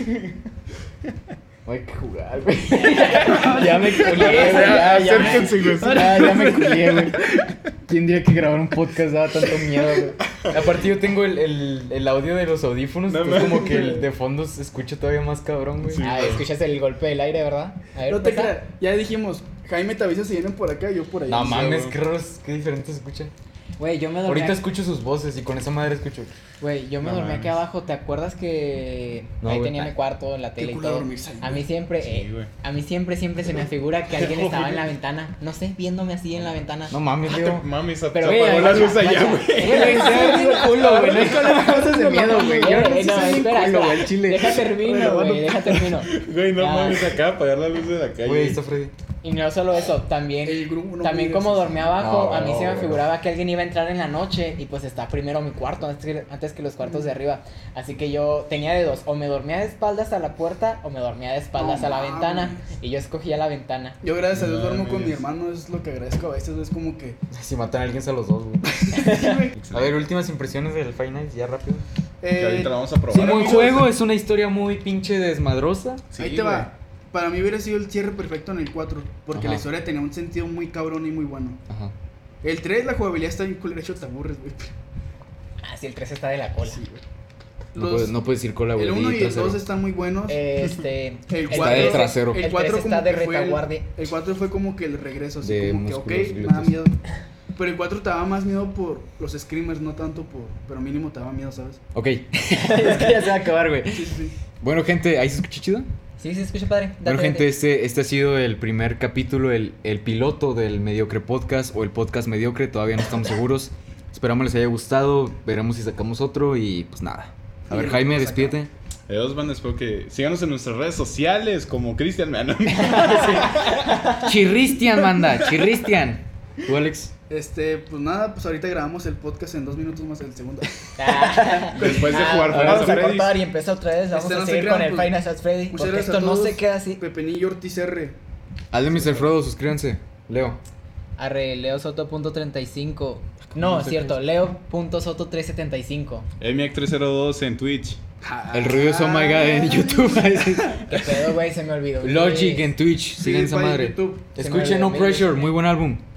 Speaker 1: hay que jugar, güey. <laughs> ya me culié, güey.
Speaker 3: Ya,
Speaker 1: Ya, ya, me-
Speaker 3: acérquense, güey.
Speaker 1: Ya, ya me culié, güey. ¿Quién diría que grabar un podcast daba tanto miedo, güey? Aparte, yo tengo el, el, el audio de los audífonos.
Speaker 3: No
Speaker 1: entonces, como
Speaker 3: mames,
Speaker 1: que el
Speaker 3: güey.
Speaker 1: de fondo se escucha todavía más cabrón, güey.
Speaker 3: Sí.
Speaker 4: Ah, escuchas el golpe del aire, ¿verdad? A ver,
Speaker 2: No te
Speaker 4: pasa.
Speaker 2: creas. Ya dijimos, Jaime te avisa si vienen por acá, yo por allá.
Speaker 1: No mames,
Speaker 3: güey.
Speaker 1: qué raro, es- qué diferente se escucha.
Speaker 4: Güey, yo me dormí.
Speaker 1: Ahorita
Speaker 4: ac-
Speaker 1: escucho sus voces y con esa madre escucho.
Speaker 4: Güey, yo me
Speaker 3: No
Speaker 4: dormí aquí
Speaker 3: mames.
Speaker 4: abajo. ¿Te acuerdas que
Speaker 1: No,
Speaker 4: ahí
Speaker 1: güey.
Speaker 4: tenía mi cuarto, la
Speaker 2: Qué
Speaker 4: tele y
Speaker 2: culo
Speaker 4: todo?
Speaker 2: dormirse ahí,
Speaker 4: a mí siempre,
Speaker 3: Sí,
Speaker 4: eh,
Speaker 3: güey.
Speaker 4: a mí siempre, siempre
Speaker 1: <laughs>
Speaker 4: se me figura que alguien estaba en la ventana. No sé, viéndome así en la ventana.
Speaker 1: No
Speaker 3: Ah,
Speaker 1: mames, Leo.
Speaker 3: <laughs> Mami, se
Speaker 4: Pero,
Speaker 3: apagó
Speaker 4: güey,
Speaker 3: la
Speaker 4: guacha,
Speaker 3: luz allá,
Speaker 4: guacha.
Speaker 3: güey.
Speaker 1: <laughs>
Speaker 4: Eh, güey, se ve bien culo, güey.
Speaker 1: no las cosas de miedo, güey. Yo
Speaker 4: Eh, no,
Speaker 1: soy un
Speaker 4: espera,
Speaker 1: culo,
Speaker 4: espera.
Speaker 1: güey, al chile.
Speaker 4: Deja termino,
Speaker 1: Bueno,
Speaker 4: güey, deja termino.
Speaker 3: Güey, no
Speaker 4: Ya.
Speaker 3: mames, acaba de apagar la luz de la calle.
Speaker 1: Güey, ahí está Freddy. <laughs>
Speaker 4: Y no solo eso, también,
Speaker 2: El grupo no
Speaker 4: también
Speaker 2: me
Speaker 4: como
Speaker 2: digas.
Speaker 4: dormía abajo,
Speaker 1: No,
Speaker 4: a mí
Speaker 1: no,
Speaker 4: se me
Speaker 1: güey.
Speaker 4: figuraba que alguien iba a entrar en la noche y pues está primero mi cuarto antes que, antes que los cuartos de arriba. Así que yo tenía de dos, o me dormía de espaldas a la puerta o me dormía de espaldas
Speaker 2: No
Speaker 4: a la
Speaker 2: mames.
Speaker 4: ventana y yo escogía la ventana.
Speaker 2: Yo gracias a Dios
Speaker 3: No
Speaker 2: duermo con mi
Speaker 3: mames.
Speaker 2: hermano, es lo que agradezco a veces, es como que...
Speaker 1: Si matan a alguien, se los dos, güey. A ver, últimas impresiones del Final, ya rápido.
Speaker 3: Que
Speaker 2: eh,
Speaker 3: ahorita la vamos a probar.
Speaker 1: Sí, buen
Speaker 2: amigos.
Speaker 1: juego, es una historia muy pinche desmadrosa.
Speaker 3: Sí,
Speaker 2: ahí te
Speaker 3: güey.
Speaker 2: va. Para mí hubiera sido el cierre perfecto en el 4, porque
Speaker 1: Ajá.
Speaker 2: la historia tenía un sentido muy cabrón y muy bueno.
Speaker 1: Ajá.
Speaker 2: El 3, la jugabilidad está bien culera, de hecho te aburres, güey.
Speaker 4: Ah, sí, el 3 está de la cola.
Speaker 1: No,
Speaker 2: Los-
Speaker 1: puedes, no puedes ir con la
Speaker 2: el 1 y el
Speaker 1: abuelita,
Speaker 2: 2
Speaker 1: cero.
Speaker 2: están muy buenos.
Speaker 4: Este,
Speaker 2: El
Speaker 4: este-
Speaker 2: cuatro-
Speaker 1: de trasero.
Speaker 4: el
Speaker 2: El 4
Speaker 4: tres
Speaker 2: como
Speaker 4: está de
Speaker 2: que fue el-
Speaker 4: retaguardia.
Speaker 2: El 4 fue como que el regreso, así
Speaker 1: De
Speaker 2: como que, ok,
Speaker 1: músculos,
Speaker 2: me
Speaker 1: glúteos.
Speaker 2: da miedo. Pero el 4 te daba más miedo por los screamers, no tanto por. Pero mínimo te daba miedo, ¿sabes?
Speaker 1: Ok. <laughs> es que ya se va a acabar, güey.
Speaker 2: Sí, sí, sí.
Speaker 1: Bueno, gente, ¿ahí se escucha chido?
Speaker 4: Sí, se escucha padre. Date,
Speaker 1: Bueno,
Speaker 4: date.
Speaker 1: gente, este, este ha sido el primer capítulo, el, el piloto del Mediocre Podcast o el Podcast Mediocre, todavía no estamos seguros. Esperamos les haya gustado, veremos si sacamos otro y pues nada. A
Speaker 2: Y
Speaker 1: ver,
Speaker 2: lo
Speaker 1: Jaime,
Speaker 2: vamos a sacar.
Speaker 1: despídete.
Speaker 3: Adiós, banda, espero que síganos en nuestras redes sociales como Cristian <laughs> Mano.
Speaker 1: Chirristian, manda, chirristian. ¿Tú, Alex?
Speaker 2: Este, pues nada, pues ahorita grabamos el podcast en dos minutos más el
Speaker 4: <laughs>
Speaker 2: segundo.
Speaker 4: Ah,
Speaker 3: Después de
Speaker 4: ah,
Speaker 3: jugar
Speaker 4: ahora Vamos
Speaker 3: Final
Speaker 4: a
Speaker 3: Freddy's.
Speaker 4: cortar y empezar otra vez. Vamos
Speaker 2: Este
Speaker 4: a
Speaker 2: no se
Speaker 4: seguir
Speaker 2: crean,
Speaker 4: con el
Speaker 2: pues,
Speaker 4: Final Fantasy Freddy.
Speaker 2: Muchas
Speaker 4: Porque
Speaker 2: gracias
Speaker 4: esto
Speaker 2: a
Speaker 4: no
Speaker 2: todos.
Speaker 4: se queda así.
Speaker 2: Pepenillo Ortiz R.
Speaker 1: Hazle mis Alfredo, suscríbanse. Leo.
Speaker 4: Arre, leosoto.35. Ah, No, es cierto, leo.soto375.
Speaker 3: Eh, MX302 en Twitch.
Speaker 1: El ruidoso oh my god en YouTube. <laughs>
Speaker 4: ¿Qué pedo, güey? Se me olvidó.
Speaker 1: Logic
Speaker 4: güey.
Speaker 1: en Twitch, sigan esa
Speaker 2: Spotify,
Speaker 1: madre.
Speaker 2: YouTube.
Speaker 1: Escuchen No Pressure, muy buen álbum.